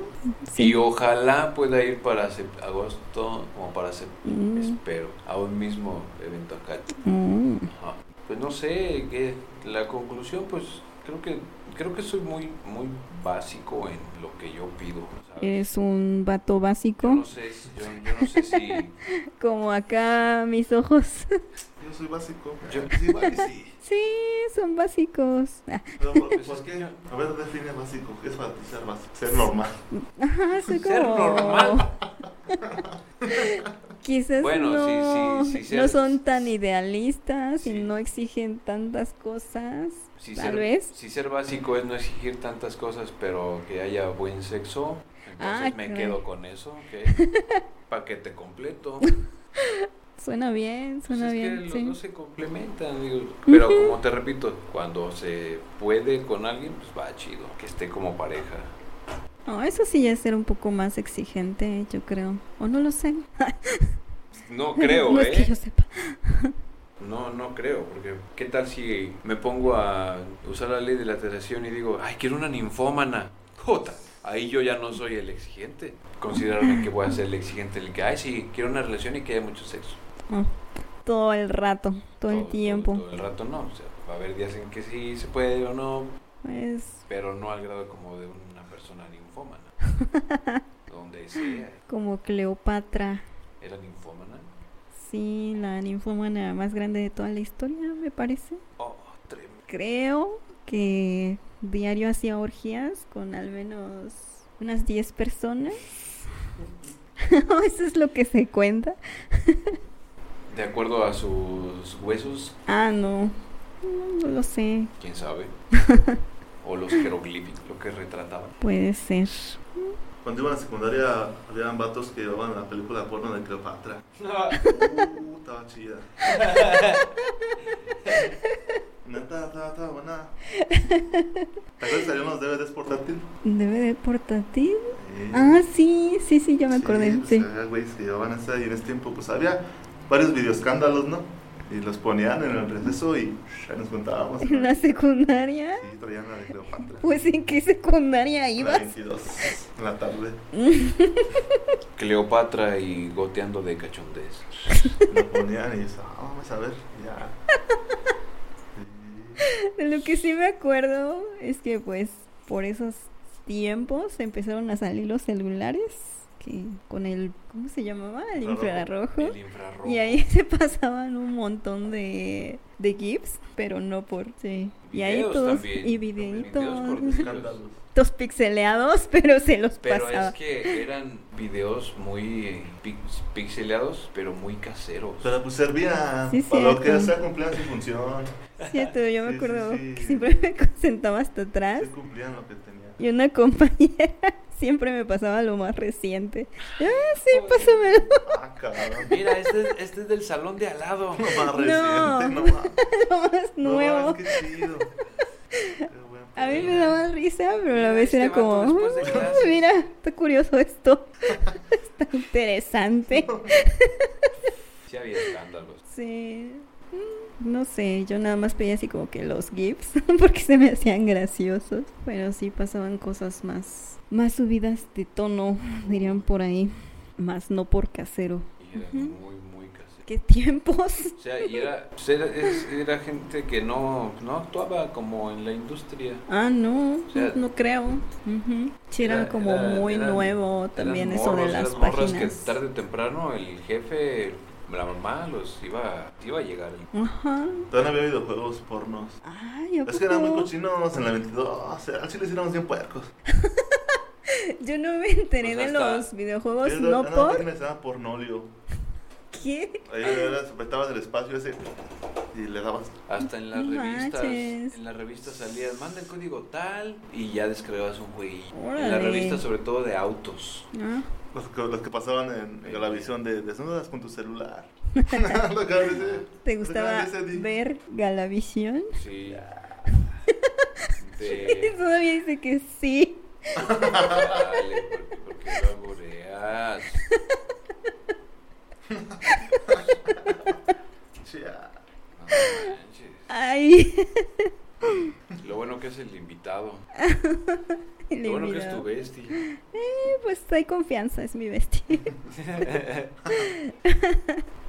Speaker 1: Y ojalá pueda ir para sep- agosto, como para septiembre,
Speaker 2: Mm,
Speaker 1: espero, a un mismo evento acá.
Speaker 2: mm.
Speaker 1: Ajá. Pues no sé, que la conclusión, pues creo que creo que soy muy muy básico en lo que yo pido. ¿sabes?
Speaker 2: Eres un vato
Speaker 1: Yo
Speaker 2: básico.
Speaker 1: no sé, si- yo, yo no sé si...
Speaker 3: [laughs]
Speaker 2: Como acá mis ojos. [laughs]
Speaker 3: Yo soy básico.
Speaker 1: Yo-
Speaker 3: Sí, vale, sí.
Speaker 2: Sí, son básicos. Ah,
Speaker 3: Pero ¿por,
Speaker 1: Pues
Speaker 3: por
Speaker 1: es
Speaker 3: qué?
Speaker 1: que-
Speaker 3: A ver, define básico. ¿Qué es para ti ser básico? Ser normal.
Speaker 2: Ajá, soy como...
Speaker 1: Ser normal.
Speaker 2: [laughs] Quizás
Speaker 1: Bueno, sí,
Speaker 2: no,
Speaker 1: sí, sí, ser-
Speaker 2: no son tan idealistas
Speaker 1: Sí.
Speaker 2: y no exigen tantas cosas.
Speaker 1: Si
Speaker 2: Tal
Speaker 1: ser,
Speaker 2: vez.
Speaker 1: Si ser básico es no exigir tantas cosas, pero que haya buen sexo, entonces
Speaker 2: Ah,
Speaker 1: me
Speaker 2: caray.
Speaker 1: quedo con eso,
Speaker 2: [laughs]
Speaker 1: que paquete completo.
Speaker 2: Suena bien,
Speaker 1: Pues
Speaker 2: suena
Speaker 1: es
Speaker 2: bien.
Speaker 1: que los
Speaker 2: sí.
Speaker 1: dos se complementan, digo, Pero como te repito, cuando se puede con alguien, pues va chido, que esté como pareja.
Speaker 2: No, eso sí ya es ser un poco más exigente, yo creo. O no lo sé.
Speaker 1: No creo,
Speaker 2: [laughs] no
Speaker 1: ¿eh?
Speaker 2: es que yo sepa.
Speaker 1: No, no creo, porque ¿qué tal si me pongo a usar la ley de la atracción y digo, ay, quiero una ninfómana? Jota, ahí yo ya no soy el exigente. Considerarme que voy a ser el exigente, el que, ay, sí, quiero una relación y que haya mucho sexo.
Speaker 2: No, Todo el rato, todo, el tiempo.
Speaker 1: Todo, el rato no, o sea, va a haber días en que sí se puede o no,
Speaker 2: Es
Speaker 1: pero no al grado como de una persona
Speaker 2: [laughs]
Speaker 1: ninfómana. Donde sea,
Speaker 2: como Cleopatra.
Speaker 1: era ninfómana.
Speaker 2: Sí, la ninfómana más grande de toda la historia, me parece.
Speaker 1: Oh, tremendo.
Speaker 2: Creo que diario hacía orgías con al menos unas 10 personas. [laughs] Eso es lo que se cuenta.
Speaker 1: De acuerdo a sus huesos,
Speaker 2: Ah, no. No, no lo sé.
Speaker 1: quién
Speaker 2: [laughs]
Speaker 1: sabe. o los jeroglíficos, lo que retrataban.
Speaker 2: Puede ser.
Speaker 3: Cuando iba a la secundaria, habían vatos que llevaban la película porno de
Speaker 1: [laughs]
Speaker 3: Cleopatra. Uh, estaba chida. Neta, estaba, estaba buena. ¿Te acuerdas que salieron los DVDs portátil?
Speaker 2: ¿Debe de portátil?
Speaker 3: Eh,
Speaker 2: Ah, sí, sí, sí, ya me
Speaker 3: sí,
Speaker 2: acordé.
Speaker 3: pues,
Speaker 2: Sí.
Speaker 3: había güeyes que llevaban esa y en ese tiempo pues había varios videoescándalos, ¿no? Y los ponían en el receso y ahí nos
Speaker 2: [laughs]
Speaker 3: juntábamos.
Speaker 2: ¿En la secundaria?
Speaker 3: Sí, traían la de Cleopatra.
Speaker 2: Pues en qué secundaria
Speaker 3: La
Speaker 2: ibas?
Speaker 3: 22 en la tarde.
Speaker 1: Cleopatra y goteando de
Speaker 2: [laughs]
Speaker 1: cachondez.
Speaker 3: Lo ponían y dice, ah, vamos a ver, ya. Sí.
Speaker 2: De lo que sí me acuerdo es que pues por esos tiempos empezaron a salir los celulares que con el ¿cómo se llamaba? el
Speaker 3: Infrarrojo.
Speaker 2: infrarrojo
Speaker 1: El infrarrojo.
Speaker 2: y ahí [laughs] se pasaban un montón de de gifs, pero no por sí. Y ahí
Speaker 1: Videos
Speaker 2: todos
Speaker 1: también,
Speaker 2: y
Speaker 1: también videos
Speaker 2: videitos,
Speaker 1: por-
Speaker 3: pues, Escándalos.
Speaker 2: [laughs] todos pixeleados, pero se los
Speaker 1: Pero
Speaker 2: pasaba. [laughs]
Speaker 1: es que eran videos muy eh, pix- pixeleados, pero muy caseros.
Speaker 2: Ah,
Speaker 3: Pero pues servía
Speaker 2: Sí,
Speaker 3: para lo que
Speaker 2: cierto.
Speaker 3: sea cumplían su función.
Speaker 2: Cierto, yo me
Speaker 3: Sí, sí,
Speaker 2: acuerdo
Speaker 3: sí.
Speaker 2: que siempre me [laughs] sentaba hasta atrás
Speaker 3: Sí cumplían lo que tenían.
Speaker 2: Y una [laughs] compañera siempre me pasaba lo más reciente. Ah, sí, pásamelo.
Speaker 3: Ah, cabrón.
Speaker 2: [laughs]
Speaker 1: Mira, este es, este es del salón de al lado.
Speaker 3: No
Speaker 2: No.
Speaker 3: más reciente, no más.
Speaker 2: [laughs] Lo más [laughs]
Speaker 3: No
Speaker 2: nuevo.
Speaker 3: más, qué chido. Qué buen
Speaker 2: A mí me
Speaker 3: pedo.
Speaker 2: daba risa, pero a
Speaker 1: Mira,
Speaker 2: la vez
Speaker 1: este
Speaker 2: era
Speaker 1: vato
Speaker 2: como,
Speaker 1: después de
Speaker 2: "Ah,
Speaker 1: clases".
Speaker 2: mira, está
Speaker 1: [laughs]
Speaker 2: curioso esto. [laughs] está interesante.
Speaker 1: Sí había escándalos.
Speaker 2: Sí. Mm, No sé, yo nada más pedía así como que los gifs, [laughs] porque se me hacían graciosos. Pero sí pasaban cosas más, más subidas de tono, [laughs] dirían por ahí. Más no por casero.
Speaker 1: Y era
Speaker 2: Ujú.
Speaker 1: muy, muy casero.
Speaker 2: ¿Qué tiempos? [laughs]
Speaker 1: O sea, y era, pues, era, es- era gente que no, no actuaba como en la industria.
Speaker 2: Ah, no,
Speaker 1: O sea,
Speaker 2: no creo. Ujú. Sí, era,
Speaker 1: era-
Speaker 2: como
Speaker 1: era-
Speaker 2: muy
Speaker 1: eran-
Speaker 2: nuevo también
Speaker 1: Eran
Speaker 2: eso de
Speaker 1: morros,
Speaker 2: las
Speaker 1: eran morras
Speaker 2: páginas.
Speaker 1: que tarde o temprano el jefe, la mamá, los iba, iba a llegar.
Speaker 2: Ajá.
Speaker 3: Todavía no había videojuegos pornos.
Speaker 2: Ay, ¿a
Speaker 3: Es que eran muy
Speaker 2: poco?
Speaker 3: cochinos en la 22. Al chile sí éramos bien puercos.
Speaker 2: [laughs] Yo no me enteré
Speaker 3: Pues
Speaker 1: O sea,
Speaker 2: de
Speaker 1: hasta-
Speaker 2: los videojuegos,
Speaker 3: Era-
Speaker 2: no
Speaker 3: era una
Speaker 2: por
Speaker 3: página que se llama Pornolio.
Speaker 2: qué.
Speaker 3: Ahí era- apretabas el espacio ese y le dabas.
Speaker 1: Hasta en las
Speaker 2: No
Speaker 1: revistas,
Speaker 2: manches.
Speaker 1: en las revistas salían, manda el código tal y ya descargabas un jueguillo. En
Speaker 2: Órale.
Speaker 1: las revistas sobre todo de autos.
Speaker 2: Ah,
Speaker 3: Los que, los que pasaban en, en la visión de desnudas con tu
Speaker 2: [laughs]
Speaker 3: celular. [laughs] Lo que acabas de decir.
Speaker 2: ¿Te
Speaker 3: Lo que
Speaker 2: gustaba
Speaker 3: acabas de decir.
Speaker 2: ver Galavisión?
Speaker 1: Sí. [laughs]
Speaker 2: Y
Speaker 1: De... "Ah,
Speaker 2: [laughs] Todavía dice que sí.
Speaker 1: Dale, porque, porque lo agoreas.
Speaker 3: Chía.
Speaker 1: No manches.
Speaker 2: Ay, [laughs]
Speaker 1: Lo bueno que es el invitado.
Speaker 2: le
Speaker 1: Lo bueno que es
Speaker 2: miraba.
Speaker 1: tu bestia. [laughs]
Speaker 2: Eh, Pues hay confianza, es mi bestia. [laughs]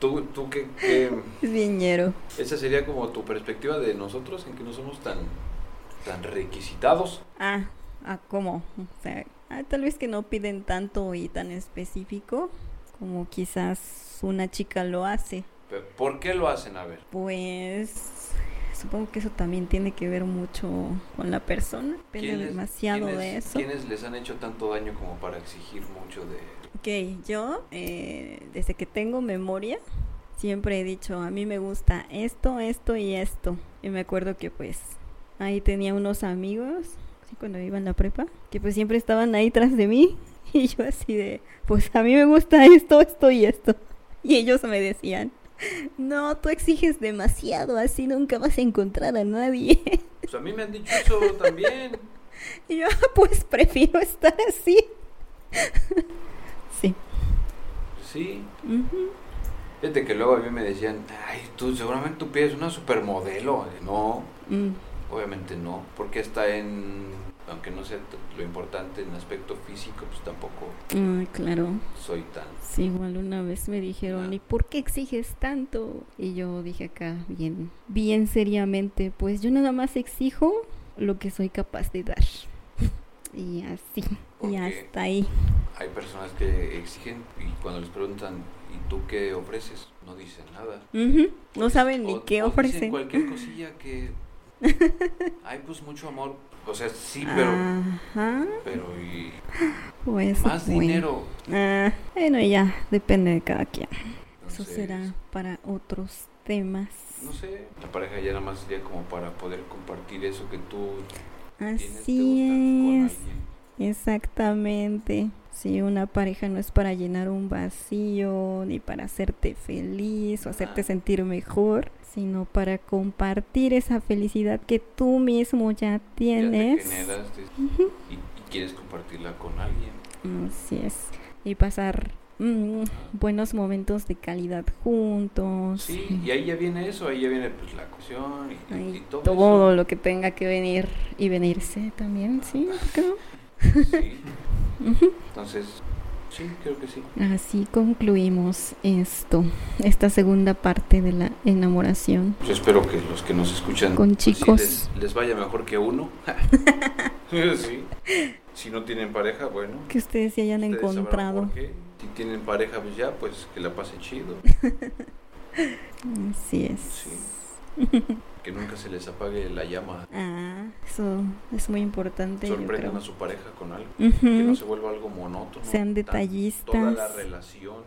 Speaker 1: ¿Tú, tú qué, qué-
Speaker 2: Es viñero.
Speaker 1: Esa sería como tu perspectiva de nosotros, en que no somos tan, tan requisitados.
Speaker 2: Ah, ah, ¿cómo? O sea, ah, tal vez que no piden tanto y tan específico como quizás una chica lo hace.
Speaker 1: Pero, ¿Por qué lo hacen? A ver.
Speaker 2: Pues supongo que eso también tiene que ver mucho con la persona. Depende
Speaker 1: ¿Quiénes-
Speaker 2: demasiado de
Speaker 1: quiénes-
Speaker 2: eso.
Speaker 1: ¿Quiénes les han hecho tanto daño como para exigir mucho de...
Speaker 2: Ok, yo eh, desde que tengo memoria siempre he dicho, a mí me gusta esto, esto y esto. Y me acuerdo que pues ahí tenía unos amigos, así cuando iba en la prepa, que pues siempre estaban ahí tras de mí [laughs] y yo así de, pues a mí me gusta esto, esto y esto. Y ellos me decían, no, tú exiges demasiado, así nunca vas a encontrar a nadie. [laughs]
Speaker 1: Pues a mí me han dicho eso también.
Speaker 2: Y yo, "Ah, pues prefiero estar así. [laughs] Sí.
Speaker 1: Sí.
Speaker 2: Ujú.
Speaker 1: Fíjate que luego a mí me decían, ay, tú seguramente tu pie es una supermodelo. No,
Speaker 2: Mm.
Speaker 1: obviamente no, porque está en, aunque no sea t- lo importante en aspecto físico, pues tampoco
Speaker 2: Ah, claro.
Speaker 1: soy tan...
Speaker 2: Sí, igual una vez me dijeron,
Speaker 1: Ah.
Speaker 2: ¿y por qué exiges tanto? Y yo dije acá, bien, bien seriamente, pues yo nada más exijo lo que soy capaz de dar. [laughs] Y así, y
Speaker 1: Porque
Speaker 2: hasta ahí.
Speaker 1: hay personas que exigen y cuando les preguntan, ¿y tú qué ofreces? No dicen nada.
Speaker 2: Ujú, No saben ni
Speaker 1: O-
Speaker 2: qué
Speaker 1: o dicen
Speaker 2: ofrecen.
Speaker 1: cualquier cosilla
Speaker 2: [laughs]
Speaker 1: que... Ay, pues mucho amor. O sea, sí, pero...
Speaker 2: Ah. Ajá,
Speaker 1: Pero y
Speaker 2: pues.
Speaker 1: más
Speaker 2: bueno.
Speaker 1: dinero.
Speaker 2: Ah, bueno, ya, depende de cada quien. Eso
Speaker 1: Entonces,
Speaker 2: será para otros temas.
Speaker 1: No sé, la pareja ya nada más sería como para poder compartir eso que tú tienes, te gusta
Speaker 2: Así
Speaker 1: con
Speaker 2: es.
Speaker 1: alguien.
Speaker 2: Exactamente. Si una pareja no es para llenar un vacío, ni para hacerte feliz o hacerte
Speaker 1: Ah.
Speaker 2: sentir mejor, sino para compartir esa felicidad que tú mismo ya
Speaker 1: Ya te
Speaker 2: tienes.
Speaker 1: generaste
Speaker 2: Ujú.
Speaker 1: y, y quieres compartirla con alguien.
Speaker 2: Así es. Y pasar mm, buenos momentos de calidad juntos.
Speaker 1: Sí, y ahí ya viene eso, ahí ya viene pues la cocción y, y
Speaker 2: Ay,
Speaker 1: todo.
Speaker 2: [laughs] todo lo que tenga que venir y venirse también, ¿sí? ¿Por qué no?
Speaker 1: eso. Sí.
Speaker 2: Ujú.
Speaker 1: Entonces, sí, creo que sí.
Speaker 2: Así concluimos esto, esta segunda parte de la enamoración.
Speaker 1: Yo Pues, espero que los que nos escuchan
Speaker 2: Con
Speaker 1: pues, sí
Speaker 2: chicos.
Speaker 1: les, les vaya mejor que uno. [laughs] sí. Si no tienen pareja, bueno.
Speaker 2: Que ustedes se hayan
Speaker 1: Ustedes sabrán
Speaker 2: encontrado.
Speaker 1: por qué. Si tienen pareja, pues ya, pues que la pase chido.
Speaker 2: Así es.
Speaker 1: [laughs] Sí. Que nunca se les apague la llama.
Speaker 2: Ah, eso es muy importante. yo
Speaker 1: Sorprendan
Speaker 2: creo.
Speaker 1: a su pareja con algo.
Speaker 2: Ujú.
Speaker 1: Que no se vuelva algo monótono.
Speaker 2: Sean
Speaker 1: Tan-
Speaker 2: detallistas.
Speaker 1: Toda la [laughs] relación,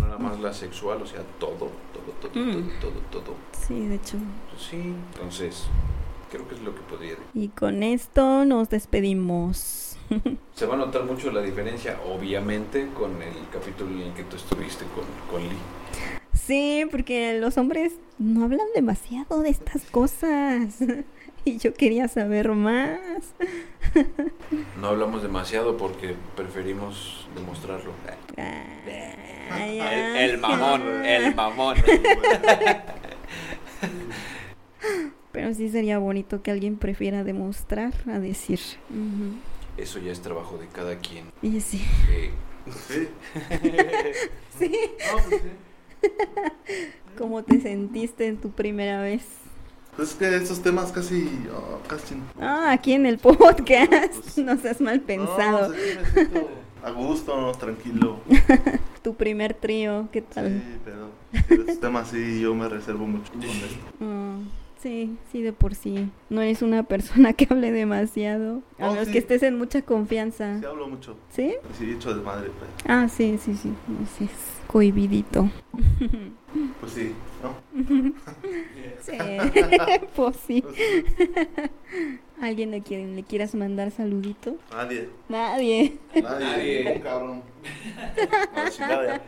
Speaker 1: no nada más la sexual, o sea, todo, todo, todo,
Speaker 2: Mm.
Speaker 1: todo, todo, todo.
Speaker 2: Sí, de hecho.
Speaker 1: Sí, entonces, creo que es lo que podría decir.
Speaker 2: Y con esto nos despedimos.
Speaker 1: Se va a notar mucho la diferencia, obviamente, con el capítulo en el que tú estuviste con, con Lee.
Speaker 2: Sí, porque los hombres no hablan demasiado de estas cosas. [laughs] Y yo quería saber más.
Speaker 1: No hablamos demasiado porque preferimos demostrarlo.
Speaker 2: Ay,
Speaker 1: El, el
Speaker 2: Ángel.
Speaker 1: mamón, el mamón.
Speaker 2: Pero sí sería bonito que alguien prefiera demostrar a decir. Ujú.
Speaker 1: Eso ya es trabajo de cada quien.
Speaker 2: Y sí, [laughs]
Speaker 1: [laughs] Eh,
Speaker 3: Sí.
Speaker 2: sí.
Speaker 3: No,
Speaker 1: eh,
Speaker 3: pues sí.
Speaker 2: ¿Cómo te sentiste en tu primera vez?
Speaker 3: Pues es que estos temas casi. oh, casi no.
Speaker 2: Ah, aquí en el [laughs] podcast.
Speaker 3: Pues-
Speaker 2: [laughs] No seas mal pensado.
Speaker 3: No, pues aquí me siento a gusto, tranquilo.
Speaker 2: Tu primer trío, ¿qué tal?
Speaker 3: Sí, pero. Estos temas sí, yo me reservo mucho con esto.
Speaker 2: Ah, Sí, sí, de por sí. No eres una [laughs] persona que hable demasiado. A
Speaker 3: No,
Speaker 2: menos
Speaker 3: sí.
Speaker 2: que estés en mucha confianza.
Speaker 3: Sí, hablo mucho.
Speaker 2: ¿Sí?
Speaker 3: Y sí, hecho de madre, pues.
Speaker 2: Ah, sí, sí, sí. No sé, es cohibidito.
Speaker 3: Pues sí, ¿no?
Speaker 2: Sí, [laughs] pues sí.
Speaker 3: Pues sí.
Speaker 2: [laughs] ¿Alguien a quien le quieras mandar saludito?
Speaker 3: Nadie.
Speaker 2: Nadie. [laughs]
Speaker 3: Nadie.
Speaker 1: Nadie.
Speaker 3: ningún cabrón. A la chingada.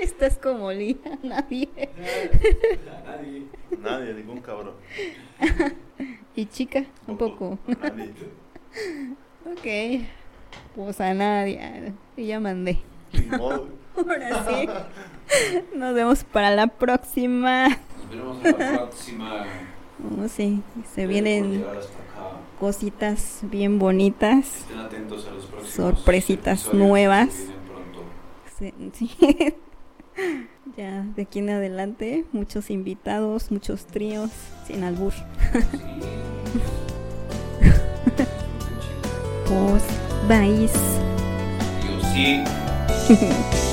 Speaker 2: Estás como Lía, nadie.
Speaker 1: Nadie.
Speaker 3: Nadie, ningún cabrón.
Speaker 2: Y chica, un poco.
Speaker 3: Nadie.
Speaker 2: Ok. Pues a nadie. Y ya mandé.
Speaker 3: Ni modo.
Speaker 2: [laughs] Ahora sí. [laughs]
Speaker 3: [laughs]
Speaker 2: Nos vemos para la próxima.
Speaker 1: Nos veremos en la próxima.
Speaker 2: No sé, se
Speaker 1: Gracias por
Speaker 2: vienen
Speaker 1: llegar hasta acá.
Speaker 2: cositas bien bonitas.
Speaker 1: Estén atentos a los próximos
Speaker 2: Sorpresitas
Speaker 1: episodios que
Speaker 2: nuevas.
Speaker 1: se vienen pronto.
Speaker 2: [laughs] Se- sí. [laughs] Ya de aquí en adelante, muchos invitados, muchos tríos, sin albur.
Speaker 1: Sí.
Speaker 2: Pues, vais.
Speaker 1: Yo sí.